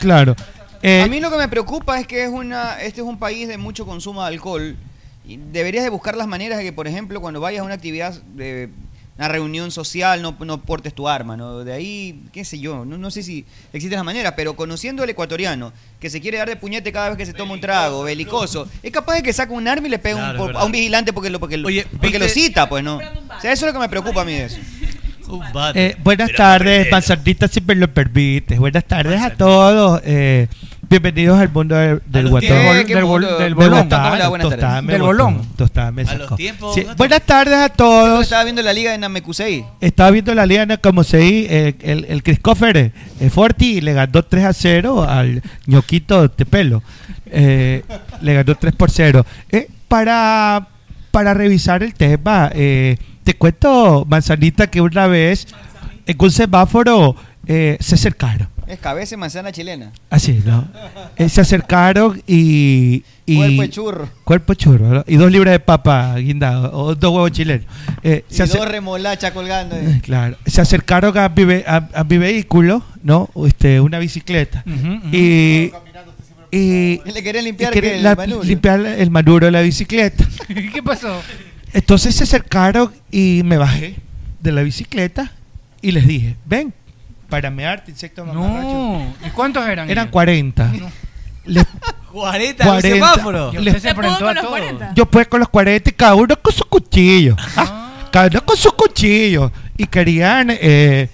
Speaker 6: Claro. Eh,
Speaker 15: a mí lo que me preocupa es que es una, este es un país de mucho consumo de alcohol. Y deberías de buscar las maneras de que, por ejemplo, cuando vayas a una actividad, de una reunión social, no, no portes tu arma. ¿no? De ahí, qué sé yo, no, no sé si existe la manera, pero conociendo al ecuatoriano, que se quiere dar de puñete cada vez que se toma un trago, belicoso, es capaz de que saca un arma y le pega un-
Speaker 11: Claro, es
Speaker 15: por-
Speaker 11: verdad.
Speaker 15: a un vigilante porque lo, porque, lo- porque lo cita, pues no. O sea, eso es lo que me preocupa a mí de eso.
Speaker 6: Eh, buenas tardes, Panzardita, si me lo permites. Buenas tardes a todos. eh, bienvenidos al mundo del, del guatón. tiempos- ¿Qué bol- mundo? del Me bolón. gustaba, Hola, buenas tostada, tardes. me Del gustó, bolón. tostada, me
Speaker 15: A los
Speaker 6: sacó.
Speaker 15: tiempos,
Speaker 6: Sí,
Speaker 15: ¿no?
Speaker 6: buenas tardes a todos.
Speaker 15: Estaba viendo la liga de Namekusei.
Speaker 6: Estaba viendo la liga como se el, el, el Christopher eh, Forti le ganó 3 a 0 al ñoquito de pelo. Eh, le ganó 3 por 0. Eh, para, para revisar el tema, eh, te cuento, Manzanita, que una vez en un semáforo eh, se acercaron.
Speaker 15: Es cabeza y manzana chilena.
Speaker 6: Así, ¿no? Eh, se acercaron y, y-
Speaker 15: Cuerpo de churro.
Speaker 6: Cuerpo de churro, ¿no? Y dos libras de papa guindado, o dos huevos chilenos. Eh,
Speaker 15: Y
Speaker 6: se acer-
Speaker 15: dos remolachas colgando. eh.
Speaker 6: eh, Claro. Se acercaron a mi, ve- a- a mi vehículo, ¿no? Este, una bicicleta. Y. Y,
Speaker 15: Y le querían limpiar
Speaker 6: y querían
Speaker 15: que el
Speaker 6: la-
Speaker 15: manubrio.
Speaker 6: limpiar el manuro de la bicicleta.
Speaker 12: ¿Qué pasó?
Speaker 6: Entonces se acercaron y me bajé de la bicicleta y les dije, ven, para mearte, insecto
Speaker 12: No. ¿Y cuántos eran?
Speaker 6: Ah, eran
Speaker 12: ellos?
Speaker 6: 40. Les-
Speaker 11: 40 en el semáforo.
Speaker 12: Y
Speaker 6: Les-
Speaker 12: usted se enfrentó a todos.
Speaker 6: Yo pues con los 40 y cada uno con su cuchillo. Ah, Cada uno con su cuchillo. Y querían... eh,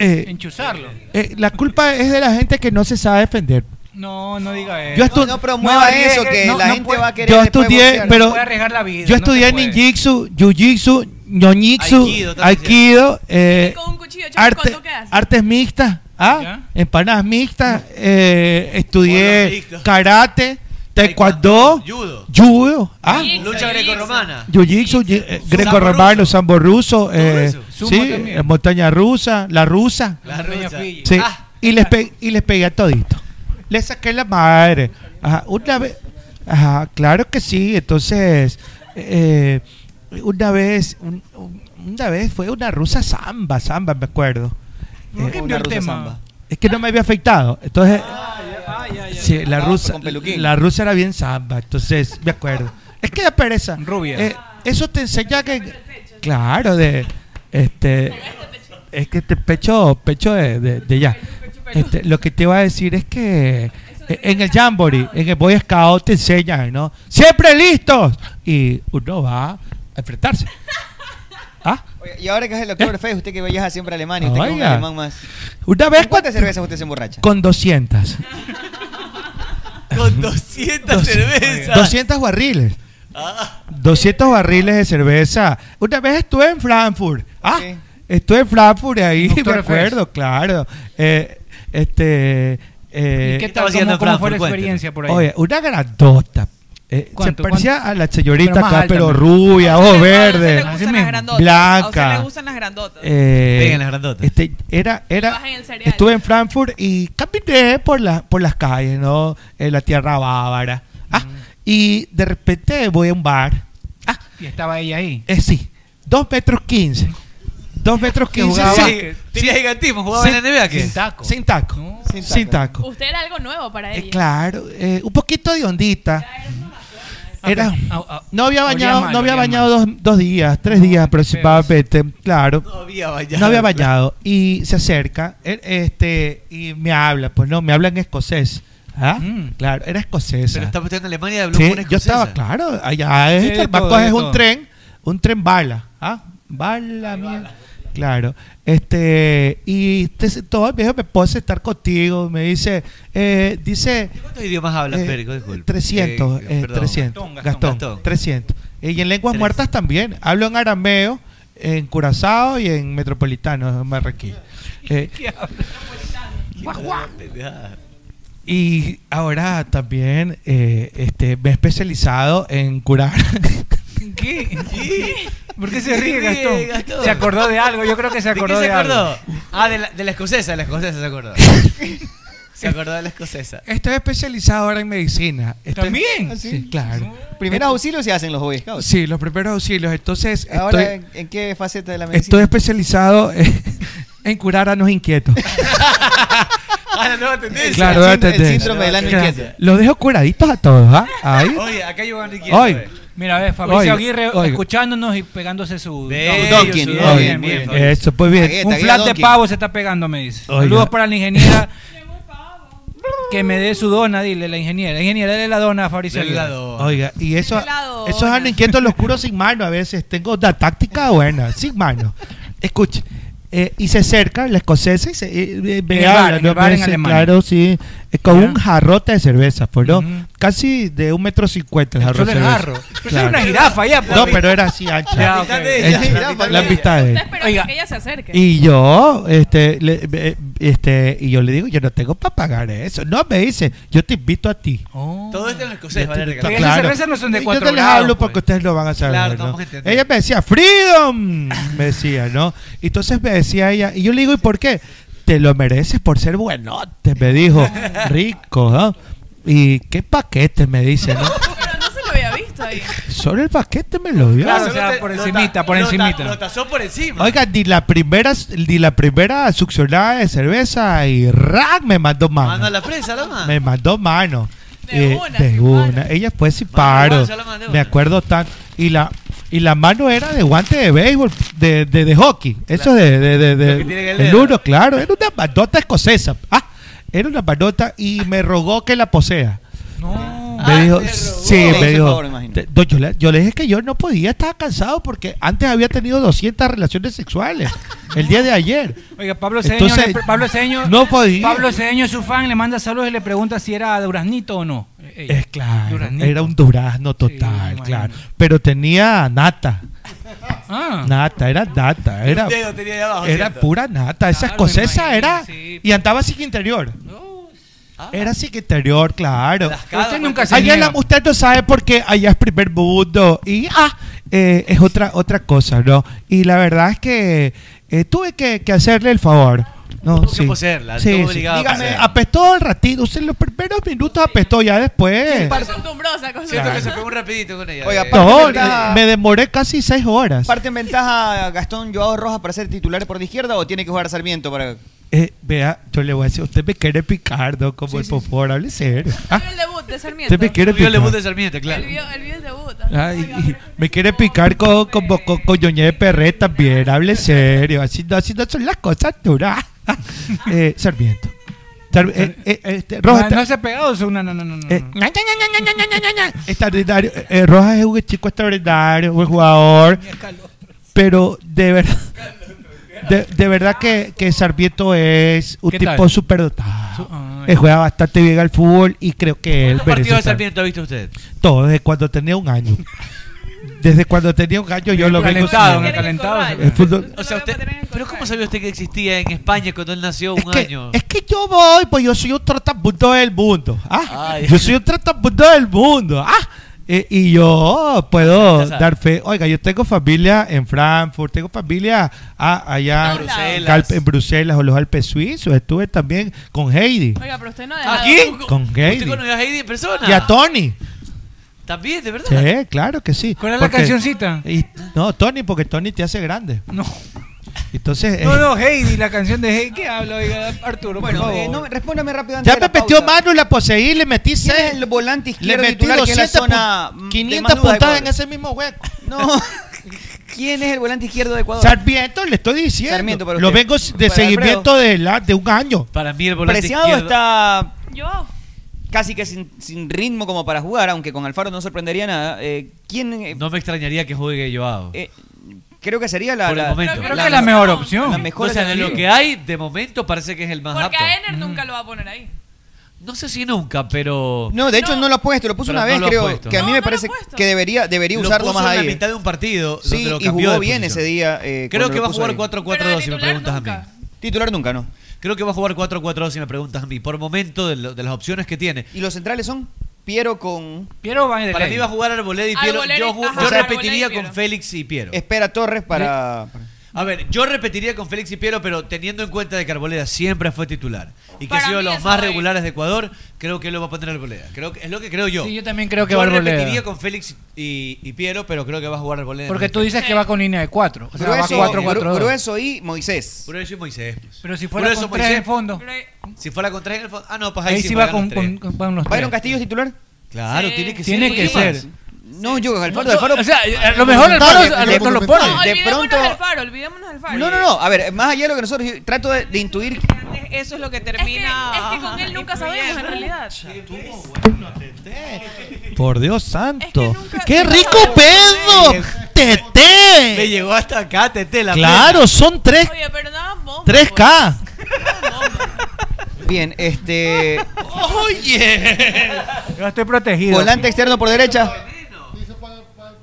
Speaker 6: eh,
Speaker 12: Enchuzarlo.
Speaker 6: eh, la culpa es de la gente que no se sabe defender.
Speaker 12: No, no diga eso.
Speaker 6: Yo estu-
Speaker 12: no
Speaker 15: promueva eso, que la gente va a querer
Speaker 6: Yo
Speaker 15: después
Speaker 6: estudié,
Speaker 15: boxear.
Speaker 6: pero
Speaker 15: No puede arriesgar la vida,
Speaker 6: yo
Speaker 15: no
Speaker 6: estudié
Speaker 15: se puede.
Speaker 6: ninjitsu, jiu-jitsu, ñoñitsu,
Speaker 15: Aikido, estás
Speaker 6: aikido, eh,
Speaker 17: con un cuchillo, chaval,
Speaker 6: arte-
Speaker 17: ¿cuánto quedas?
Speaker 6: artes mixtas, ¿ah? empanadas mixtas, eh, estudié karate, taekwondo,
Speaker 11: Judo.
Speaker 6: judo, ¿ah?
Speaker 11: Lucha grecorromana.
Speaker 6: Jiu-jitsu, ji- eh, greco-romano, sambo ruso, eh,
Speaker 11: Sumo
Speaker 6: sí,
Speaker 11: también.
Speaker 6: eh, montaña rusa, la rusa.
Speaker 11: La rusa.
Speaker 6: Sí, y, les pe- y les pegué a todito. Les saqué la madre. Ajá, una vez. Ajá, claro que sí. Entonces, eh, una vez, un- un- una vez fue una rusa samba, samba, me acuerdo.
Speaker 12: ¿Por qué
Speaker 6: Eh,
Speaker 12: cambió el tema?
Speaker 6: es que no me había afectado. Entonces, sí, la rusa,
Speaker 15: peluquín.
Speaker 6: la rusa era bien samba. Entonces, me acuerdo. Es que da pereza.
Speaker 12: Rubia.
Speaker 6: Eh, eso te enseña que, claro, de este, es que este pecho, pecho de, de, de ya. Este, lo que te iba a decir es que eh, en el jamboree, en el boy scout te enseñan, ¿no? Siempre listos y uno va a enfrentarse.
Speaker 15: Oye, Y ahora que es el doctor Fey, usted que viaja siempre a Alemania, usted que es un
Speaker 6: Oiga.
Speaker 15: alemán más.
Speaker 6: Ah, Una vez
Speaker 15: ¿Cuántas cervezas usted se emborracha?
Speaker 6: con 200.
Speaker 11: Con 200 cervezas.
Speaker 6: 200 barriles. 200 barriles de cerveza. Una vez estuve en Frankfurt. Ah, estuve en Frankfurt y ahí, me Oktoberfest. acuerdo, claro. Eh, este. eh,
Speaker 8: ¿Y qué tal? ¿Cómo, cómo fue la experiencia por ahí?
Speaker 6: Oye, una grandota. Eh, se
Speaker 8: ¿Cuánto?
Speaker 6: parecía
Speaker 8: ¿Cuánto?
Speaker 6: a la señorita
Speaker 8: Pero más
Speaker 6: acá,
Speaker 8: alta,
Speaker 6: pero
Speaker 8: ¿no?
Speaker 6: rubia, ojos verdes,
Speaker 8: gustan Así las mismo. grandotas.
Speaker 6: blanca.
Speaker 8: A usted le
Speaker 6: gustan las
Speaker 10: grandotas.
Speaker 6: Eh,
Speaker 11: Peguen las grandotas.
Speaker 6: Este, era, era,
Speaker 10: Bajen el cereal.
Speaker 6: estuve en Frankfurt y caminé por, la, por las calles, ¿no? En la tierra bávara. Ah, Y de repente voy a un bar.
Speaker 8: Y estaba ella ahí.
Speaker 6: Eh, sí, 2 metros 15. 2 metros 15.
Speaker 8: jugaba
Speaker 6: sí.
Speaker 8: básquet.
Speaker 11: Tenía gigantismo, jugaba en la NBA, ¿qué?
Speaker 6: Sin taco. Sin taco. Sin taco.
Speaker 17: Usted era algo nuevo para ella.
Speaker 6: Claro, eh, un poquito de ondita. Era,
Speaker 17: Ah, ah,
Speaker 6: no había
Speaker 17: olía
Speaker 6: bañado,
Speaker 17: mal,
Speaker 6: no había
Speaker 17: olía
Speaker 6: bañado dos, dos días, tres días aproximadamente, claro. No había
Speaker 11: bañado,
Speaker 6: No había bañado. Y se acerca, e- este, y me habla, pues no, me habla en escocés. ¿Ah? Claro, era escocesa.
Speaker 11: Mm. Pero estaba usted en Alemania, habló
Speaker 6: Sí,
Speaker 11: con una
Speaker 6: yo
Speaker 11: escocesa.
Speaker 6: estaba, claro, allá
Speaker 11: Sí,
Speaker 6: es,
Speaker 11: de
Speaker 6: Starbucks,
Speaker 11: todo, de
Speaker 6: coges un
Speaker 11: todo.
Speaker 6: tren, un tren bala, ¿ah? Bala, mía. Claro. Este, y te- todo el viejo me pose estar contigo, me dice, eh, dice,
Speaker 11: ¿Cuántos idiomas hablas,
Speaker 6: eh,
Speaker 11: Federico? Disculpe.
Speaker 6: 300,
Speaker 11: Eh,
Speaker 6: eh,
Speaker 11: perdón.
Speaker 6: 300, Gastón, 300. Y en lenguas
Speaker 11: Tres.
Speaker 6: muertas también. Hablo en arameo, en curazao y en metropolitano, en marroquí. Eh, y ahora también eh, este, me he especializado en curar.
Speaker 8: ¿Qué? ¿Por qué se ríe
Speaker 11: Sí,
Speaker 8: Gastón?
Speaker 11: Gastón.
Speaker 8: Se acordó de algo, yo creo que se
Speaker 11: ¿De qué
Speaker 8: acordó de,
Speaker 11: se
Speaker 8: algo.
Speaker 11: acordó? Ah, de la, de la escocesa, de la escocesa se acordó. se acordó de la escocesa.
Speaker 6: Estoy especializado ahora en medicina. Estoy- Ah,
Speaker 11: ¿También?
Speaker 6: Sí, claro.
Speaker 15: Primeros auxilios se hacen los Boy Scouts.
Speaker 6: Sí, los primeros auxilios. Entonces,
Speaker 15: Ahora,
Speaker 6: estoy,
Speaker 15: ¿en- ¿en qué faceta de la medicina?
Speaker 6: estoy especializado en, en curar a los inquietos.
Speaker 11: Ah, la nueva tendencia.
Speaker 6: claro,
Speaker 11: El sínd-
Speaker 6: atender.
Speaker 11: El síndrome del ano
Speaker 6: Claro.
Speaker 11: inquieto.
Speaker 6: Los dejo curaditos a todos, ¿ah? Ahí.
Speaker 11: Oye, acá yo ando inquieto.
Speaker 6: Hoy.
Speaker 11: eh.
Speaker 8: Mira, a ver, Fabricio
Speaker 6: Oiga,
Speaker 8: Aguirre
Speaker 6: oiga.
Speaker 8: escuchándonos y pegándose su
Speaker 11: Bello,
Speaker 8: su-
Speaker 11: Dunkin',
Speaker 8: su-
Speaker 11: bien,
Speaker 6: Oiga,
Speaker 11: bien, bien, bien.
Speaker 6: Eso, pues bien.
Speaker 8: Un flat de pavo se está pegando, me dice.
Speaker 6: Oiga.
Speaker 8: Saludos para la ingeniera. que me dé su dona, dile la ingeniera. Ingeniera, dale la dona a Fabricio
Speaker 6: Dale la
Speaker 8: Aguirre.
Speaker 6: Oiga, y eso, esos ano inquietos los curo sin mano a veces. Tengo una táctica buena, sin mano. Escuche, eh, y se acerca la escocesa y se eh, eh, me En el habla, bar, en ¿no? el bar Me en dice, Alemania. Claro, sí. eh, con un jarrote de cerveza, pues no. Casi de un metro cincuenta el
Speaker 8: Solo
Speaker 6: jarrote.
Speaker 8: el jarro. Pero era una jirafa ya, pues.
Speaker 6: No, pero era así ancha.
Speaker 8: Ya, ok.
Speaker 6: Ancha, La mitad
Speaker 17: Usted
Speaker 6: de ella.
Speaker 17: esperó
Speaker 8: Oiga.
Speaker 17: que ella se acerque.
Speaker 6: Y yo, este, le- eh, este, y yo le digo, yo no tengo para pagar eso. No, me dice, yo te invito a ti.
Speaker 11: Todo esto en la escocesa, Valeria.
Speaker 6: Claro.
Speaker 11: Claro.
Speaker 6: Yo no les hablo porque ustedes lo van a saber.
Speaker 11: Claro,
Speaker 6: ¿no?
Speaker 11: vamos a entender.
Speaker 6: Ella me decía, Freedom, me decía, ¿no? Y Entonces me decía ella, y yo le digo, ¿y por qué? Te lo mereces por ser buenote, me dijo, rico, ¿no? Y qué paquete, me dice, ¿no?
Speaker 17: Pero no se lo había visto ahí.
Speaker 6: Solo el paquete me lo dio.
Speaker 8: Claro, o sea, por encimita, por
Speaker 11: lo ta-
Speaker 8: encimita.
Speaker 11: Lo tasó por encima.
Speaker 6: Oiga, ni la primera, ni la primera succionada de cerveza y ¡rac! me mandó mano.
Speaker 11: Manda la presa, la mano.
Speaker 6: Me mandó mano. Eh, De una. Ella fue si paro.
Speaker 11: igual, yo la mandé
Speaker 6: Me
Speaker 11: una.
Speaker 6: acuerdo tan. Y la, y la mano era de guante de béisbol, de, de, de hockey. Eso de, de, de, de-
Speaker 11: Lo que tiene en el
Speaker 6: el
Speaker 11: dedo.
Speaker 6: uno, claro. Era una bandota escocesa. Ah, era una bandota y me rogó que la posea. Me
Speaker 11: Ah,
Speaker 6: dijo, sí,
Speaker 15: Te hizo
Speaker 6: me
Speaker 15: el
Speaker 6: dijo.
Speaker 15: favor, imagino.
Speaker 6: te- no, yo, le, yo le dije que yo no podía, estaba cansado porque antes había tenido 200 relaciones sexuales el día de ayer.
Speaker 8: Oiga, Pablo Cedeño,
Speaker 6: Entonces,
Speaker 8: le pre- Pablo Cedeño,
Speaker 6: no podía.
Speaker 8: Pablo Cedeño es su fan, le manda saludos y le pregunta si era duraznito o no. Ella.
Speaker 6: Es claro,
Speaker 8: Duraznito.
Speaker 6: era un durazno total, claro. Pero tenía nata,
Speaker 8: Ah.
Speaker 6: nata, era nata, era,
Speaker 11: Un dedo tenía ahí abajo,
Speaker 6: era
Speaker 11: ¿cierto?
Speaker 6: pura nata. Esa escocesa era y andaba sin interior. Era sin interior, claro.
Speaker 8: Usted
Speaker 11: pues,
Speaker 8: nunca se
Speaker 6: Allá
Speaker 8: niega.
Speaker 6: la- usted no sabe porque allá es primer mundo y ah, eh, es otra otra cosa, ¿no? Y la verdad es que eh, tuve que, que hacerle el favor. No,
Speaker 11: Tuvo que
Speaker 6: sí.
Speaker 11: poseerla,
Speaker 6: Sí,
Speaker 11: estuvo
Speaker 6: sí.
Speaker 11: obligado a
Speaker 6: Dígame,
Speaker 11: poseerla.
Speaker 6: apestó el ratito, usted en los primeros minutos apestó, ya después.
Speaker 17: Costumbrosa, cosa.
Speaker 11: Siento que
Speaker 6: Claro.
Speaker 11: se pegó un rapidito con ella.
Speaker 15: Oiga,
Speaker 11: Eh,
Speaker 6: No,
Speaker 15: Aparte, ¿verdad?
Speaker 6: me demoré casi seis horas.
Speaker 15: ¿Parte en ventaja Gastón Joao Rojas para ser titular por la izquierda o tiene que jugar Sarmiento para
Speaker 6: Eh, vea, yo le voy a decir, usted me quiere picar, ¿no? Como el popor, hable serio. Ah,
Speaker 17: El debut de Sarmiento.
Speaker 6: usted me quiere
Speaker 11: Vio el debut de
Speaker 6: picar.
Speaker 11: Sarmiento, claro.
Speaker 17: Él vio, él vio el debut.
Speaker 6: Ay, y me quiere picar con, con, con, con Ñoñé de Perret también, hable serio. Así no, así no son las cosas duras. eh, Sarmiento. Sar- eh, eh, este, Rojas,
Speaker 8: no, no se Mm. ha pegado, es una no, no, no, no.
Speaker 6: Eh, extraordinario. Eh, Rojas es un chico extraordinario, buen jugador. Pero de verdad, de, de verdad que, que Sarmiento es un
Speaker 8: ¿Qué tal?
Speaker 6: tipo superdotado.
Speaker 8: Su- ah,
Speaker 6: Él juega bastante bien al fútbol y creo que él merece
Speaker 11: ¿Cuántos partidos de
Speaker 6: estar.
Speaker 11: Sarmiento ha visto usted?
Speaker 6: Todo, desde cuando tenía un año. Desde cuando tenía un año yo lo vengo
Speaker 11: Calentado,
Speaker 6: siguiendo.
Speaker 11: ¿no? Calentado.
Speaker 6: El fútbol-
Speaker 11: O sea, usted- ¿Pero cómo sabía usted que existía en España cuando él nació un año?
Speaker 6: Es que yo voy, pues yo soy un trotamundo del mundo. Ah, yo soy un trotamundo del mundo. Ah, eh, y yo puedo
Speaker 11: Ya sabes.
Speaker 6: dar fe. Oiga, yo tengo familia en Frankfurt, tengo familia ah, allá
Speaker 10: En
Speaker 6: en
Speaker 10: Bruselas.
Speaker 6: Calpe- en Bruselas o los Alpes suizos. Estuve también con Heidi.
Speaker 10: Oiga, pero usted no ha dejado.
Speaker 11: ¿Aquí?
Speaker 6: Con Heidi.
Speaker 11: ¿Usted conoció a Heidi en persona?
Speaker 6: Y a Tony.
Speaker 11: También, de verdad.
Speaker 6: Sí, claro que sí.
Speaker 11: ¿Cuál es la cancioncita?
Speaker 6: y- no, Tony, porque Tony te hace grande. No. Entonces.
Speaker 12: No,
Speaker 6: eh,
Speaker 12: no, Heidi, la canción de Heidi. ¿Qué habla, oiga, Arturo?
Speaker 15: Bueno,
Speaker 12: por
Speaker 15: eh,
Speaker 12: favor?
Speaker 15: no, respóndame rápido antes
Speaker 6: Ya
Speaker 15: de
Speaker 6: me
Speaker 15: la
Speaker 6: metió
Speaker 15: pausa.
Speaker 6: mano, la poseí, le metí
Speaker 15: ¿Quién
Speaker 6: seis.
Speaker 15: es el
Speaker 6: Le
Speaker 15: volante izquierdo
Speaker 6: metí
Speaker 15: titular que es la
Speaker 6: 200
Speaker 15: zona
Speaker 6: pu-
Speaker 15: mm, de
Speaker 6: 500
Speaker 15: más duda de
Speaker 6: puntadas en
Speaker 15: Ecuador?
Speaker 6: ese mismo hueco.
Speaker 15: No. ¿Quién es el volante izquierdo de Ecuador?
Speaker 6: Sarmiento, le estoy diciendo.
Speaker 15: Sarmiento para
Speaker 6: Lo
Speaker 15: usted.
Speaker 6: vengo de
Speaker 15: Para
Speaker 6: seguimiento de, la, de un año.
Speaker 11: Para mí el
Speaker 15: Preciado está
Speaker 10: Yo.
Speaker 15: casi que sin, sin ritmo como para jugar, aunque con Alfaro no sorprendería nada. Eh, ¿Quién? eh,
Speaker 11: No me extrañaría que juegue Joao.
Speaker 15: eh, creo que sería la...
Speaker 11: Por el
Speaker 15: la-
Speaker 11: momento.
Speaker 15: la-
Speaker 11: Creo que es la mejor
Speaker 15: La mejor
Speaker 11: o sea, de lo
Speaker 15: alternativa.
Speaker 11: que hay, de momento parece que es el más
Speaker 10: Porque
Speaker 11: apto.
Speaker 10: a Ener nunca lo va a poner ahí.
Speaker 11: No sé si nunca, pero...
Speaker 15: No, de hecho no, lo ha puesto, lo puso
Speaker 11: Pero
Speaker 15: una
Speaker 11: no
Speaker 15: vez,
Speaker 11: lo ha
Speaker 15: creo.
Speaker 11: puesto.
Speaker 15: Que a mí
Speaker 11: No,
Speaker 15: me
Speaker 11: no lo ha
Speaker 15: parece que debería, debería
Speaker 11: Lo
Speaker 15: usarlo
Speaker 11: puso
Speaker 15: más
Speaker 11: en
Speaker 15: ahí.
Speaker 11: la mitad de un partido
Speaker 15: Sí,
Speaker 11: donde lo
Speaker 15: y
Speaker 11: cambió de
Speaker 15: jugó bien
Speaker 11: posición.
Speaker 15: ese día, eh,
Speaker 11: Creo
Speaker 15: cuando
Speaker 11: que
Speaker 15: lo
Speaker 11: va a
Speaker 15: puso
Speaker 11: jugar
Speaker 15: ahí.
Speaker 11: 4-4-2 si me preguntas a mí.
Speaker 15: Titular nunca, ¿no?
Speaker 11: Creo que va a jugar 4-4-2 si me preguntas a mí. Por momento, de, lo- de las opciones que tiene.
Speaker 15: ¿Y los centrales son? Piero con...
Speaker 12: Piero va
Speaker 11: Para mí va a jugar Arboleda y Piero.
Speaker 15: Arboleda y-
Speaker 11: yo ju-
Speaker 15: ajá,
Speaker 11: yo
Speaker 15: Arboleda y
Speaker 11: repetiría
Speaker 15: Piero.
Speaker 11: con Félix y Piero.
Speaker 15: Espera Torres para...
Speaker 11: A ver, yo repetiría con Félix y Piero, pero teniendo en cuenta de que Arboleda siempre fue titular y que
Speaker 15: Para
Speaker 11: ha sido
Speaker 15: mí
Speaker 11: los
Speaker 15: eso
Speaker 11: más
Speaker 15: es.
Speaker 11: regulares de Ecuador, creo que lo va a poner Arboleda. Creo que, es lo que creo yo.
Speaker 12: Sí, yo también creo que
Speaker 11: Yo
Speaker 12: va Arboleda.
Speaker 11: repetiría con Félix y, y Piero, pero creo que va a jugar Arboleda.
Speaker 12: Porque tú dices que va con línea de 4. O sea,
Speaker 11: Grueso,
Speaker 12: va 4 4
Speaker 11: gru-
Speaker 15: Grueso y Moisés.
Speaker 11: Grueso y Moisés. pues.
Speaker 12: Pero si fuera con tres en el fondo.
Speaker 11: Si fuera con tres en el fondo. Ah, no, pues ahí,
Speaker 12: Ahí sí va con, con, con- van los
Speaker 15: ¿Byron
Speaker 12: tres.
Speaker 15: Castillo es titular?
Speaker 11: Claro, tiene que
Speaker 12: Tiene
Speaker 11: ser.
Speaker 12: que
Speaker 11: ¿Quién más?
Speaker 12: ser.
Speaker 15: No, yo, Alfaro,
Speaker 11: No, no,
Speaker 15: Alfaro-
Speaker 11: o sea, a lo mejor Alfaro-
Speaker 15: Monumental,
Speaker 11: Alfaro
Speaker 15: de-
Speaker 11: lo
Speaker 15: de-
Speaker 11: pone.
Speaker 10: No,
Speaker 15: De
Speaker 10: olvidémonos
Speaker 15: pronto...
Speaker 10: del faro, olvidémonos del faro.
Speaker 15: No, no, no. A ver, más allá de lo que nosotros... Yo trato de, de intuir...
Speaker 29: Eso es lo que
Speaker 10: Es
Speaker 29: termina.
Speaker 10: que con él nunca sabemos en realidad.
Speaker 6: Por Dios santo. ¡Qué rico pedo! ¡Tete!
Speaker 11: Me llegó hasta acá, Tete, la
Speaker 6: Claro,
Speaker 11: plena.
Speaker 6: son tres.
Speaker 10: Oye, pero nada más. pues.
Speaker 6: 3K.
Speaker 15: Bien, este...
Speaker 6: Oye.
Speaker 12: Yo estoy protegido.
Speaker 15: Volante externo por derecha.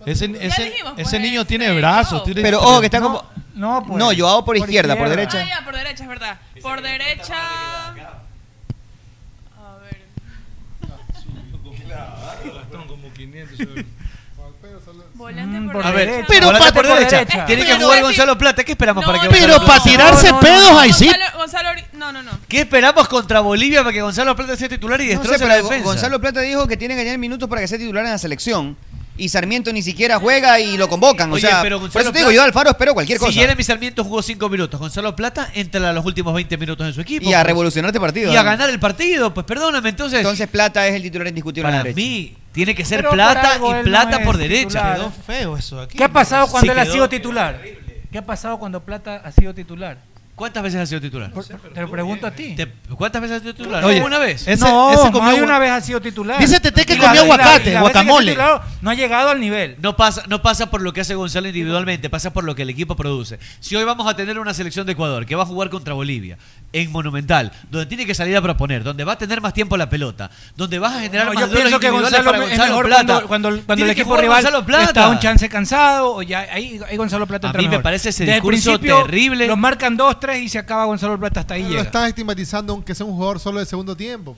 Speaker 6: Ese, ese- ese niño tiene brazos. tiene-
Speaker 15: Pero ojo, que está como...
Speaker 12: No,
Speaker 15: pues. No, Joao por izquierda, por derecha.
Speaker 10: Ah, ya, por derecha, es verdad. Por derecha. Volante por
Speaker 11: A ver,
Speaker 10: derecha.
Speaker 11: pero
Speaker 6: Volante
Speaker 11: para
Speaker 6: por derecha.
Speaker 11: Tiene que
Speaker 10: Pero
Speaker 11: jugar
Speaker 10: sí.
Speaker 11: Gonzalo Plata. ¿Qué esperamos para que
Speaker 6: pero
Speaker 11: Gonzalo Plata-
Speaker 6: para tirarse pedos, ahí sí.
Speaker 10: Gonzalo, Gonzalo Ori- no, no, no.
Speaker 11: ¿Qué esperamos contra Bolivia para que Gonzalo Plata sea titular y
Speaker 15: No
Speaker 11: destroce
Speaker 15: sé, pero
Speaker 11: la
Speaker 15: Go-
Speaker 11: defensa?
Speaker 15: Gonzalo Plata dijo que tiene que tener minutos para que sea titular en la selección. Y Sarmiento ni siquiera juega y lo convocan. O
Speaker 11: Oye,
Speaker 15: sea,
Speaker 11: pero
Speaker 15: por
Speaker 11: Gonzalo
Speaker 15: eso te digo,
Speaker 11: Plata-
Speaker 15: yo de Alfaro espero cualquier cosa.
Speaker 11: Si Jeremy Sarmiento jugó 5 minutos, Gonzalo Plata entra a los últimos 20 minutos en su equipo.
Speaker 15: Y a
Speaker 11: pues.
Speaker 15: revolucionar este partido.
Speaker 11: Y a
Speaker 15: ¿no?
Speaker 11: ganar el partido, pues perdóname, entonces.
Speaker 15: Entonces Plata es el titular indiscutible.
Speaker 11: Para
Speaker 15: en la derecha.
Speaker 11: mí, tiene que ser
Speaker 12: Pero por
Speaker 11: Plata
Speaker 12: algo él
Speaker 11: y
Speaker 12: no
Speaker 11: Plata
Speaker 12: es
Speaker 11: por
Speaker 12: titular.
Speaker 11: derecha.
Speaker 12: Quedó
Speaker 6: feo eso aquí.
Speaker 12: ¿Qué ha pasado cuando
Speaker 11: Sí
Speaker 12: él ha
Speaker 11: quedó.
Speaker 12: sido titular? ¿Qué ha pasado cuando Plata ha sido titular?
Speaker 11: ¿Cuántas veces ha sido titular?
Speaker 12: Te lo pregunto a ti.
Speaker 11: Te- ¿Cuántas veces ha sido titular?
Speaker 12: Oye,
Speaker 11: ¿No una vez?
Speaker 12: ese- No, ese comió más de agua- una vez ha sido titular. Dice Tete que
Speaker 11: Y
Speaker 12: comió
Speaker 11: la- y la-
Speaker 12: aguacate,
Speaker 11: y la vez que ha sido
Speaker 12: guacamole.
Speaker 11: titular,
Speaker 12: No ha llegado al nivel.
Speaker 11: No pasa, no pasa por lo que hace Gonzalo individualmente, pasa por lo que el equipo produce. Si hoy vamos a tener una selección de Ecuador que va a jugar contra Bolivia en Monumental, donde tiene que salir a proponer, donde va a tener más tiempo la pelota, donde vas a generar
Speaker 12: No,
Speaker 11: más
Speaker 12: yo
Speaker 11: duelos
Speaker 12: pienso que
Speaker 11: individuales
Speaker 12: Gonzalo,
Speaker 11: para
Speaker 12: es
Speaker 11: Gonzalo
Speaker 12: mejor
Speaker 11: Plata.
Speaker 12: cuando, cuando- cuando el
Speaker 11: Tiene que
Speaker 12: equipo
Speaker 11: jugar
Speaker 12: rival
Speaker 11: Gonzalo Plata.
Speaker 12: está un chance cansado o ya ahí, ahí Gonzalo Plata
Speaker 11: A
Speaker 12: entra
Speaker 11: mí me
Speaker 12: mejor.
Speaker 11: parece ese
Speaker 12: Desde el
Speaker 11: discurso
Speaker 12: principio,
Speaker 11: terrible.
Speaker 12: Los marcan dos, tres y se acaba Gonzalo Plata hasta ahí eh.
Speaker 13: Lo
Speaker 12: llega.
Speaker 13: están estigmatizando aunque sea un jugador solo de segundo tiempo.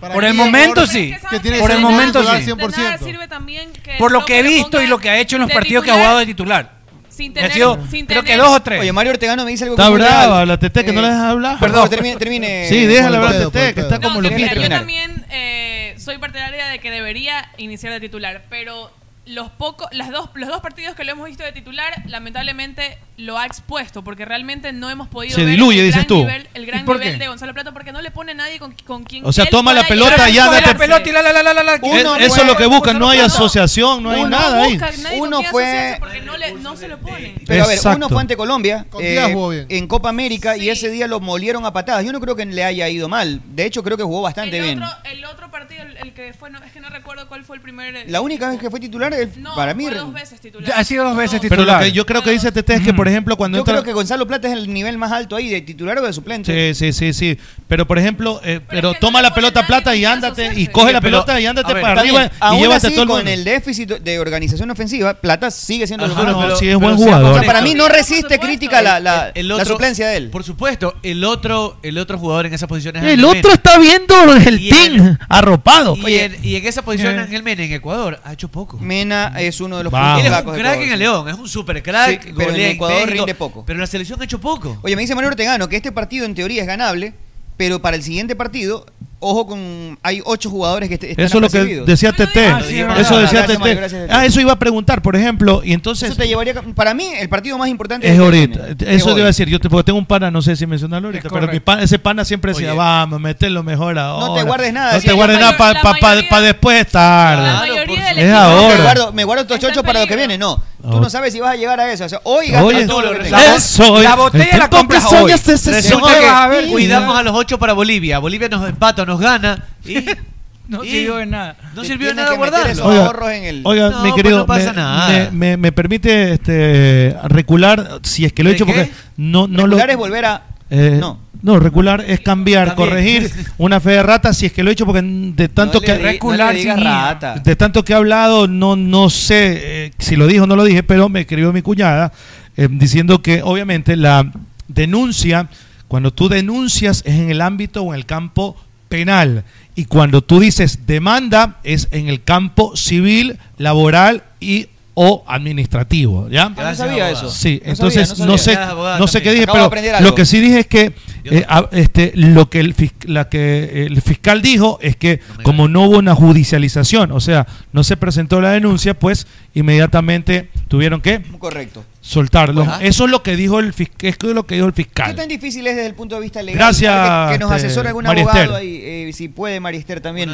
Speaker 13: Para
Speaker 12: Por
Speaker 13: mí
Speaker 12: el
Speaker 13: jugador
Speaker 12: momento sí.
Speaker 13: Que tiene
Speaker 12: Por
Speaker 13: que
Speaker 12: el
Speaker 13: ser
Speaker 12: momento
Speaker 13: titular
Speaker 12: sí.
Speaker 13: 100%.
Speaker 10: De nada sirve también que
Speaker 12: Por lo
Speaker 10: no
Speaker 12: que he
Speaker 10: me
Speaker 12: visto
Speaker 10: pongan
Speaker 12: y lo que ha hecho en los
Speaker 10: de
Speaker 12: partidos que ha
Speaker 10: titular
Speaker 12: jugado de titular.
Speaker 10: Sin
Speaker 12: Ha
Speaker 10: tener,
Speaker 12: sido,
Speaker 10: sin
Speaker 12: creo
Speaker 10: tener-
Speaker 12: que dos o tres.
Speaker 15: Oye, Mario Ortegano me dice algo
Speaker 6: Está
Speaker 15: muy real.
Speaker 6: brava la Tete
Speaker 15: Eh,
Speaker 6: que no la dejas hablar.
Speaker 15: Por favor, termine- termine.
Speaker 6: Sí, déjala
Speaker 15: Por
Speaker 6: hablar
Speaker 15: el pedo, pues, por
Speaker 6: Tete, que
Speaker 15: el pedo.
Speaker 6: está como
Speaker 10: No, que mira,
Speaker 6: loquita.
Speaker 10: yo también eh, soy partidaria de que debería iniciar de titular, pero los pocos, las dos, los dos partidos que lo hemos visto de titular, lamentablemente lo ha expuesto, porque realmente no hemos podido
Speaker 6: Se
Speaker 10: ver
Speaker 6: diluye,
Speaker 10: el
Speaker 6: dices
Speaker 10: gran
Speaker 6: tú.
Speaker 10: nivel, el gran
Speaker 6: ¿Y por
Speaker 10: nivel
Speaker 6: qué?
Speaker 10: de Gonzalo Plata, porque no le pone nadie con, con quien.
Speaker 6: O sea,
Speaker 10: él
Speaker 6: toma la
Speaker 10: pueda
Speaker 6: pelota
Speaker 10: llegar
Speaker 6: y
Speaker 10: a
Speaker 6: anda
Speaker 10: superarse.
Speaker 6: te- pelota y la, la, la, la, la.
Speaker 15: Uno
Speaker 6: Es-
Speaker 15: no
Speaker 6: eso
Speaker 15: puede-
Speaker 6: es lo que buscan, no hay
Speaker 15: Uno-
Speaker 6: asociación, no hay
Speaker 15: uno
Speaker 6: nada ahí.
Speaker 10: busca, nadie
Speaker 15: Uno
Speaker 10: confía en
Speaker 15: fue-
Speaker 10: asociarse porque no, le- no se lo pone.
Speaker 15: Pero a ver, uno
Speaker 6: Exacto.
Speaker 15: fue ante Colombia
Speaker 13: Con Díaz
Speaker 15: eh,
Speaker 13: jugó bien.
Speaker 15: en Copa América y ese día lo molieron a patadas. Yo no creo que le haya ido mal. De hecho, creo que jugó bastante bien.
Speaker 10: El otro partido
Speaker 17: el, el que fue, no, es que no recuerdo cuál fue el primer.
Speaker 15: La única vez que fue titular, el-
Speaker 17: No,
Speaker 15: para mí.
Speaker 17: fue dos veces titular.
Speaker 15: Ya, ha sido dos veces
Speaker 6: Pero
Speaker 15: titular. Mm.
Speaker 6: lo que yo creo que dice Tete es que, por ejemplo, cuando
Speaker 15: Yo
Speaker 6: entra.
Speaker 15: creo que Gonzalo Plata es el nivel más alto ahí, de titular o de suplente.
Speaker 6: Sí, sí, sí, sí. Pero por ejemplo, eh, pero toma la pelota plata y ándate y coge la
Speaker 15: Pero,
Speaker 6: pelota y ándate
Speaker 15: a ver,
Speaker 6: para
Speaker 15: está
Speaker 6: arriba
Speaker 15: bien, aún
Speaker 6: y llévate a
Speaker 15: así,
Speaker 6: todo el mundo.
Speaker 15: Con el déficit de organización ofensiva, Plata sigue siendo
Speaker 6: Ajá,
Speaker 15: el
Speaker 6: no, sí, es buen jugador.
Speaker 15: O sea, para mí no resiste crítica la, la,
Speaker 11: El
Speaker 15: la
Speaker 11: otro-
Speaker 15: suplencia de él.
Speaker 11: Por supuesto, el otro, el otro jugador en esa posición es
Speaker 21: El
Speaker 11: Ángel
Speaker 21: otro
Speaker 11: Mena.
Speaker 21: está viendo el team arropado.
Speaker 11: Y, en, y en esa posición, Ángel Mena en Ecuador ha hecho poco.
Speaker 15: Mena es uno de los
Speaker 21: Vamos.
Speaker 11: Él
Speaker 15: puntos
Speaker 11: es un
Speaker 15: flacos de
Speaker 11: crack
Speaker 15: Ecuador.
Speaker 11: en el León, es un super crack.
Speaker 15: Sí, pero en Ecuador rinde poco.
Speaker 11: Pero en la selección ha hecho poco.
Speaker 15: Oye, me dice Manuel Ortegano que este partido en teoría es ganable, pero para el siguiente partido, ojo con. Hay ocho jugadores que est- están
Speaker 6: Eso es lo que
Speaker 15: apercibidos.
Speaker 6: decía Tete.
Speaker 15: Ah, sí, es verdad.
Speaker 6: eso decía
Speaker 15: Gracias, Mario,
Speaker 6: Tete.
Speaker 15: gracias, Tete.
Speaker 6: Ah, eso iba a preguntar, por ejemplo, y entonces
Speaker 15: Eso te llevaría. Para mí, el partido más importante
Speaker 6: es
Speaker 15: que
Speaker 6: ahorita.
Speaker 15: viene. Es
Speaker 6: Eso te iba
Speaker 15: hoy.
Speaker 6: a decir, yo te, porque tengo un pana, no sé si mencionarlo ahorita, pero
Speaker 15: correcto.
Speaker 6: mi pana- ese pana siempre decía, vamos, meterlo mejor ahora.
Speaker 15: te guardes nada,
Speaker 6: No
Speaker 15: decía
Speaker 6: te
Speaker 15: yo.
Speaker 6: guardes nada para después es tarde. es
Speaker 15: Me
Speaker 6: ahora. Ah,
Speaker 15: guardo, me guardo estos chochos para lo que viene. No, tú no sabes si vas a llegar a eso. O sea, hoy gastas
Speaker 6: Oye,
Speaker 15: todo lo que
Speaker 6: la
Speaker 15: tengas.
Speaker 6: bo- la botella la compras hoy.
Speaker 11: Resulta
Speaker 6: Hoy
Speaker 11: que
Speaker 6: vas a ver,
Speaker 11: cuidamos
Speaker 6: cuidado.
Speaker 11: a los ocho para Bolivia. Bolivia nos empata, nos gana. Y
Speaker 8: No
Speaker 11: y
Speaker 8: sirvió de nada.
Speaker 11: No
Speaker 8: Te
Speaker 11: sirvió de
Speaker 8: tiene
Speaker 11: nada
Speaker 8: que meter
Speaker 11: guardarlo.
Speaker 8: esos
Speaker 6: oiga,
Speaker 11: No,
Speaker 6: mi
Speaker 11: pues
Speaker 6: querido,
Speaker 11: no pasa
Speaker 6: me,
Speaker 11: nada.
Speaker 6: me- me- me permite este, recular, si es que lo he hecho, porque no, no lo.
Speaker 15: Recular es volver a-
Speaker 6: Eh,
Speaker 15: no.
Speaker 6: no. recular es cambiar, corregir una fe de rata, si es que lo he hecho, porque de tanto
Speaker 15: le
Speaker 6: que.
Speaker 15: di- no Recular le digas sin ir. rata.
Speaker 6: De tanto que he hablado, no, no sé eh, si lo dije o no lo dije, pero me escribió mi cuñada eh, diciendo que, obviamente, la denuncia, cuando tú denuncias, es en el ámbito o en el campo penal. Y cuando tú dices demanda, es en el campo civil, laboral y o administrativo, ¿ya?
Speaker 15: Ah, no sabía eso.
Speaker 6: Sí,
Speaker 15: No
Speaker 6: entonces
Speaker 15: sabía, no
Speaker 6: no,
Speaker 15: sabía. Gracias,
Speaker 6: sé,
Speaker 15: abogada,
Speaker 6: no sé qué
Speaker 15: también.
Speaker 6: dije,
Speaker 15: Acabo de aprender
Speaker 6: pero
Speaker 15: algo.
Speaker 6: lo que sí dije es que eh, a- este, lo que el, fis- la que eh, el fiscal dijo es que como no hubo una judicialización, o sea, no se presentó la denuncia, pues inmediatamente tuvieron que
Speaker 15: Correcto.
Speaker 6: soltarlo.
Speaker 15: Ajá.
Speaker 6: Eso es lo que dijo el fiscal. Es lo que dijo el
Speaker 15: ¿Qué
Speaker 6: fiscal.
Speaker 15: tan difícil es desde el punto de vista legal?
Speaker 6: Gracias,
Speaker 15: Que, que nos
Speaker 6: este,
Speaker 15: asesore algún
Speaker 6: María
Speaker 15: abogado
Speaker 6: Esther.
Speaker 15: ahí, eh, si puede, Marister también.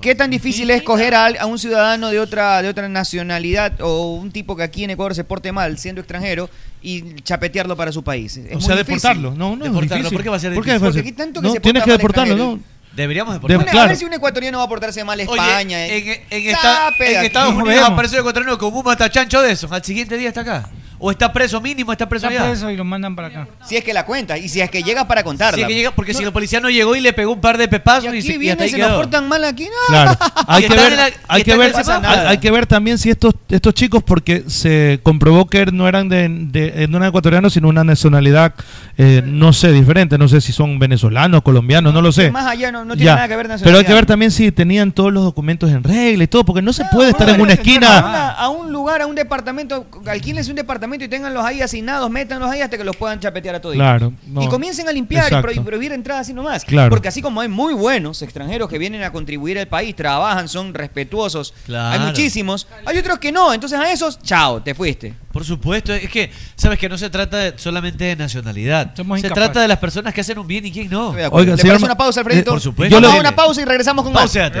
Speaker 15: ¿Qué tan difícil es coger a, al- a un ciudadano de otra, de otra nacionalidad o un tipo que aquí en Ecuador se porte mal siendo extranjero y chapetearlo para su país? Es
Speaker 6: o
Speaker 15: muy
Speaker 6: sea,
Speaker 15: difícil.
Speaker 6: deportarlo. No, no, es
Speaker 11: Deportarlo,
Speaker 6: difícil.
Speaker 11: ¿por qué va a ser
Speaker 6: ¿Por qué es fácil?
Speaker 11: difícil?
Speaker 15: Porque aquí tanto que
Speaker 6: no,
Speaker 15: se
Speaker 6: tienes
Speaker 15: porta
Speaker 6: que
Speaker 15: mal
Speaker 6: deportarlo,
Speaker 15: extranjero.
Speaker 6: ¿no?
Speaker 11: Deberíamos
Speaker 15: Bueno,
Speaker 11: deportarlo.
Speaker 15: A ver si un ecuatoriano va a portarse mal a España. eh.
Speaker 11: en, en esta-
Speaker 15: Sape de
Speaker 11: en
Speaker 15: aquí.
Speaker 11: Estados
Speaker 15: Nos
Speaker 11: Unidos
Speaker 15: vemos.
Speaker 11: apareció de contrario con un matachancho de esos. Al siguiente día está acá. O está preso mínimo, está preso
Speaker 15: Está
Speaker 11: allá.
Speaker 15: preso
Speaker 11: y lo mandan para acá.
Speaker 15: Si es que la cuenta y si es que llegas para contarla.
Speaker 11: Si es que llega, porque
Speaker 15: No,
Speaker 11: si la policía no llegó y le pegó un par de pepazos y,
Speaker 15: aquí
Speaker 11: se, y hasta
Speaker 15: viene,
Speaker 11: ahí
Speaker 15: se nos
Speaker 11: quedó.
Speaker 15: portan mal aquí. No.
Speaker 6: Claro. Hay
Speaker 11: Y
Speaker 6: que
Speaker 11: están
Speaker 6: ver,
Speaker 11: en la-
Speaker 6: hay
Speaker 11: y
Speaker 6: que
Speaker 11: están
Speaker 6: ver,
Speaker 11: en el semáforo.
Speaker 6: hay, hay que ver también si estos estos chicos, porque se comprobó que no eran de, de- eh, no eran ecuatorianos, sino una nacionalidad, eh, no sé, diferente. No sé si son venezolanos, colombianos, no lo sé.
Speaker 15: Más allá no- no tiene nada que ver
Speaker 6: Pero hay
Speaker 15: nacionalidad.
Speaker 6: que ver también si tenían todos los documentos en regla y todo, porque no se puede estar en una
Speaker 15: A,
Speaker 6: esquina.
Speaker 15: una- a un lugar, a un departamento, alquílense un departamento y tenganlos ahí asignados, métanlos ahí hasta que los puedan chapetear a todos.
Speaker 6: Claro, no.
Speaker 15: y comiencen a limpiar y
Speaker 6: Exacto.
Speaker 15: pro- y prohibir entradas así nomás.
Speaker 6: Claro.
Speaker 15: Porque así como hay muy buenos extranjeros que vienen a contribuir al país, trabajan, son respetuosos, hay
Speaker 11: Claro.
Speaker 15: muchísimos, hay otros que no, entonces a esos, chao, te fuiste.
Speaker 11: Por supuesto, es que, sabes que no se trata de- solamente de nacionalidad. se
Speaker 15: incapaces.
Speaker 11: trata de las personas que hacen un bien y quién no.
Speaker 6: Oiga,
Speaker 15: ¿Le
Speaker 6: señor
Speaker 15: parece
Speaker 6: Ma-
Speaker 15: una pausa, Alfredito?
Speaker 6: eh, por supuesto.
Speaker 15: Vamos
Speaker 6: Yo
Speaker 15: a
Speaker 6: le-
Speaker 15: una pausa y regresamos con más.
Speaker 11: Pauseate.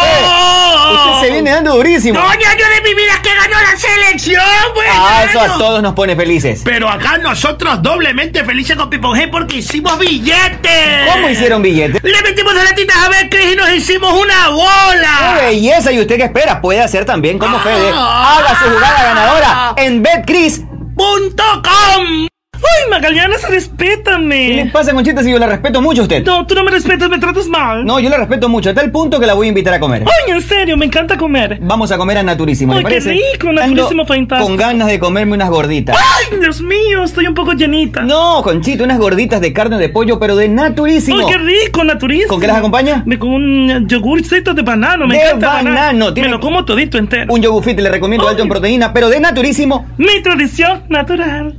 Speaker 14: Fe? Usted se viene
Speaker 30: caminando durísimo.
Speaker 14: ¡Coño, año de mi vida que ganó la selección, güey!
Speaker 30: Ah, eso
Speaker 14: hermano!
Speaker 30: a todos nos pone felices.
Speaker 14: Pero acá nosotros doblemente felices con Pipo G porque hicimos billetes.
Speaker 30: ¿Cómo hicieron billetes?
Speaker 14: Le metimos de latitas a ver y nos hicimos una bola.
Speaker 30: ¡Qué belleza! ¿Y usted qué espera? Puede hacer también
Speaker 14: Ah.
Speaker 30: como Fede. Haga su jugada ganadora en BetCris.com.
Speaker 14: ¡Ay, Magaliana, respétame!
Speaker 30: ¿Qué le pasa, Conchita, si yo la respeto mucho a usted?
Speaker 14: No, tú no me respetas, me tratas mal.
Speaker 30: No, yo la respeto mucho, a tal punto que la voy a invitar a comer.
Speaker 14: ¡Ay, en serio, me encanta comer!
Speaker 30: Vamos a comer a Naturísimo, ¿le
Speaker 14: ¡Ay, qué
Speaker 30: parece?
Speaker 14: rico!
Speaker 30: Ando
Speaker 14: Naturísimo fantástico.
Speaker 30: Con ganas de comerme unas gorditas.
Speaker 14: ¡Ay, Dios mío! Estoy un poco llenita.
Speaker 30: No, Conchita, unas gorditas de carne de pollo, pero de Naturísimo.
Speaker 14: ¡Ay, qué rico, naturísimo!
Speaker 30: ¿Con qué las acompaña?
Speaker 14: Con un yogurcito de banano, me
Speaker 30: de
Speaker 14: encanta
Speaker 30: banano,
Speaker 14: Me lo como todito entero.
Speaker 30: Un yogurfit le recomiendo alto en proteína, pero de naturísimo.
Speaker 14: Mi tradición natural.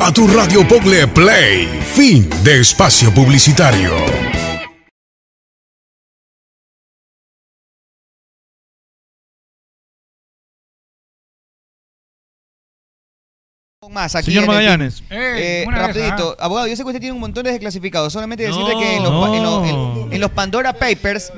Speaker 23: A tu radio Pogle Play, fin de espacio publicitario.
Speaker 15: Más aquí
Speaker 6: Señor
Speaker 15: en el
Speaker 6: Magallanes.
Speaker 15: team.
Speaker 6: Ey,
Speaker 15: Eh,
Speaker 6: una vez,
Speaker 15: rapidito,
Speaker 6: ajá.
Speaker 15: abogado, yo sé que usted tiene un montón de desclasificados. Solamente decirle
Speaker 11: No,
Speaker 15: que en los, pa- en los-
Speaker 11: no.
Speaker 15: en- en los Pandora Papers, en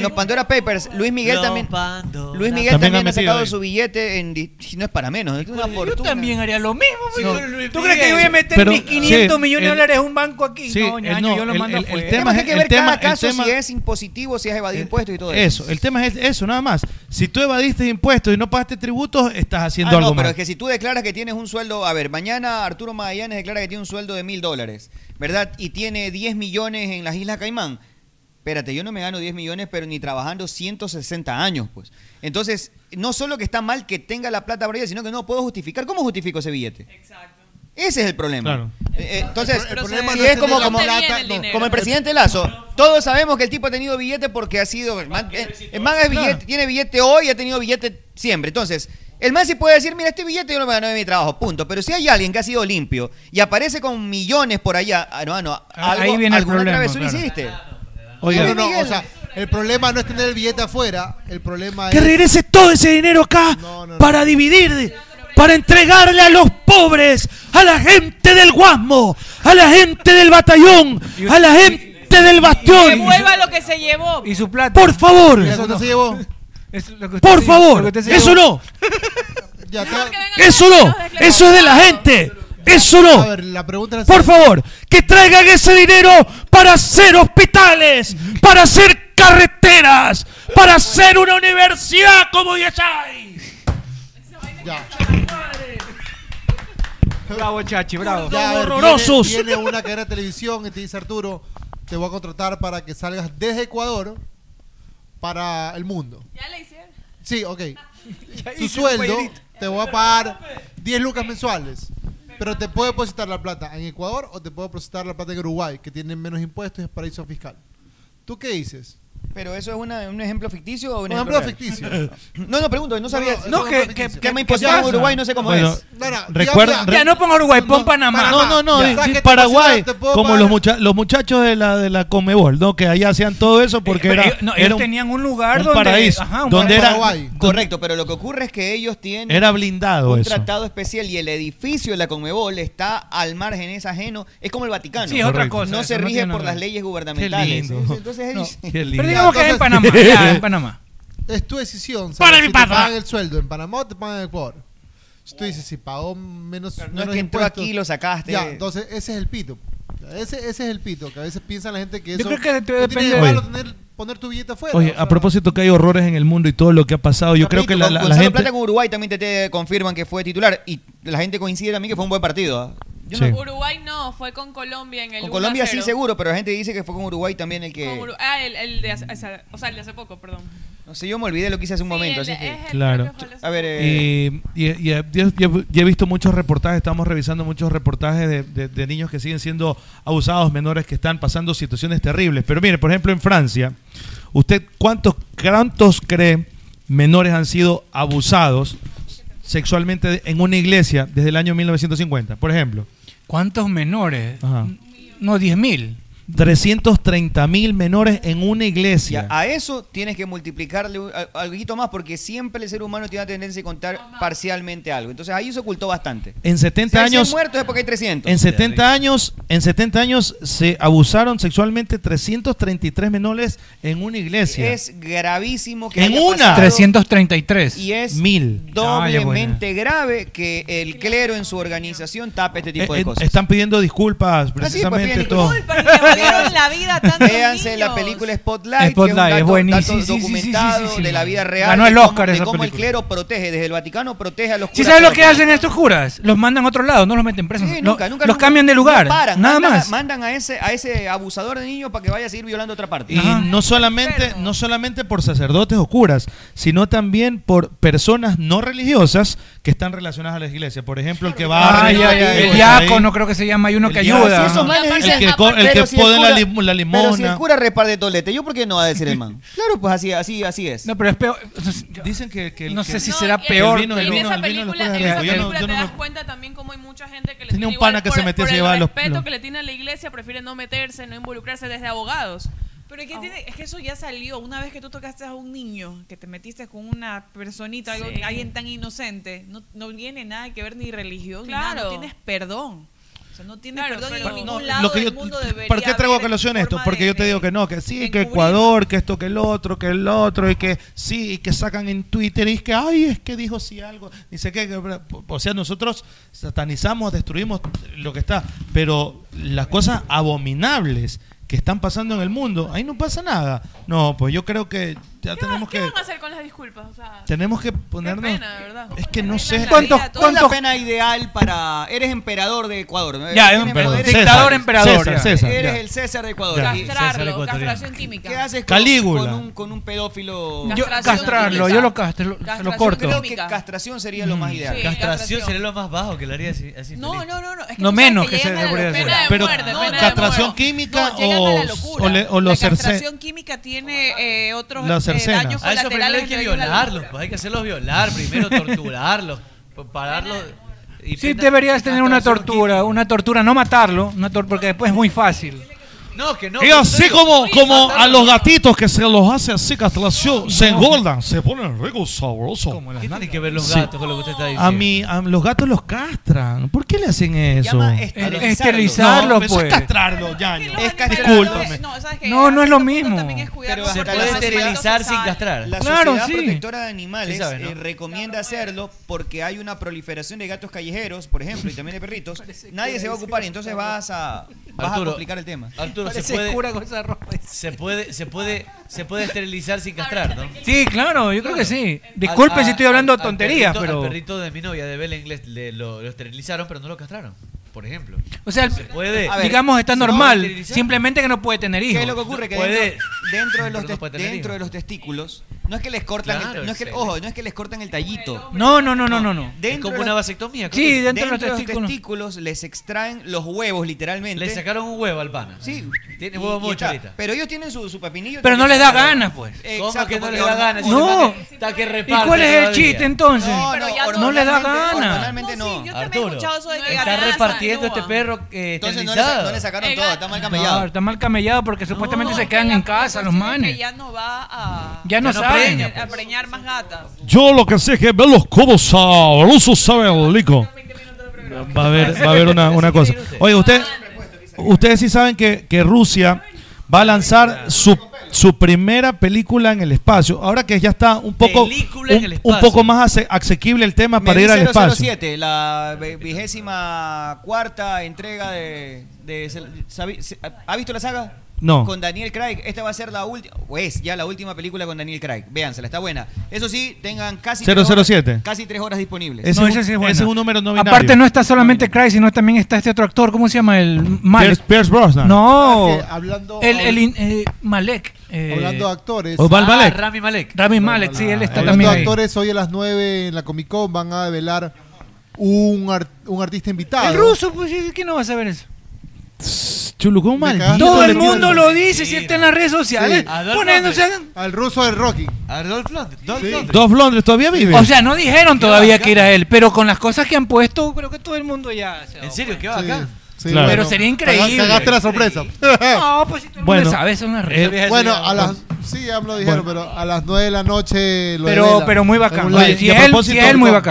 Speaker 15: los Pandora Papers, Luis Miguel
Speaker 11: Los
Speaker 15: también,
Speaker 11: Pandora
Speaker 15: Luis Miguel
Speaker 11: Papers.
Speaker 15: también,
Speaker 11: También
Speaker 15: ha
Speaker 11: han metido
Speaker 15: sacado
Speaker 11: ahí.
Speaker 15: su billete en, di- no es para menos, es una
Speaker 31: Yo
Speaker 15: fortuna.
Speaker 31: también haría lo mismo.
Speaker 15: Sí.
Speaker 31: güey.
Speaker 15: No.
Speaker 31: ¿Tú crees que yo voy a meter
Speaker 15: Pero,
Speaker 31: mis 500
Speaker 15: sí,
Speaker 31: millones de
Speaker 15: el-
Speaker 31: dólares en un banco aquí?
Speaker 15: Sí,
Speaker 31: no,
Speaker 15: el-
Speaker 31: ñaño,
Speaker 15: no,
Speaker 31: yo lo
Speaker 15: el-
Speaker 31: mando
Speaker 15: el- el
Speaker 31: afuera.
Speaker 15: tema Tenemos que ver cada caso
Speaker 6: tema-
Speaker 15: si es impositivo, si es evadir impuestos y todo eso.
Speaker 6: Eso, el tema es eso, nada más. Si tú evadiste impuestos y no pagaste tributos, estás haciendo
Speaker 15: Ah,
Speaker 6: algo
Speaker 15: no, pero
Speaker 6: mal.
Speaker 15: es que si tú declaras que tienes un sueldo, a ver, mañana Arturo Magallanes declara que tiene un sueldo de mil dólares, ¿verdad? Y tiene 10 millones en las Islas Caimán. Espérate, yo no me gano 10 millones, pero ni trabajando 160 años, pues. Entonces, no solo que está mal que tenga la plata para ella, sino que no puedo justificar. ¿Cómo justifico ese billete? Exacto. Ese es el problema.
Speaker 6: Claro.
Speaker 15: Eh, eh, entonces,
Speaker 6: El pro- el problema
Speaker 15: si
Speaker 6: no
Speaker 15: es
Speaker 6: es
Speaker 15: como,
Speaker 6: tener
Speaker 15: como,
Speaker 6: la plata,
Speaker 15: como
Speaker 6: el dinero.
Speaker 15: como el presidente Lazo, todos sabemos que el tipo ha tenido billete porque ha sido. El man, eh, el man es billete- tiene billete hoy y ha tenido billete siempre. Entonces, el man sí puede decir: Mira, este billete yo lo me gané de mi trabajo, punto. Pero si hay alguien que ha sido limpio y aparece con millones por allá, ah, no, no, algo,
Speaker 13: ahí viene el
Speaker 15: alguna
Speaker 13: problema,
Speaker 15: travesura
Speaker 13: claro.
Speaker 15: hiciste.
Speaker 13: Oiga.
Speaker 15: Luis
Speaker 13: No, no,
Speaker 15: Miguel.
Speaker 13: o sea, el problema no es tener el billete afuera, el problema
Speaker 1: Que
Speaker 13: es...
Speaker 1: regrese todo ese dinero acá para dividir, para entregarle a los pobres, a la gente del Guasmo, a la gente del batallón, a la gente del bastión.
Speaker 10: Devuelva lo que se llevó.
Speaker 31: Y su plata.
Speaker 1: Por favor.
Speaker 31: Es lo que usted
Speaker 1: Por
Speaker 31: se-
Speaker 1: favor,
Speaker 31: lo que usted se
Speaker 1: eso
Speaker 31: llevó.
Speaker 1: no, eso no, eso es de la gente, eso
Speaker 13: A
Speaker 1: no.
Speaker 13: ver, la pregunta es
Speaker 1: Por favor, que traigan ese dinero para hacer hospitales, para hacer carreteras, para hacer una universidad como Yashay.
Speaker 31: Bravo, Chachi, bravo.
Speaker 13: Ya, a ver,
Speaker 1: horrorosos.
Speaker 13: Viene, viene una cadena de televisión y te dice Arturo, te voy a contratar para que salgas desde Ecuador para el mundo.
Speaker 10: Ya le hicieron.
Speaker 13: Sí, ok. Tu
Speaker 10: hice un
Speaker 13: sueldo
Speaker 10: cuadrito.
Speaker 13: te voy a pagar 10 lucas mensuales. Pero te puedo depositar la plata en Ecuador o te puedo depositar la plata en Uruguay, que tienen menos impuestos y es paraíso fiscal. ¿Tú qué dices?
Speaker 15: Pero eso es una- un ejemplo ficticio o un,
Speaker 13: Un ejemplo
Speaker 15: real?
Speaker 13: ficticio.
Speaker 15: No, no, pregunto, no sabía.
Speaker 13: No, no, es un ejemplo
Speaker 15: que,
Speaker 13: ficticio.
Speaker 15: me impusieron en
Speaker 13: pasa?
Speaker 15: Uruguay, no sé cómo
Speaker 6: Bueno,
Speaker 15: es.
Speaker 6: recuerda-
Speaker 31: Ya no ponga Uruguay, pon Panamá.
Speaker 6: No, no, no,
Speaker 31: Ya.
Speaker 6: di-
Speaker 31: Saque
Speaker 6: di
Speaker 31: tu
Speaker 6: Paraguay,
Speaker 31: posición, te puedo
Speaker 6: como
Speaker 31: pagar.
Speaker 6: los, mucha- los muchachos de la de la Comebol, ¿no? Que allá hacían todo eso porque
Speaker 31: Pero
Speaker 6: era,
Speaker 31: ellos- no,
Speaker 6: era
Speaker 31: ellos
Speaker 6: un-
Speaker 31: tenían un lugar
Speaker 6: un
Speaker 31: donde.
Speaker 6: paraíso,
Speaker 31: ajá, un
Speaker 6: donde
Speaker 31: paraíso.
Speaker 6: era-
Speaker 15: Correcto, pero lo que ocurre es que ellos tienen
Speaker 6: Era blindado
Speaker 15: un
Speaker 6: eso.
Speaker 15: tratado especial y el edificio de la Conmebol está al margen, es ajeno, es como el Vaticano.
Speaker 31: Sí, es otra Correcto. cosa,
Speaker 15: No se
Speaker 31: eso no
Speaker 15: rige
Speaker 31: tiene nada
Speaker 15: por
Speaker 31: que
Speaker 15: las
Speaker 31: ver.
Speaker 15: leyes
Speaker 31: Qué
Speaker 15: gubernamentales.
Speaker 31: lindo.
Speaker 15: Entonces, Entonces ellos-
Speaker 31: Qué lindo. Pero digamos que es en Panamá, ya, en Panamá.
Speaker 13: Es tu decisión. ¿sabes?
Speaker 31: Para mi
Speaker 13: si te
Speaker 31: patria.
Speaker 13: pagan el sueldo en Panamá o te pagan en Ecuador. Si tú dices, si pagó menos.
Speaker 15: no
Speaker 13: menos
Speaker 15: es que entró
Speaker 13: impuestos,
Speaker 15: aquí y lo sacaste.
Speaker 13: Ya, entonces ese es el pito. Ese, ese es el pito, que a veces piensa la gente que
Speaker 31: Yo
Speaker 13: eso.
Speaker 31: creo que
Speaker 13: no
Speaker 31: depende-
Speaker 13: tiene de malo tener poner tu billete afuera.
Speaker 6: Oye, a propósito que hay horrores en el mundo y todo lo que ha pasado, yo creo que la, la- la
Speaker 15: Gonzalo
Speaker 6: gente...
Speaker 15: Plata con Uruguay también te, te confirman que fue titular y la gente coincide también que fue un buen partido. ¿ah? Yo no-
Speaker 17: No, Uruguay no, fue con Colombia en el
Speaker 15: con Colombia sí
Speaker 17: 1-0.
Speaker 15: seguro, pero la gente dice que fue con Uruguay también el
Speaker 17: Con
Speaker 15: que...
Speaker 17: Uru- Ah, el, el de hace, o sea, o sea, el de hace poco, perdón.
Speaker 15: No sé, yo me olvidé lo que hice hace un momento, así que...
Speaker 6: Claro.
Speaker 15: A ver, eh,
Speaker 6: Eh, y, y- y- yo- yo- yo he visto muchos reportajes, estamos revisando muchos reportajes de, de- de niños que siguen siendo abusados, menores que están pasando situaciones terribles. Pero mire, por ejemplo, en Francia, ¿usted cuántos, cuántos cree menores han sido abusados sexualmente en una iglesia desde el año 1950? Por ejemplo.
Speaker 8: ¿Cuántos menores?
Speaker 6: No, 10 mil. 330 mil menores en una iglesia.
Speaker 15: a eso tienes que multiplicarle un- a- algo más porque siempre el ser humano tiene la tendencia a contar parcialmente algo. Entonces ahí se ocultó bastante.
Speaker 6: En 70
Speaker 15: Si hay 100
Speaker 6: años...
Speaker 15: muertos es porque hay 300.
Speaker 6: En 70 años, en 70 años se abusaron sexualmente 333 menores en una iglesia.
Speaker 15: Es gravísimo que
Speaker 6: en
Speaker 15: haya
Speaker 6: una.
Speaker 15: pasado
Speaker 6: 333.
Speaker 15: Y es
Speaker 6: mil. Ah,
Speaker 15: doblemente grave que el clero en su organización tape
Speaker 8: Ah,
Speaker 15: este tipo
Speaker 6: Eh,
Speaker 15: de
Speaker 6: eh,
Speaker 15: cosas. Ah, pues,
Speaker 6: están pidiendo disculpas precisamente
Speaker 15: piden
Speaker 6: todo.
Speaker 10: la vida
Speaker 15: Véanse la película Spotlight, que es un
Speaker 6: Spotlight, es
Speaker 15: dato-
Speaker 6: buenísimo.
Speaker 15: dato
Speaker 6: Sí, sí, sí, sí,
Speaker 15: documentado
Speaker 6: sí, sí, sí.
Speaker 15: de la vida real.
Speaker 8: Ganó
Speaker 15: de
Speaker 8: el
Speaker 15: cómo-
Speaker 8: Oscar
Speaker 15: de
Speaker 8: esa
Speaker 15: cómo el
Speaker 8: película.
Speaker 15: clero protege, desde el Vaticano protege a los
Speaker 8: ¿Sí
Speaker 15: curas
Speaker 8: sabes lo que
Speaker 15: católicos.
Speaker 8: hacen estos curas? Los mandan a otro lado, no los meten presos.
Speaker 15: Sí,
Speaker 8: No,
Speaker 15: nunca, nunca,
Speaker 8: los
Speaker 15: nunca.
Speaker 8: cambian de lugar.
Speaker 15: No paran,
Speaker 8: nada
Speaker 15: mandan a-
Speaker 8: más.
Speaker 15: Mandan a ese, a ese abusador de niños para que vaya a seguir violando a otra parte.
Speaker 6: Y no solamente, no solamente por sacerdotes o curas, sino también por personas no religiosas que están relacionadas a la iglesia. Por ejemplo, el que va a
Speaker 8: Ay, ay, ay, el diácono creo que se llama, hay uno que ayuda.
Speaker 6: El que, co- el que
Speaker 15: Pero si
Speaker 6: pone la,
Speaker 15: cura-
Speaker 6: lim- la
Speaker 15: Pero si el
Speaker 6: limona.
Speaker 15: cura reparte tolete, ¿yo por qué no va a decir el man? Claro, pues así, así, así es.
Speaker 8: No, pero es peor.
Speaker 6: Dicen que,
Speaker 8: No sé si
Speaker 17: No,
Speaker 8: será
Speaker 17: y-
Speaker 8: peor.
Speaker 17: y en esa película, en esa película te das cuenta también cómo hay mucha gente que le tiene
Speaker 6: Tenía un pana
Speaker 17: igual
Speaker 6: que
Speaker 17: por-
Speaker 6: se metía,
Speaker 17: por
Speaker 6: se
Speaker 17: el
Speaker 6: llevaba los-
Speaker 17: respeto
Speaker 6: los-
Speaker 17: que le tiene a la iglesia, prefiere no meterse, no involucrarse desde abogados.
Speaker 10: Pero es que, tiene- es que eso ya salió. Una vez que tú tocaste a un niño, que te metiste con una personita, algo-
Speaker 17: Sí.
Speaker 10: alguien tan inocente, no, no tiene nada que ver ni religión, ni nada.
Speaker 17: Claro.
Speaker 10: No tienes perdón. O sea, no tienes perdón
Speaker 17: pero-
Speaker 10: en ningún
Speaker 17: No,
Speaker 10: lado
Speaker 6: Lo que
Speaker 10: del
Speaker 6: yo-
Speaker 10: mundo debería
Speaker 6: ¿Por qué traigo a
Speaker 10: haber
Speaker 6: colación esto?
Speaker 10: forma
Speaker 6: Porque
Speaker 10: de-
Speaker 6: yo te digo que no, que sí, que Ecuador, que esto, que el otro, que el otro, y que sí, y que sacan en Twitter, y es que, ay, es que dijo sí algo. Dice que, que- o sea, nosotros satanizamos, destruimos lo que está, pero las cosas abominables que están pasando en el mundo, ahí no pasa nada. No, pues yo creo que ya tenemos
Speaker 17: ¿Qué
Speaker 6: que...
Speaker 17: van a hacer con las disculpas? O sea,
Speaker 6: Tenemos que ponernos...
Speaker 17: pena, de verdad.
Speaker 6: es que no sé...
Speaker 15: ¿Cuántos, ¿Cuál es la pena ideal para... Eres emperador de Ecuador. ¿no?
Speaker 6: Ya, es
Speaker 15: Eres
Speaker 6: un perdón.
Speaker 15: eres-
Speaker 6: Dictador, emperador, ya.
Speaker 15: Eres
Speaker 6: ya.
Speaker 15: el César de Ecuador.
Speaker 6: Ya.
Speaker 15: Y-
Speaker 6: Castrarlo, César ecuatoriano. castración
Speaker 10: química.
Speaker 15: ¿Qué haces con,
Speaker 6: Calígula.
Speaker 15: con un, con un pedófilo?
Speaker 8: Yo- Castración castrarlo, química. yo lo castro, lo- se lo
Speaker 15: Castración,
Speaker 8: corto.
Speaker 15: Creo que castración sería lo más ideal.
Speaker 11: Mm. castración sería lo más bajo que le haría así. así
Speaker 10: No,
Speaker 11: feliz.
Speaker 10: no, no, no. Es que
Speaker 11: No
Speaker 10: tú sabes
Speaker 11: menos que se
Speaker 10: llegan a la
Speaker 11: debería
Speaker 10: locura.
Speaker 11: hacer. Pena de
Speaker 6: Pero,
Speaker 10: muerte,
Speaker 6: no,
Speaker 10: pena de
Speaker 6: ¿castración
Speaker 10: muerte.
Speaker 6: química
Speaker 10: No, llegan a
Speaker 6: o,
Speaker 10: la locura.
Speaker 6: o, le- o
Speaker 10: la
Speaker 6: los cerce-
Speaker 10: castración química tiene eh, otros
Speaker 6: Los
Speaker 10: eh,
Speaker 6: cercenas.
Speaker 10: daños
Speaker 11: A eso primero
Speaker 10: colaterales.
Speaker 11: hay que
Speaker 10: que ayudan a la
Speaker 11: violarlos,
Speaker 10: locura.
Speaker 11: pues hay que hacerlos violar primero, torturarlos, pa- pararlos. Y
Speaker 8: Sí,
Speaker 11: pena-
Speaker 8: deberías tener una tortura, una tortura, no matarlo, una tor- porque después es muy fácil.
Speaker 11: No, que no.
Speaker 6: Y así como, como a los gatitos que se los hace así castración, se engordan, se ponen ricos, sabrosos.
Speaker 11: ¿Qué tiene que ver los
Speaker 6: Sí.
Speaker 11: gatos con lo que usted está diciendo?
Speaker 6: A mí, a los gatos los castran. ¿Por qué le hacen eso? Eh,
Speaker 11: Llama
Speaker 6: No,
Speaker 8: Esterilizarlo,
Speaker 6: pero eso
Speaker 8: pues.
Speaker 6: es castrarlo, ya.
Speaker 15: Es
Speaker 6: Discúlpame.
Speaker 8: No, no es lo mismo.
Speaker 15: Pero
Speaker 11: Se
Speaker 15: hasta
Speaker 11: puede
Speaker 15: la sociedad-
Speaker 11: esterilizar sin castrar.
Speaker 15: La
Speaker 8: Claro,
Speaker 15: Sociedad
Speaker 8: sí.
Speaker 15: Protectora de Animales
Speaker 11: Sí sabe, ¿no?
Speaker 15: eh, recomienda hacerlo porque hay una proliferación de gatos callejeros, por ejemplo, y también de perritos. Nadie se va a ocupar y entonces vas a, vas a
Speaker 11: Arturo,
Speaker 15: complicar el tema.
Speaker 11: Arturo, se puede, se puede, se puede, se puede esterilizar sin castrar, ¿no?
Speaker 8: Sí, claro, yo creo que sí. Disculpen
Speaker 11: Al-
Speaker 8: si estoy hablando
Speaker 11: Ah, al- al
Speaker 8: tonterías,
Speaker 11: perrito-
Speaker 8: pero...
Speaker 11: Al perrito de mi novia, de Bella Inglés, le- lo, lo esterilizaron, pero no lo castraron, por ejemplo.
Speaker 8: O sea, el-
Speaker 11: se puede.
Speaker 8: digamos, está
Speaker 11: se puede
Speaker 8: normal.
Speaker 11: esterilizar.
Speaker 8: Simplemente que no puede tener hijos.
Speaker 15: ¿Qué es lo que ocurre? Que
Speaker 8: Puede-
Speaker 15: dentro, dentro de
Speaker 8: Pero
Speaker 15: los
Speaker 8: no
Speaker 15: tes-
Speaker 8: puede tener
Speaker 15: dentro de los testículos no es que les cortan
Speaker 8: Claro,
Speaker 15: el, no es que,
Speaker 8: excelente.
Speaker 15: ojo, no es que les cortan el tallito.
Speaker 8: No, no, no, no, no. no.
Speaker 15: Dentro de los- testículos les extraen los huevos, literalmente.
Speaker 11: Le sacaron un huevo al pana.
Speaker 15: Sí.
Speaker 11: Tiene
Speaker 15: Y-
Speaker 11: huevo
Speaker 15: y
Speaker 11: mucho
Speaker 15: está.
Speaker 11: ahorita.
Speaker 15: Pero ellos tienen su, su pepinillo.
Speaker 8: Pero no
Speaker 15: también.
Speaker 8: les da ganas, pues.
Speaker 11: ¿Cómo
Speaker 15: Exacto,
Speaker 11: que no
Speaker 15: porque
Speaker 11: le da
Speaker 15: hormon-
Speaker 11: ganas?
Speaker 8: No.
Speaker 11: Está que
Speaker 8: ¿Y
Speaker 11: reparte
Speaker 8: cuál es el
Speaker 11: todavía.
Speaker 8: chiste entonces? No,
Speaker 11: No, no, ya no.
Speaker 8: le da
Speaker 11: Hormonalmente-
Speaker 8: ganas.
Speaker 15: hormonalmente no.
Speaker 11: Arturo, está
Speaker 8: ganas,
Speaker 11: repartiendo este perro eh,
Speaker 15: Entonces no le,
Speaker 11: esterilizado.
Speaker 15: sa- no le sacaron todo, está mal
Speaker 8: No,
Speaker 15: camellado.
Speaker 8: está mal camellado porque supuestamente se quedan en casa los manes.
Speaker 10: Ya no va a,
Speaker 8: Ya no
Speaker 10: a
Speaker 8: saben.
Speaker 10: preñar- a preñar más gatas.
Speaker 7: Yo lo que sé es que verlos como sabrosos sabe el lico.
Speaker 6: Va a haber, va a haber una, una cosa. Oye, usted, ustedes sí saben que, que Rusia va a lanzar su, su primera película en el espacio. Ahora que ya está un poco,
Speaker 15: Película en el
Speaker 6: un, un
Speaker 15: espacio.
Speaker 6: poco más ace- asequible el tema para
Speaker 15: Me
Speaker 6: ir
Speaker 15: di
Speaker 6: al espacio.
Speaker 15: 007, la ve- vigésima cuarta entrega de... de- se- sabi- se- ¿Ha visto la saga?
Speaker 6: No.
Speaker 15: Con Daniel Craig. Esta va a ser la última, o es ya la última película con Daniel Craig. Véansela, está buena. Eso sí, tengan casi. tres horas-
Speaker 6: 007.
Speaker 15: casi tres horas disponibles.
Speaker 12: Ese es un-
Speaker 6: ese es un número no binario.
Speaker 12: Aparte no está solamente Cry, sino también está este otro actor, ¿cómo se llama? El Malek.
Speaker 6: Pierce- Pierce Brosnan.
Speaker 12: No.
Speaker 6: Ah, que hablando-
Speaker 12: el, el in- eh, Malek. eh,
Speaker 13: Hablando de actores.
Speaker 12: Osval
Speaker 13: Ah,
Speaker 12: Malek.
Speaker 13: Rami Malek.
Speaker 12: Rami Malek, sí, él está
Speaker 13: Hablando
Speaker 12: también
Speaker 13: de
Speaker 12: ahí.
Speaker 13: actores, hoy a las 9 en la Comic Con van a develar un, ar- un artista invitado.
Speaker 12: El ruso, pues ¿y ¿quién no va a saber eso?
Speaker 6: Chulucón
Speaker 13: maldito
Speaker 12: Todo el
Speaker 13: le tiene-
Speaker 12: mundo lo dice, si él está en las redes sociales.
Speaker 13: Sí. Adolfo
Speaker 12: Poniéndose.
Speaker 13: Al ruso del Rocky.
Speaker 11: Adolf Londres.
Speaker 6: Dos Londres todavía vive.
Speaker 12: O sea, no dijeron todavía que era él, pero con las cosas que han puesto, creo que todo el mundo ya.
Speaker 11: ¿En serio? ¿Qué va acá?
Speaker 13: Sí,
Speaker 12: Pero
Speaker 13: bueno.
Speaker 12: sería increíble.
Speaker 13: Cagaste la sorpresa.
Speaker 12: No, pues si todo el mundo sabe, son las redes.
Speaker 13: Eh, bueno, a las, sí, ya me lo dijeron, pero a las 9 de la noche lo
Speaker 12: Pero-
Speaker 13: develan.
Speaker 12: pero muy
Speaker 13: En
Speaker 12: bacán.
Speaker 13: un
Speaker 6: Oye,
Speaker 13: live.
Speaker 6: y a propósito,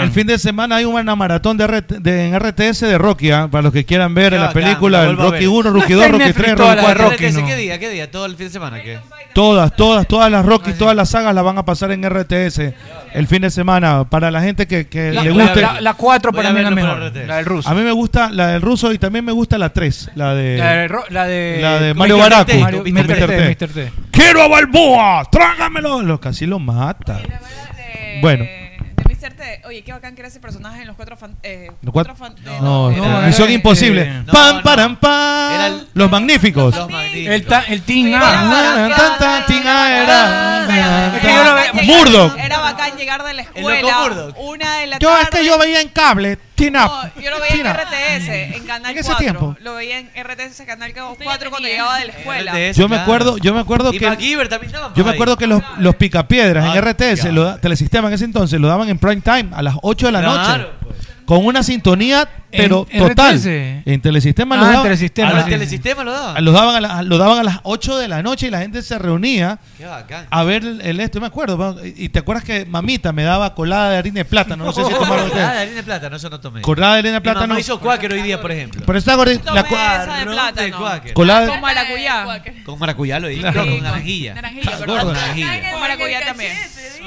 Speaker 6: El fin de semana hay una maratón de, RT de- en RTS de Rocky, ah, para los que quieran ver la
Speaker 11: bacán,
Speaker 6: película,
Speaker 11: la
Speaker 6: el
Speaker 11: vuelvo a
Speaker 6: Rocky
Speaker 11: ver.
Speaker 6: 1,
Speaker 11: No
Speaker 6: Rocky
Speaker 11: está
Speaker 6: 2,
Speaker 11: en
Speaker 6: Rocky
Speaker 11: Netflix
Speaker 6: 3,
Speaker 11: todas
Speaker 6: Rocky
Speaker 11: las
Speaker 6: 4.
Speaker 11: RTS, ¿Qué día? ¿Qué día? ¿Todo el fin de semana? ¿Qué?
Speaker 6: Todas, todas, todas las Rocky, todas las sagas las van a pasar en RTS el fin de semana, para la gente que, que
Speaker 12: La-
Speaker 6: Eh, le
Speaker 12: voy a
Speaker 6: guste.
Speaker 12: ver- la- la cuatro
Speaker 6: Voy
Speaker 12: para
Speaker 6: a
Speaker 12: mí es la
Speaker 6: verlo
Speaker 12: mejor,
Speaker 6: por RTS.
Speaker 12: la del ruso.
Speaker 6: A mí me gusta la del ruso y también me gusta la 3, la de...
Speaker 12: La de Ro- la de-
Speaker 6: la de
Speaker 12: con
Speaker 6: Mario
Speaker 12: Mr. T,
Speaker 6: Baracu.
Speaker 12: Mario-
Speaker 6: con
Speaker 12: Mr. T,
Speaker 6: T.
Speaker 12: Mr. T.
Speaker 6: ¡Quiero a Balboa! ¡Trágamelo! Lo, casi lo mata. Bueno.
Speaker 10: De Mr. T. Oye, qué bacán que era ese personaje en los cuatro fan- eh,
Speaker 6: Los
Speaker 10: cuatro
Speaker 6: cuatro-
Speaker 10: fan- eh,
Speaker 6: No,
Speaker 10: era-
Speaker 6: no, Misión
Speaker 10: eh,
Speaker 6: Imposible.
Speaker 10: eh, no,
Speaker 6: ¡Pam,
Speaker 10: no.
Speaker 6: param,
Speaker 15: Ah,
Speaker 6: pam!
Speaker 10: Era el-
Speaker 6: Los magníficos.
Speaker 12: El, ta- el Team
Speaker 6: Na, na,
Speaker 12: A.
Speaker 6: tan, tan, tin, ah, era, na,
Speaker 10: Era
Speaker 6: tan.
Speaker 10: bacán llegar-
Speaker 6: Murdoch.
Speaker 10: Era bacán llegar de la
Speaker 6: loco
Speaker 10: escuela.
Speaker 6: Murdoch.
Speaker 10: Una de la
Speaker 1: Yo
Speaker 10: tarde.
Speaker 1: este yo veía en cable, Tina.
Speaker 10: Yo lo veía en
Speaker 1: Tina.
Speaker 10: RTS, en Canal
Speaker 1: En ese
Speaker 10: 4.
Speaker 1: tiempo.
Speaker 10: Lo veía en RTS, Canal 4 cuando llegaba de la escuela.
Speaker 6: Yo me acuerdo, yo me acuerdo
Speaker 11: Y
Speaker 6: que
Speaker 11: MacGyver también estaba
Speaker 6: yo
Speaker 11: por
Speaker 6: me
Speaker 11: ahí. Ah,
Speaker 6: acuerdo que los, los picapiedras en RTS, lo da- Telesistema en ese entonces, lo daban en prime time a las 8 de la
Speaker 11: Claro, pues.
Speaker 6: noche. Con una sintonía, pero
Speaker 11: En
Speaker 6: total.
Speaker 11: RTS.
Speaker 6: En Telesistema
Speaker 11: Ah,
Speaker 6: lo
Speaker 11: en
Speaker 6: daban.
Speaker 11: Telesistema,
Speaker 6: a la-
Speaker 11: sí, sí. Telesistema lo daban.
Speaker 6: Lo daban, a la- lo daban a las 8 de la noche y la gente se reunía
Speaker 11: Qué bacán.
Speaker 6: a ver el, el esto. Yo me acuerdo. bueno, Y y te acuerdas que mamita me daba colada de harina de plátano. No sé
Speaker 11: Ah,
Speaker 6: si tomaron
Speaker 11: Colada de
Speaker 6: ustedes.
Speaker 11: harina de plátano, eso no tomé.
Speaker 6: Colada de harina de
Speaker 11: Mi mamá
Speaker 6: plátano.
Speaker 11: hizo cuáquer hoy día, por ejemplo.
Speaker 6: Pero está gordita, la
Speaker 10: Tomé
Speaker 6: cua-
Speaker 10: esa de
Speaker 11: Marrón de
Speaker 10: plátano.
Speaker 11: cuáquer.
Speaker 6: Colada de-
Speaker 10: Con maracuyá.
Speaker 11: Con maracuyá lo dije,
Speaker 6: Claro.
Speaker 11: con naranjilla.
Speaker 10: Naranjilla,
Speaker 11: Con
Speaker 10: ¿verdad?
Speaker 11: naranjilla.
Speaker 10: Con maracuyá también.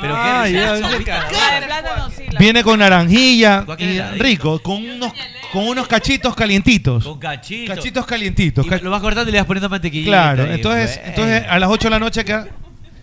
Speaker 11: Pero qué
Speaker 6: Ah, ya,
Speaker 11: delicioso,
Speaker 6: ya.
Speaker 11: rica.
Speaker 10: La de plátano, sí.
Speaker 6: Viene con naranjilla
Speaker 11: Cualquier
Speaker 6: y
Speaker 11: heladito.
Speaker 6: rico, con unos, con unos cachitos calientitos.
Speaker 11: Con cachitos.
Speaker 6: Cachitos calientitos.
Speaker 11: Y lo vas cortando y le vas poniendo mantequilla.
Speaker 6: Claro,
Speaker 11: ahí,
Speaker 6: entonces,
Speaker 11: güey.
Speaker 6: entonces a las 8 de la noche queda.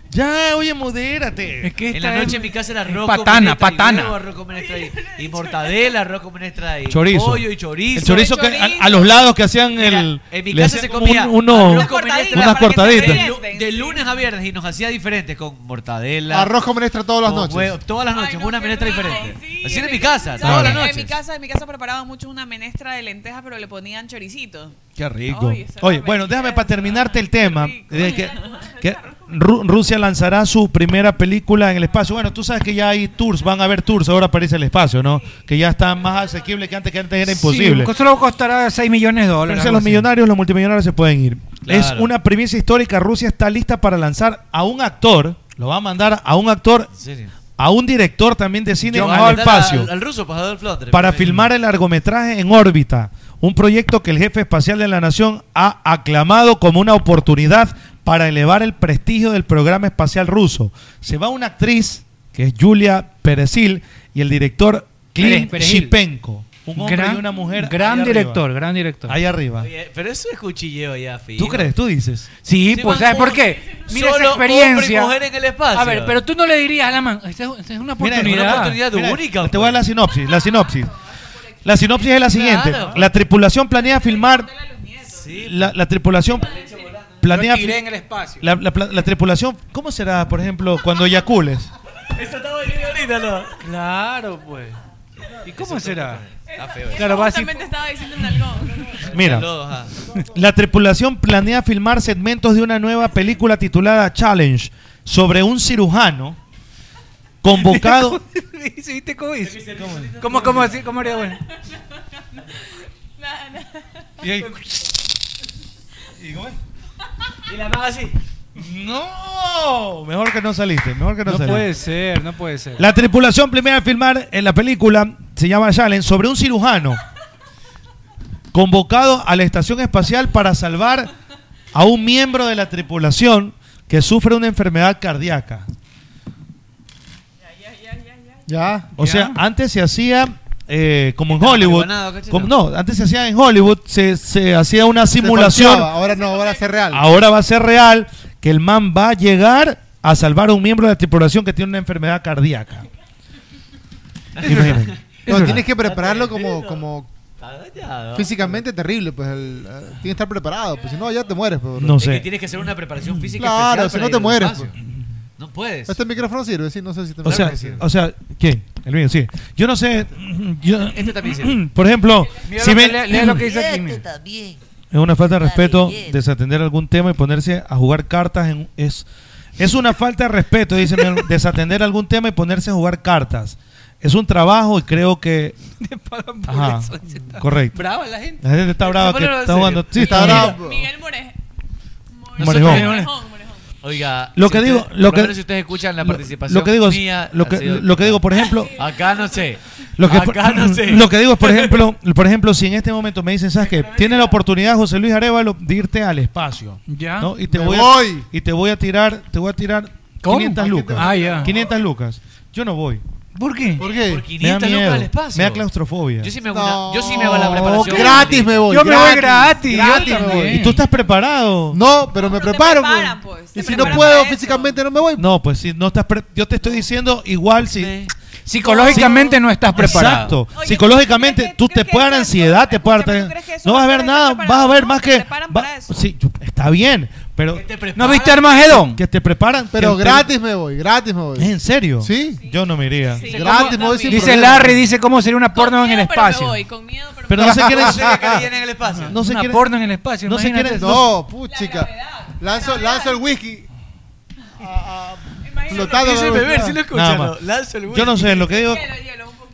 Speaker 6: Ya, oye, modérate.
Speaker 12: Es que
Speaker 11: En la noche en mi casa era arroz
Speaker 6: patana,
Speaker 11: con menestra y
Speaker 6: patana.
Speaker 11: huevo, arroz con menestra y, y mortadela, arroz con menestra y
Speaker 6: Chorizo.
Speaker 11: pollo y chorizo.
Speaker 6: El chorizo que a, a los lados que hacían el.
Speaker 11: En mi
Speaker 6: le
Speaker 11: casa
Speaker 6: hacían
Speaker 11: se
Speaker 6: como
Speaker 11: comía
Speaker 6: un- uno-
Speaker 11: arroz con menestra
Speaker 6: unas cortaditas.
Speaker 11: de lu- De lunes a viernes y nos hacía diferentes con mortadela.
Speaker 13: Arroz con menestra todas las
Speaker 11: con
Speaker 13: noches.
Speaker 11: huevo, todas las noches, con una menestra diferente. Así era en mi casa,
Speaker 10: ¿Sabes
Speaker 11: todas las
Speaker 10: qué? En
Speaker 11: noches.
Speaker 10: mi casa, en mi casa preparaban mucho una menestra de lentejas, pero le ponían choricito.
Speaker 6: Qué rico. Oye, bueno, déjame para terminarte el tema. de que, que Ru- Rusia lanzará su primera película en el espacio. Bueno, tú sabes que ya hay tours, van a haber tours ahora para irse al espacio, ¿no? Que ya está más asequible que antes, que antes era imposible.
Speaker 12: Sí, solo costará 6 millones de dólares.
Speaker 6: Pero si a
Speaker 12: algo
Speaker 6: los
Speaker 12: así.
Speaker 6: millonarios, los multimillonarios se pueden ir.
Speaker 12: Claro.
Speaker 6: Es una premisa histórica. Rusia está lista para lanzar a un actor, lo va a mandar a un actor, a un director también de cine
Speaker 11: Yo-
Speaker 6: al
Speaker 11: al-
Speaker 6: espacio.
Speaker 11: al- al ruso, pues, Adolf Londres.
Speaker 6: Para
Speaker 11: Perfecto.
Speaker 6: filmar el largometraje En órbita, un proyecto que el jefe espacial de la nación ha aclamado como una oportunidad para elevar el prestigio del programa espacial ruso. Se va una actriz, que es Julia Perezil, y el director Clint
Speaker 12: Perejil.
Speaker 6: Shipenko. Un hombre
Speaker 12: Gran-
Speaker 6: y una mujer.
Speaker 12: Gran
Speaker 6: ahí arriba.
Speaker 12: director, gran director.
Speaker 6: Ahí arriba.
Speaker 11: Oye, Pero eso es cuchilleo ya, fijo.
Speaker 6: ¿Tú crees? ¿Tú dices?
Speaker 12: Sí,
Speaker 11: Sí,
Speaker 12: pues
Speaker 11: van
Speaker 12: ¿sabes por
Speaker 11: juntos.
Speaker 12: qué? Mira esa
Speaker 11: Solo hombre y
Speaker 12: experiencia.
Speaker 11: mujer en el espacio.
Speaker 12: A ver, pero tú no le dirías a la man, esta es esta es una
Speaker 6: Mira,
Speaker 12: oportunidad. pues.
Speaker 6: mira, Te voy a dar la sinopsis, la sinopsis. La sinopsis es la siguiente. La tripulación planea filmar.
Speaker 15: ah,
Speaker 6: La, la tripulación planea.
Speaker 12: Lo tiré
Speaker 6: fil-
Speaker 12: en el espacio.
Speaker 6: La, la pla- la tripulación, ¿cómo será, por ejemplo, cuando yacules?
Speaker 11: Eso estaba diciendo ahorita, ¿no?
Speaker 12: Claro, pues. ¿Y cómo será?
Speaker 11: Está feo.
Speaker 12: Claro, va así.
Speaker 10: Justamente estaba diciendo un algodón.
Speaker 6: Mira,
Speaker 11: Saludos, ajá.
Speaker 6: la tripulación planea filmar segmentos de una nueva película titulada Challenge sobre un cirujano convocado.
Speaker 12: ¿Sí, ¿Viste cómo dice? ¿Cómo, cómo, así, cómo haría bueno?
Speaker 6: ¿Y cómo es?
Speaker 11: Y la más así.
Speaker 6: ¡No! Mejor que no saliste, mejor que no,
Speaker 12: No
Speaker 6: saliste.
Speaker 12: puede ser, no puede ser.
Speaker 6: La tripulación primera a filmar en la película se llama Challenge sobre un cirujano convocado a la estación espacial para salvar a un miembro de la tripulación que sufre una enfermedad cardíaca.
Speaker 13: Ya.
Speaker 6: O sea, antes se hacía eh, como en Hollywood.
Speaker 13: rebanado, cachete.
Speaker 6: como- no, antes se hacía en Hollywood, se, se hacía una simulación.
Speaker 13: falseaba, Ahora no, ahora es real.
Speaker 6: Ahora va a ser real que el man va a llegar a salvar a un miembro de la tripulación que tiene una enfermedad cardíaca. Imagínate.
Speaker 13: No, tienes que prepararlo como, como
Speaker 11: Cagallado.
Speaker 13: físicamente terrible, pues el- eh, tienes que estar preparado, pues si no ya te mueres. pues, bro.
Speaker 6: No sé.
Speaker 11: Que tienes que hacer una preparación física
Speaker 13: Claro,
Speaker 11: especial
Speaker 13: si
Speaker 11: para
Speaker 13: no
Speaker 11: ir
Speaker 13: te
Speaker 11: al
Speaker 13: mueres.
Speaker 11: espacio.
Speaker 13: pues.
Speaker 11: No puedes.
Speaker 13: Este micrófono sirve, sí, no sé si te
Speaker 6: O sea, o sea, ¿quién? El mío, sí. Yo no sé. yo-
Speaker 11: Este también sirve.
Speaker 6: Por ejemplo,
Speaker 11: Mira
Speaker 6: si
Speaker 11: lo
Speaker 6: me-
Speaker 11: que lea- lea lo que dice
Speaker 6: Este
Speaker 11: aquí, mira.
Speaker 6: Es una falta de respeto desatender algún tema y ponerse a jugar cartas en- es es una falta de respeto, dice mi hermano, desatender algún tema y ponerse a jugar cartas. Es un trabajo y creo que
Speaker 12: por
Speaker 6: Ajá,
Speaker 12: eso, dice, está
Speaker 6: correcto.
Speaker 12: brava la gente.
Speaker 6: La gente está
Speaker 12: Se
Speaker 6: brava que
Speaker 12: pone brava en
Speaker 6: está
Speaker 12: serio.
Speaker 6: jugando. Sí,
Speaker 12: Miguel
Speaker 6: está brava.
Speaker 12: Morejón.
Speaker 32: Miguel More.
Speaker 6: Morejón.
Speaker 11: Oiga,
Speaker 6: Lo que
Speaker 11: si
Speaker 6: digo,
Speaker 11: ustedes-
Speaker 6: lo
Speaker 11: por
Speaker 6: que
Speaker 11: menos si ustedes escuchan la
Speaker 6: lo-
Speaker 11: participación
Speaker 6: lo que digo, es-
Speaker 11: mía,
Speaker 6: lo
Speaker 11: ha
Speaker 6: que,
Speaker 11: sido-
Speaker 6: lo que digo, por ejemplo,
Speaker 11: acá no sé.
Speaker 6: Lo que,
Speaker 11: acá no sé.
Speaker 6: lo que digo es, por ejemplo, por ejemplo, si en este momento me dicen, ¿sabes qué? Tienes la oportunidad, José Luis Arevalo, de irte al espacio.
Speaker 12: Ya.
Speaker 6: ¿no? Y te
Speaker 12: Me
Speaker 6: voy,
Speaker 12: voy.
Speaker 6: A, y te voy a tirar, te voy a tirar
Speaker 12: ¿Cómo?
Speaker 6: 500 lucas.
Speaker 12: Ah, ya.
Speaker 6: 500 lucas. Yo no voy.
Speaker 12: ¿Por qué?
Speaker 13: ¿Por qué? Por
Speaker 6: Me da
Speaker 11: 500 lucas
Speaker 6: miedo.
Speaker 11: al espacio.
Speaker 6: Me da claustrofobia.
Speaker 11: Yo sí me hago, una- yo sí me hago la preparación.
Speaker 13: Oh, gratis me voy.
Speaker 6: Yo Oh, me voy
Speaker 13: gratis,
Speaker 6: gratis,
Speaker 13: gratis me voy.
Speaker 6: ¿Y tú estás preparado?
Speaker 13: No, pero me preparo. pues. y si no puedo físicamente no me voy.
Speaker 6: No, pues si no estás pre- yo te estoy diciendo igual si
Speaker 12: Psicológicamente no estás preparado.
Speaker 6: Exacto. Psicológicamente tú te puede dar ansiedad, te puede dar no vas a ver nada, vas a ver más que va- sí, yo- está bien, pero
Speaker 12: ¿No viste Armagedón?
Speaker 6: Que te preparan, que
Speaker 13: Pero
Speaker 6: te-
Speaker 13: gratis me voy, gratis me voy.
Speaker 6: ¿Es en serio?
Speaker 13: Sí.
Speaker 6: Yo no me iría.
Speaker 13: Sí. Gratis me voy sin
Speaker 12: Dice
Speaker 13: problema.
Speaker 12: Larry, dice cómo sería una porno en el espacio.
Speaker 6: Pero no se quieren- No
Speaker 13: sería que le llenen el espacio.
Speaker 12: No
Speaker 13: No
Speaker 12: se
Speaker 13: se
Speaker 12: una
Speaker 13: quieren-
Speaker 12: porno en el espacio.
Speaker 13: No se
Speaker 12: imagínate.
Speaker 13: quieren. No, puchica. Lanzo, lanzo el whisky. Flotando.
Speaker 11: Dice el beber, sí lo escuchan,
Speaker 6: Nada
Speaker 11: ¿no?
Speaker 6: más.
Speaker 11: Lanza el
Speaker 6: Yo no
Speaker 11: whisky.
Speaker 6: sé, lo que digo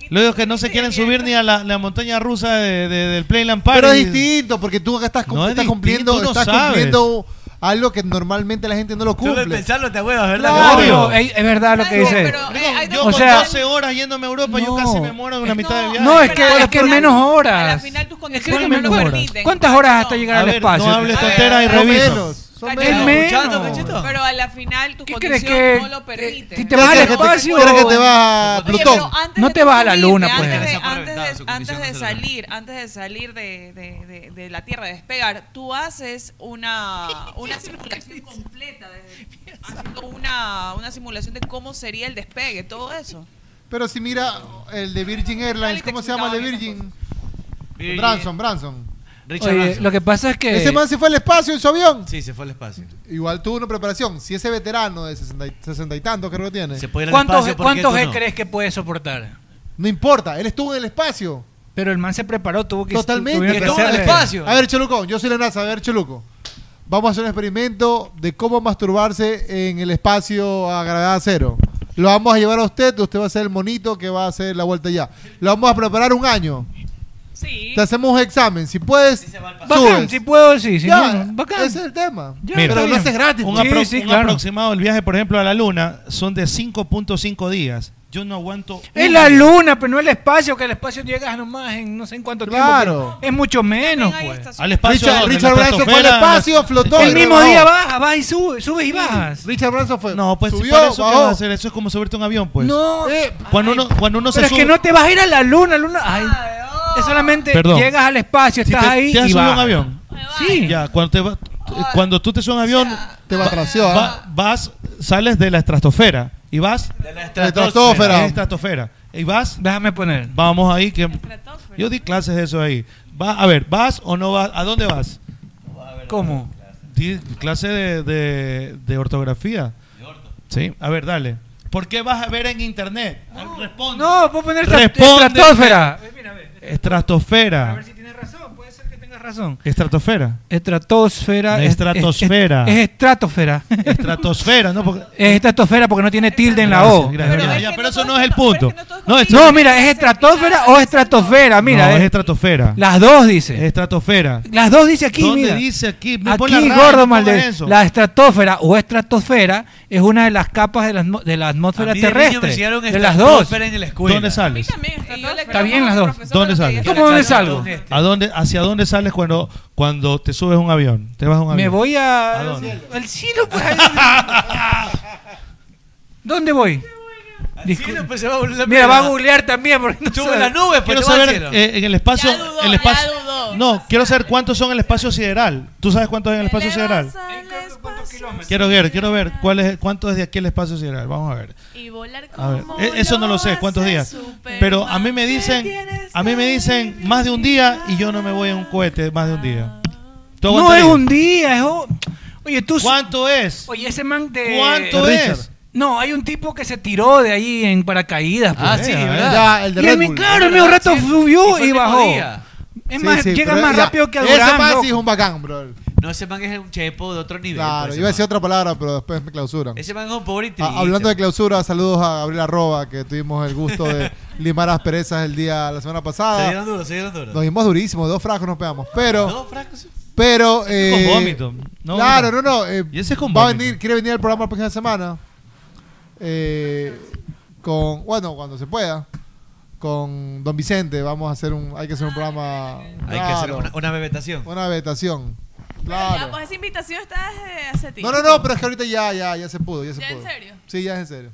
Speaker 6: lo digo es que no se quieren subir ni a la, la montaña rusa de- de- del Playland Park.
Speaker 13: Pero es distinto, porque tú acá estás, cum-
Speaker 6: No es
Speaker 13: estás
Speaker 6: distinto,
Speaker 13: cumpliendo,
Speaker 6: no
Speaker 13: estás
Speaker 6: sabes.
Speaker 13: cumpliendo algo que normalmente la gente no lo
Speaker 11: Solo
Speaker 13: cumple.
Speaker 11: el pensarlo te huevas, ¿verdad?
Speaker 12: Claro, es, es verdad lo que dice.
Speaker 6: Yo
Speaker 12: o
Speaker 6: con
Speaker 12: sea,
Speaker 6: 12 horas yéndome a Europa, yo casi me muero en la mitad de viaje.
Speaker 12: no, es que, es que menos horas.
Speaker 10: Es
Speaker 12: que menos horas. ¿Cuántas horas hasta llegar al espacio?
Speaker 6: no hables tonteras y reviso.
Speaker 12: Es menos.
Speaker 10: Pero a la final tu
Speaker 12: crees
Speaker 10: condición
Speaker 12: que-
Speaker 10: no lo permite.
Speaker 12: Si te vas al espacio.
Speaker 10: Oye, pero antes
Speaker 12: No
Speaker 10: de
Speaker 12: te vas a la
Speaker 10: subirte,
Speaker 12: luna,
Speaker 10: antes
Speaker 12: pues.
Speaker 10: de- antes de- antes de salir, antes de salir de, de- de- de la Tierra, de despegar, tú haces una, una simulación completa, de- haciendo una, una simulación de cómo sería el despegue, todo eso.
Speaker 13: Pero si mira el de Virgin Airlines, ¿cómo se llama el de Virgin?
Speaker 11: Virgin.
Speaker 13: Branson, Branson.
Speaker 11: Richard Oye, Branson. lo que
Speaker 12: pasa es que-
Speaker 13: Ese man se fue al espacio en su avión.
Speaker 11: Sí, se fue al espacio.
Speaker 13: Igual tuvo una preparación. Si ese veterano de 60 y, 60 y tantos creo que tiene. Se
Speaker 11: puede
Speaker 12: ¿Cuántos, cuántos G crees que puede soportar?
Speaker 13: No importa, él estuvo en el espacio.
Speaker 12: Pero el man se preparó, tuvo que
Speaker 13: Totalmente.
Speaker 12: tuvieron que hacerle-
Speaker 13: A ver, Cholucón, yo soy la NASA. A ver, Choluco. Vamos a hacer un experimento de cómo masturbarse en el espacio a gravedad cero. Lo vamos a llevar a usted, usted va a ser el monito que va a hacer la vuelta ya. Lo vamos a preparar un año. Te hacemos un examen. Si puedes,
Speaker 12: Bacán,
Speaker 13: subes.
Speaker 12: si puedo, Pues sí. Si
Speaker 13: Ya,
Speaker 12: no, no. bacán.
Speaker 13: Ese es el tema.
Speaker 6: Mira,
Speaker 13: pero lo haces gratis.
Speaker 6: Un,
Speaker 13: pues.
Speaker 6: apro- un aproximado del viaje, por ejemplo, a la luna son de 5.5 días. Yo no aguanto.
Speaker 12: Es la luna, pero no el espacio, que el espacio llegas nomás en no sé en cuánto tiempo.
Speaker 6: Claro.
Speaker 12: pero Es mucho menos, pues.
Speaker 6: Al espacio, Richard- donde Richard la
Speaker 13: Branson fue al estratosfera, espacio, la- flotó y
Speaker 12: El mismo
Speaker 13: rebajó.
Speaker 12: día baja, baja y sube, subes y bajas.
Speaker 13: Richard Branson fue.
Speaker 6: No, pues
Speaker 12: Subió,
Speaker 6: para eso ¿qué
Speaker 12: bajó.
Speaker 6: vas a hacer? Eso es como subirte a un avión, pues.
Speaker 12: No. Eh,
Speaker 6: Cuando uno, cuando uno
Speaker 12: Pero
Speaker 6: se
Speaker 12: es que
Speaker 6: sube-
Speaker 12: no te vas a ir a la luna, luna. Ay, es solamente
Speaker 6: Perdón.
Speaker 12: llegas al espacio,
Speaker 6: Si
Speaker 12: estás
Speaker 6: te-
Speaker 12: ahí
Speaker 6: ¿Te has
Speaker 12: y
Speaker 6: subido a
Speaker 12: bajas.
Speaker 6: un avión?
Speaker 12: Sí.
Speaker 6: Ya, cuando, te va- cuando tú te subes a un avión,
Speaker 13: te va,
Speaker 6: va- vas, sales de la estratosfera y vas. De la
Speaker 13: estratosfera.
Speaker 6: estratosfera. Y vas.
Speaker 12: Déjame poner.
Speaker 6: Vamos ahí que. Yo di clases de eso ahí. Va, a ver, ¿vas o no vas? ¿A dónde vas?
Speaker 12: ¿Cómo?
Speaker 6: Di clase de, de, de ortografía. Sí, a ver, dale. ¿Por qué vas a ver en internet? Responde.
Speaker 12: No, puedo poner estra-
Speaker 6: Responde.
Speaker 12: estratosfera.
Speaker 6: Estratosfera.
Speaker 12: Tienes razón.
Speaker 6: Estratosfera.
Speaker 12: Estratosfera.
Speaker 6: La
Speaker 12: es-
Speaker 6: estratosfera.
Speaker 12: Es, es estratosfera.
Speaker 6: Estratosfera, ¿no? Porque-
Speaker 12: Es estratosfera porque no tiene tilde en la
Speaker 6: Gracias,
Speaker 12: O.
Speaker 6: gracias. Ya, ya, pero eso no es el punto.
Speaker 12: No, mira, es estratosfera o estratosfera, mira.
Speaker 6: No,
Speaker 12: eh.
Speaker 6: es estratosfera.
Speaker 12: Las dos dice.
Speaker 6: estratosfera.
Speaker 12: Las dos dice aquí,
Speaker 6: ¿Dónde
Speaker 12: mira.
Speaker 6: dice aquí? Me pon la
Speaker 12: Aquí,
Speaker 6: raya,
Speaker 12: gordo
Speaker 6: no pongas
Speaker 12: Malde,
Speaker 6: eso.
Speaker 12: la estratosfera o estratosfera es una de las capas de la, atmo- de la atmósera
Speaker 11: A mí de niño me
Speaker 12: terrestre.
Speaker 11: enseñaron
Speaker 12: de las dos.
Speaker 11: estratosfera en la escuela.
Speaker 6: ¿Dónde sales?
Speaker 12: Está bien las dos.
Speaker 6: ¿Dónde sales?
Speaker 12: ¿Cómo dónde salgo?
Speaker 6: ¿A dónde, ¿Hacia dónde sales cuando, cuando te subes a un avión? ¿Te vas a un avión?
Speaker 12: Me voy a...
Speaker 6: dónde?
Speaker 12: Al cielo, pues. ahí. ¿Dónde voy? Mira, va a googlear también. Porque no
Speaker 11: Sube las nubes,
Speaker 6: Quiero saber eh, en el espacio. el espacio No, quiero saber cuántos son en el espacio sideral. ¿Tú sabes cuántos es en el espacio sideral? Quiero ver, quiero ver cuál es, cuánto es de aquí el espacio sideral. Vamos a ver.
Speaker 10: Y volar
Speaker 6: A ver, e- eso no lo sé, cuántos días. Pero a mí me dicen, a mí me dicen más de un día y yo no me voy en un cohete más de un día. ¿Tú
Speaker 12: No es
Speaker 6: aguantarías?
Speaker 12: un día, es un- Oye, tú...
Speaker 6: ¿Cuánto es?
Speaker 12: Oye, ese man de...
Speaker 6: ¿Cuánto
Speaker 12: de
Speaker 6: es?
Speaker 12: Richard. No, hay un tipo que se tiró de ahí en paracaídas.
Speaker 6: Ah,
Speaker 12: pues.
Speaker 6: sí,
Speaker 12: Eh,
Speaker 6: ¿verdad?
Speaker 12: Ya, el de
Speaker 6: Y
Speaker 12: Red
Speaker 6: el mi-
Speaker 12: Bull.
Speaker 6: claro,
Speaker 12: el
Speaker 6: mío,
Speaker 12: mío
Speaker 6: rato
Speaker 12: rato
Speaker 6: subió
Speaker 12: subió
Speaker 6: y
Speaker 12: y
Speaker 6: bajó.
Speaker 12: bajó.
Speaker 13: Es
Speaker 12: Es
Speaker 13: más,
Speaker 12: más,
Speaker 13: Sí, sí, llega
Speaker 12: llega
Speaker 13: pero más
Speaker 12: más
Speaker 13: ya, rápido
Speaker 12: rápido
Speaker 13: que
Speaker 12: que
Speaker 13: ese Durán,
Speaker 12: Durán.
Speaker 13: man sí es un bacán, bro.
Speaker 11: No, ese man es un chepo de otro nivel.
Speaker 13: Claro,
Speaker 11: pues,
Speaker 13: iba a
Speaker 11: ese
Speaker 13: decir otra palabra, pero después me clausuran.
Speaker 11: man. Ese man es un pobre
Speaker 13: Ah, hablando de clausura, saludos a Gabriel Arroba, que tuvimos el gusto de limar asperezas el día, la semana pasada.
Speaker 11: Se dieron duro, se dieron duro.
Speaker 13: Nos dimos durísimo, dos frascos nos pegamos. Pero. Pero. eh,
Speaker 6: vómito. No,
Speaker 13: claro, no,
Speaker 6: no.
Speaker 13: no. eh,
Speaker 6: Y ese es con
Speaker 13: va a
Speaker 6: vómito.
Speaker 13: venir, quiere venir al programa la próxima semana. eh, con. Bueno, cuando se pueda. Con Don Vicente. Vamos a hacer un. Hay que hacer un programa.
Speaker 11: Hay que hacer
Speaker 13: claro,
Speaker 11: una, una bebetación.
Speaker 13: una vegetación.
Speaker 10: Claro. pues esa invitación está desde hace tiempo.
Speaker 13: No, no, no, pero es que ahorita ya, ya, ya se pudo, ya se
Speaker 10: ¿Ya en
Speaker 13: pudo.
Speaker 10: serio?
Speaker 13: Sí, ya es en serio.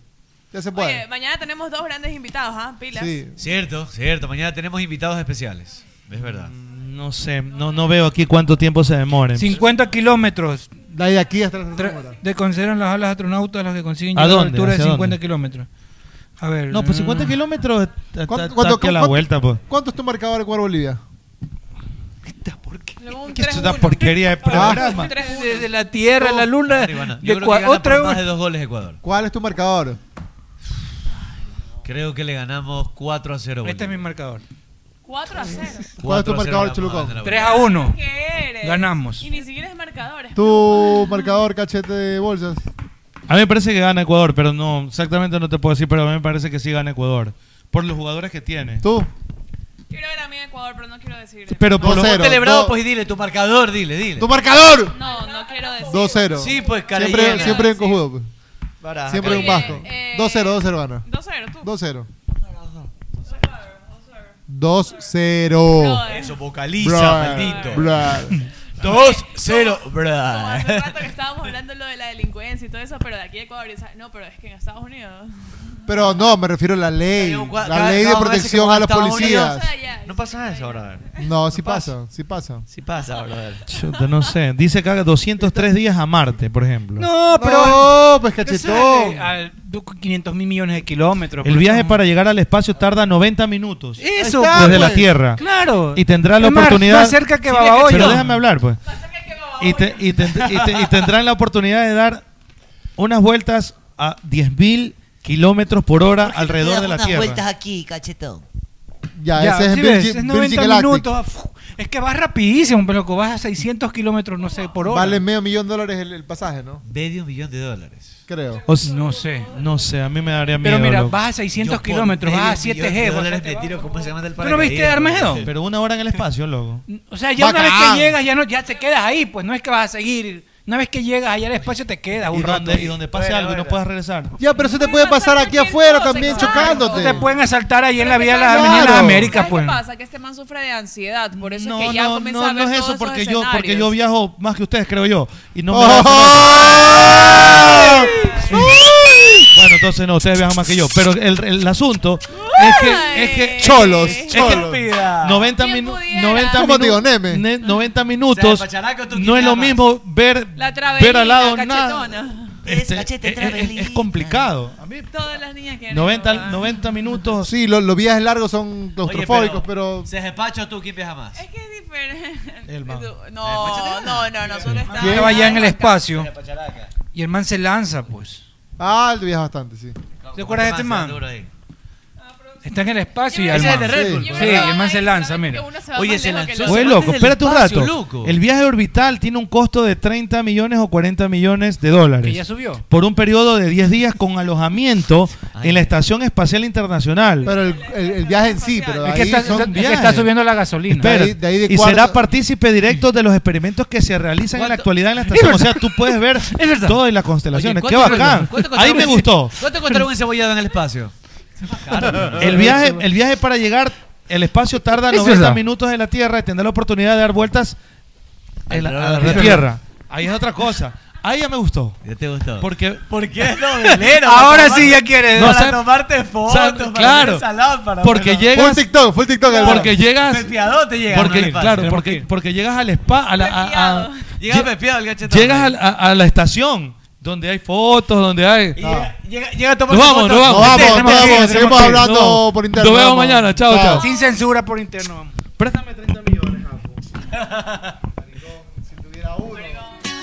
Speaker 13: Ya se puede.
Speaker 10: Oye, mañana tenemos dos grandes invitados, ¿ah? Pilas.
Speaker 11: Cierto, cierto. Mañana tenemos invitados especiales. Es verdad.
Speaker 12: Mm,
Speaker 6: No sé, no, no veo aquí cuánto tiempo se demoren.
Speaker 12: 50 kilómetros.
Speaker 13: De aquí hasta la
Speaker 12: Te consideran las alas astronautas las que consiguen
Speaker 6: ¿A
Speaker 12: llegar a
Speaker 6: dónde?
Speaker 12: una altura de
Speaker 6: ¿Hacia
Speaker 12: 50 kilómetros. A ver.
Speaker 6: No, pues 50
Speaker 12: mm.
Speaker 6: kilómetros está,
Speaker 12: ¿Cuánto-
Speaker 6: está
Speaker 12: cuánto-
Speaker 6: aquí a la
Speaker 12: cuánto-
Speaker 6: vuelta, pues.
Speaker 13: ¿Cuánto es tu marcador de Ecuador Bolivia?
Speaker 6: Que es una porquería de
Speaker 13: Ah.
Speaker 6: programa.
Speaker 12: Desde la Tierra, la Luna.
Speaker 11: Yo
Speaker 12: de
Speaker 11: creo
Speaker 12: cua-
Speaker 11: que gana
Speaker 12: otra
Speaker 11: por más
Speaker 12: vez.
Speaker 11: de dos goles Ecuador.
Speaker 13: ¿Cuál es tu marcador?
Speaker 11: Creo que le ganamos 4 a 0. Este es mi
Speaker 12: marcador.
Speaker 10: 4 a 0.
Speaker 13: ¿Cuál es tu marcador, Chulucón?
Speaker 12: 3 a 1.
Speaker 10: ¿Qué eres?
Speaker 12: Ganamos.
Speaker 10: Y ni siquiera es marcador. es
Speaker 13: Tu marcador cachete de bolsas.
Speaker 6: A mí me parece que gana Ecuador, pero no, exactamente no te puedo decir, pero a mí me parece que sí gana Ecuador. Por los jugadores que tiene.
Speaker 13: ¿Tú?
Speaker 10: Quiero ver a mí en Ecuador, pero no quiero decir.
Speaker 6: Pero por
Speaker 11: Por
Speaker 6: lo
Speaker 11: cero, celebrado,
Speaker 6: celebrado,
Speaker 11: pues y dile, tu marcador, dile, dile.
Speaker 13: ¡Tu marcador!
Speaker 10: No, no quiero decir.
Speaker 13: 2-0.
Speaker 11: Sí, pues, cara
Speaker 13: Siempre,
Speaker 11: llena.
Speaker 13: siempre en cojudo. pues.
Speaker 11: Baraja.
Speaker 13: Siempre en
Speaker 11: Oye,
Speaker 13: vasco.
Speaker 10: Eh,
Speaker 13: 2-0, 2-0 gana.
Speaker 10: 2-0, tú.
Speaker 13: 2-0. 2-0.
Speaker 11: Eso, vocaliza,
Speaker 13: Brother,
Speaker 11: maldito.
Speaker 13: brother.
Speaker 11: 2-0, bra.
Speaker 10: Hace rato que estábamos hablando de lo de la delincuencia y todo eso, pero de aquí a Ecuador. y sa- No, pero es que en Estados Unidos.
Speaker 13: Pero no, me refiero a la ley.
Speaker 11: cua-
Speaker 13: La
Speaker 11: cada-
Speaker 13: ley de
Speaker 11: cada vez que
Speaker 13: protección
Speaker 11: vamos
Speaker 13: a los
Speaker 11: Estados
Speaker 13: policías.
Speaker 11: No pasa eso, brother.
Speaker 13: No, sí pasa, sí pasa.
Speaker 11: Sí pasa, brother.
Speaker 6: Chuta, no sé. Dice que haga 203 días a Marte, por ejemplo.
Speaker 12: No, pero.
Speaker 13: No, pues
Speaker 12: cachetón. 500 mil millones de kilómetros.
Speaker 6: El
Speaker 12: por
Speaker 6: viaje
Speaker 12: ejemplo.
Speaker 6: para llegar al espacio tarda 90 minutos.
Speaker 12: Eso,
Speaker 6: desde
Speaker 12: pues.
Speaker 6: la Tierra.
Speaker 12: Claro.
Speaker 6: Y tendrá la
Speaker 12: Es más,
Speaker 6: oportunidad.
Speaker 12: más cerca que
Speaker 6: Mira
Speaker 12: Babahoyo.
Speaker 6: Pero déjame hablar, pues. Y, te- y te- y te- y tendrán la oportunidad de dar unas vueltas a 10.000 kilómetros por hora alrededor de la
Speaker 33: unas
Speaker 6: Tierra.
Speaker 33: vueltas aquí, cachetón.
Speaker 13: Ya,
Speaker 12: Ya,
Speaker 13: ese es
Speaker 12: sí
Speaker 13: Virgin,
Speaker 12: ves, es 90
Speaker 13: Virgin Galactic.
Speaker 12: minutos. ah, fu- Es que vas rapidísimo, peloco. Vas a 600 kilómetros, no sé, por hora.
Speaker 13: Vale medio millón de dólares el, el pasaje, ¿no?
Speaker 11: Medio millón de dólares.
Speaker 13: Creo.
Speaker 12: no sé.
Speaker 6: No sé, a mí me daría miedo.
Speaker 12: Pero mira,
Speaker 6: loco.
Speaker 12: vas a 600
Speaker 11: Yo por
Speaker 12: kilómetros, vas a
Speaker 11: medio millón de
Speaker 12: 7G.
Speaker 11: dólares
Speaker 12: bastante
Speaker 11: me tiro, ¿cómo se llama el
Speaker 12: ¿Tú no viste
Speaker 11: paracaídas,
Speaker 12: Armagedón?
Speaker 11: brother?
Speaker 6: Pero una hora en el espacio, loco.
Speaker 12: O sea, ya una
Speaker 6: Bacán.
Speaker 12: vez que llegas, ya, no, ya te quedas ahí, pues no es que vas a seguir. Una vez que llegas allá al espacio, te quedas un
Speaker 6: Y
Speaker 12: rato.
Speaker 6: donde, y donde pase algo y no puedas regresar.
Speaker 13: Ya, pero eso te puede pasar aquí afuera también, chocándote.
Speaker 12: Te pueden asaltar ahí en la vía de las
Speaker 13: Claro.
Speaker 12: avenidas de las Américas,
Speaker 13: ¿Sabes
Speaker 12: pues.
Speaker 10: ¿Qué pasa? Que este man sufre de ansiedad. Por eso es
Speaker 6: No,
Speaker 10: que ya
Speaker 6: no,
Speaker 10: comienza
Speaker 6: no,
Speaker 10: a
Speaker 6: no
Speaker 10: ver
Speaker 6: es eso
Speaker 10: todos
Speaker 6: porque
Speaker 10: esos
Speaker 6: yo, porque yo
Speaker 10: escenarios.
Speaker 6: viajo más que ustedes, creo yo. Y no me
Speaker 13: ¡Oh!
Speaker 6: da esa- Sí. Bueno, entonces no, ustedes viajan más que yo. Pero el, el asunto es que, es que
Speaker 13: Cholos,
Speaker 6: es que
Speaker 13: cholos.
Speaker 6: 90, minu- 90
Speaker 13: ¿Cómo te digo,
Speaker 6: minu- ne-
Speaker 10: Mm.
Speaker 6: 90
Speaker 11: O
Speaker 6: minutos
Speaker 11: sea, pacharaco, tú
Speaker 6: no es lo mismo ver,
Speaker 10: La
Speaker 6: ver al lado
Speaker 10: travelina,
Speaker 6: nada.
Speaker 10: cachetona.
Speaker 6: Este, es- es, es complicado. A mí-
Speaker 10: Todas las niñas quieren.
Speaker 6: 90, 90 minutos.
Speaker 13: Sí, lo- los viajes largos son claustrofóbicos, pero...
Speaker 11: ¿Se despacho tú quién viaja más?
Speaker 10: Es que es diferente.
Speaker 6: El
Speaker 10: man. No, no, no, no, solo está.
Speaker 12: Estaba allá Ah, en el espacio. Y el man se lanza, pues.
Speaker 13: Ah, el viaja bastante, sí.
Speaker 12: ¿Te acuerdas de este man? Está en el espacio y
Speaker 13: Yo
Speaker 12: el
Speaker 13: creo
Speaker 12: man.
Speaker 13: que es de Red Bull.
Speaker 12: Sí,
Speaker 13: Yo
Speaker 12: sí,
Speaker 13: creo que
Speaker 12: el man se lanza, mira.
Speaker 11: Oye, se lanzó.
Speaker 6: Oye, loco, espérate un rato.
Speaker 11: Loco.
Speaker 6: El viaje orbital tiene un costo de 30 millones o 40 millones de dólares.
Speaker 12: Que ya subió.
Speaker 6: Por un periodo de 10 días con alojamiento en la Estación Espacial Internacional.
Speaker 13: Pero el, el- el viaje en sí, pero
Speaker 12: Es
Speaker 13: ahí
Speaker 12: que está,
Speaker 13: son
Speaker 12: está- es que
Speaker 13: viajes.
Speaker 12: está subiendo la gasolina.
Speaker 6: Espera, y será partícipe directo de los experimentos que se realizan en la actualidad en la estación. O sea, tú puedes ver todo y las constelaciones.
Speaker 11: Oye,
Speaker 6: Qué
Speaker 11: ¿cuánto
Speaker 6: bacán.
Speaker 11: cuánto costará
Speaker 6: Ahí me
Speaker 11: un-
Speaker 6: gustó.
Speaker 11: ¿Cuánto costará un encebollado en el espacio?
Speaker 6: El viaje, el viaje para llegar, el espacio tarda
Speaker 11: Es
Speaker 6: 90
Speaker 11: verdad.
Speaker 6: minutos en la Tierra y tendrá la oportunidad de dar vueltas en la- a la,
Speaker 11: Es verdad.
Speaker 6: Tierra. Ahí es otra cosa. A ella me gustó.
Speaker 14: ¿Ya te gustó?
Speaker 6: Porque,
Speaker 14: ¿Por qué no, velero?
Speaker 6: Ahora
Speaker 14: Para
Speaker 6: sí
Speaker 14: tomarte-
Speaker 6: ya quieres.
Speaker 14: para
Speaker 6: ¿sabes?
Speaker 14: tomarte fotos,
Speaker 6: ¿sabes?
Speaker 14: para
Speaker 6: claro.
Speaker 14: ver esa lámpara,
Speaker 6: porque
Speaker 14: pero-
Speaker 6: llegas.
Speaker 14: Full TikTok, full TikTok, Álvaro.
Speaker 6: Porque llegas.
Speaker 14: Pepeado te llegas,
Speaker 6: Porque,
Speaker 14: no le pasa,
Speaker 6: claro,
Speaker 14: te
Speaker 6: porque, porque llegas al spa. A la, a- a-
Speaker 14: Llega
Speaker 6: lle-
Speaker 14: pepeado el gachetón.
Speaker 6: llegas al- a, a la estación donde hay fotos, donde hay.
Speaker 12: Llega, llega a tomar
Speaker 6: Nos vamos,
Speaker 12: fotos.
Speaker 6: nos vamos.
Speaker 12: Vente, tenemos que ir, tenemos que ir.
Speaker 6: No. Nos vemos mañana. Chao, chao.
Speaker 12: Sin censura por interno. vamos.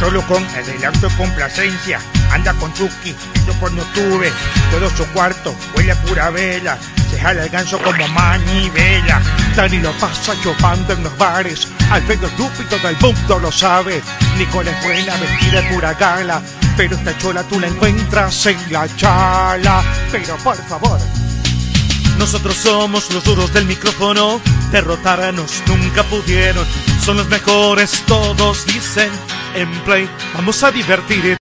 Speaker 5: Solo con adelanto y complacencia. Anda con Chucky, yo por no tuve. Todo su cuarto huele a pura vela. Se jala el ganso como manivela. Dani lo pasa chupando en los bares. Alfredo estúpido del mundo lo sabe. Nicole es buena, vestida de pura gala. Pero esta chola tú la encuentras en la chala. Pero por favor,
Speaker 34: Nosotros somos los duros del micrófono, derrotarnos nunca pudieron. Son los mejores, todos dicen. En play, vamos a divertir.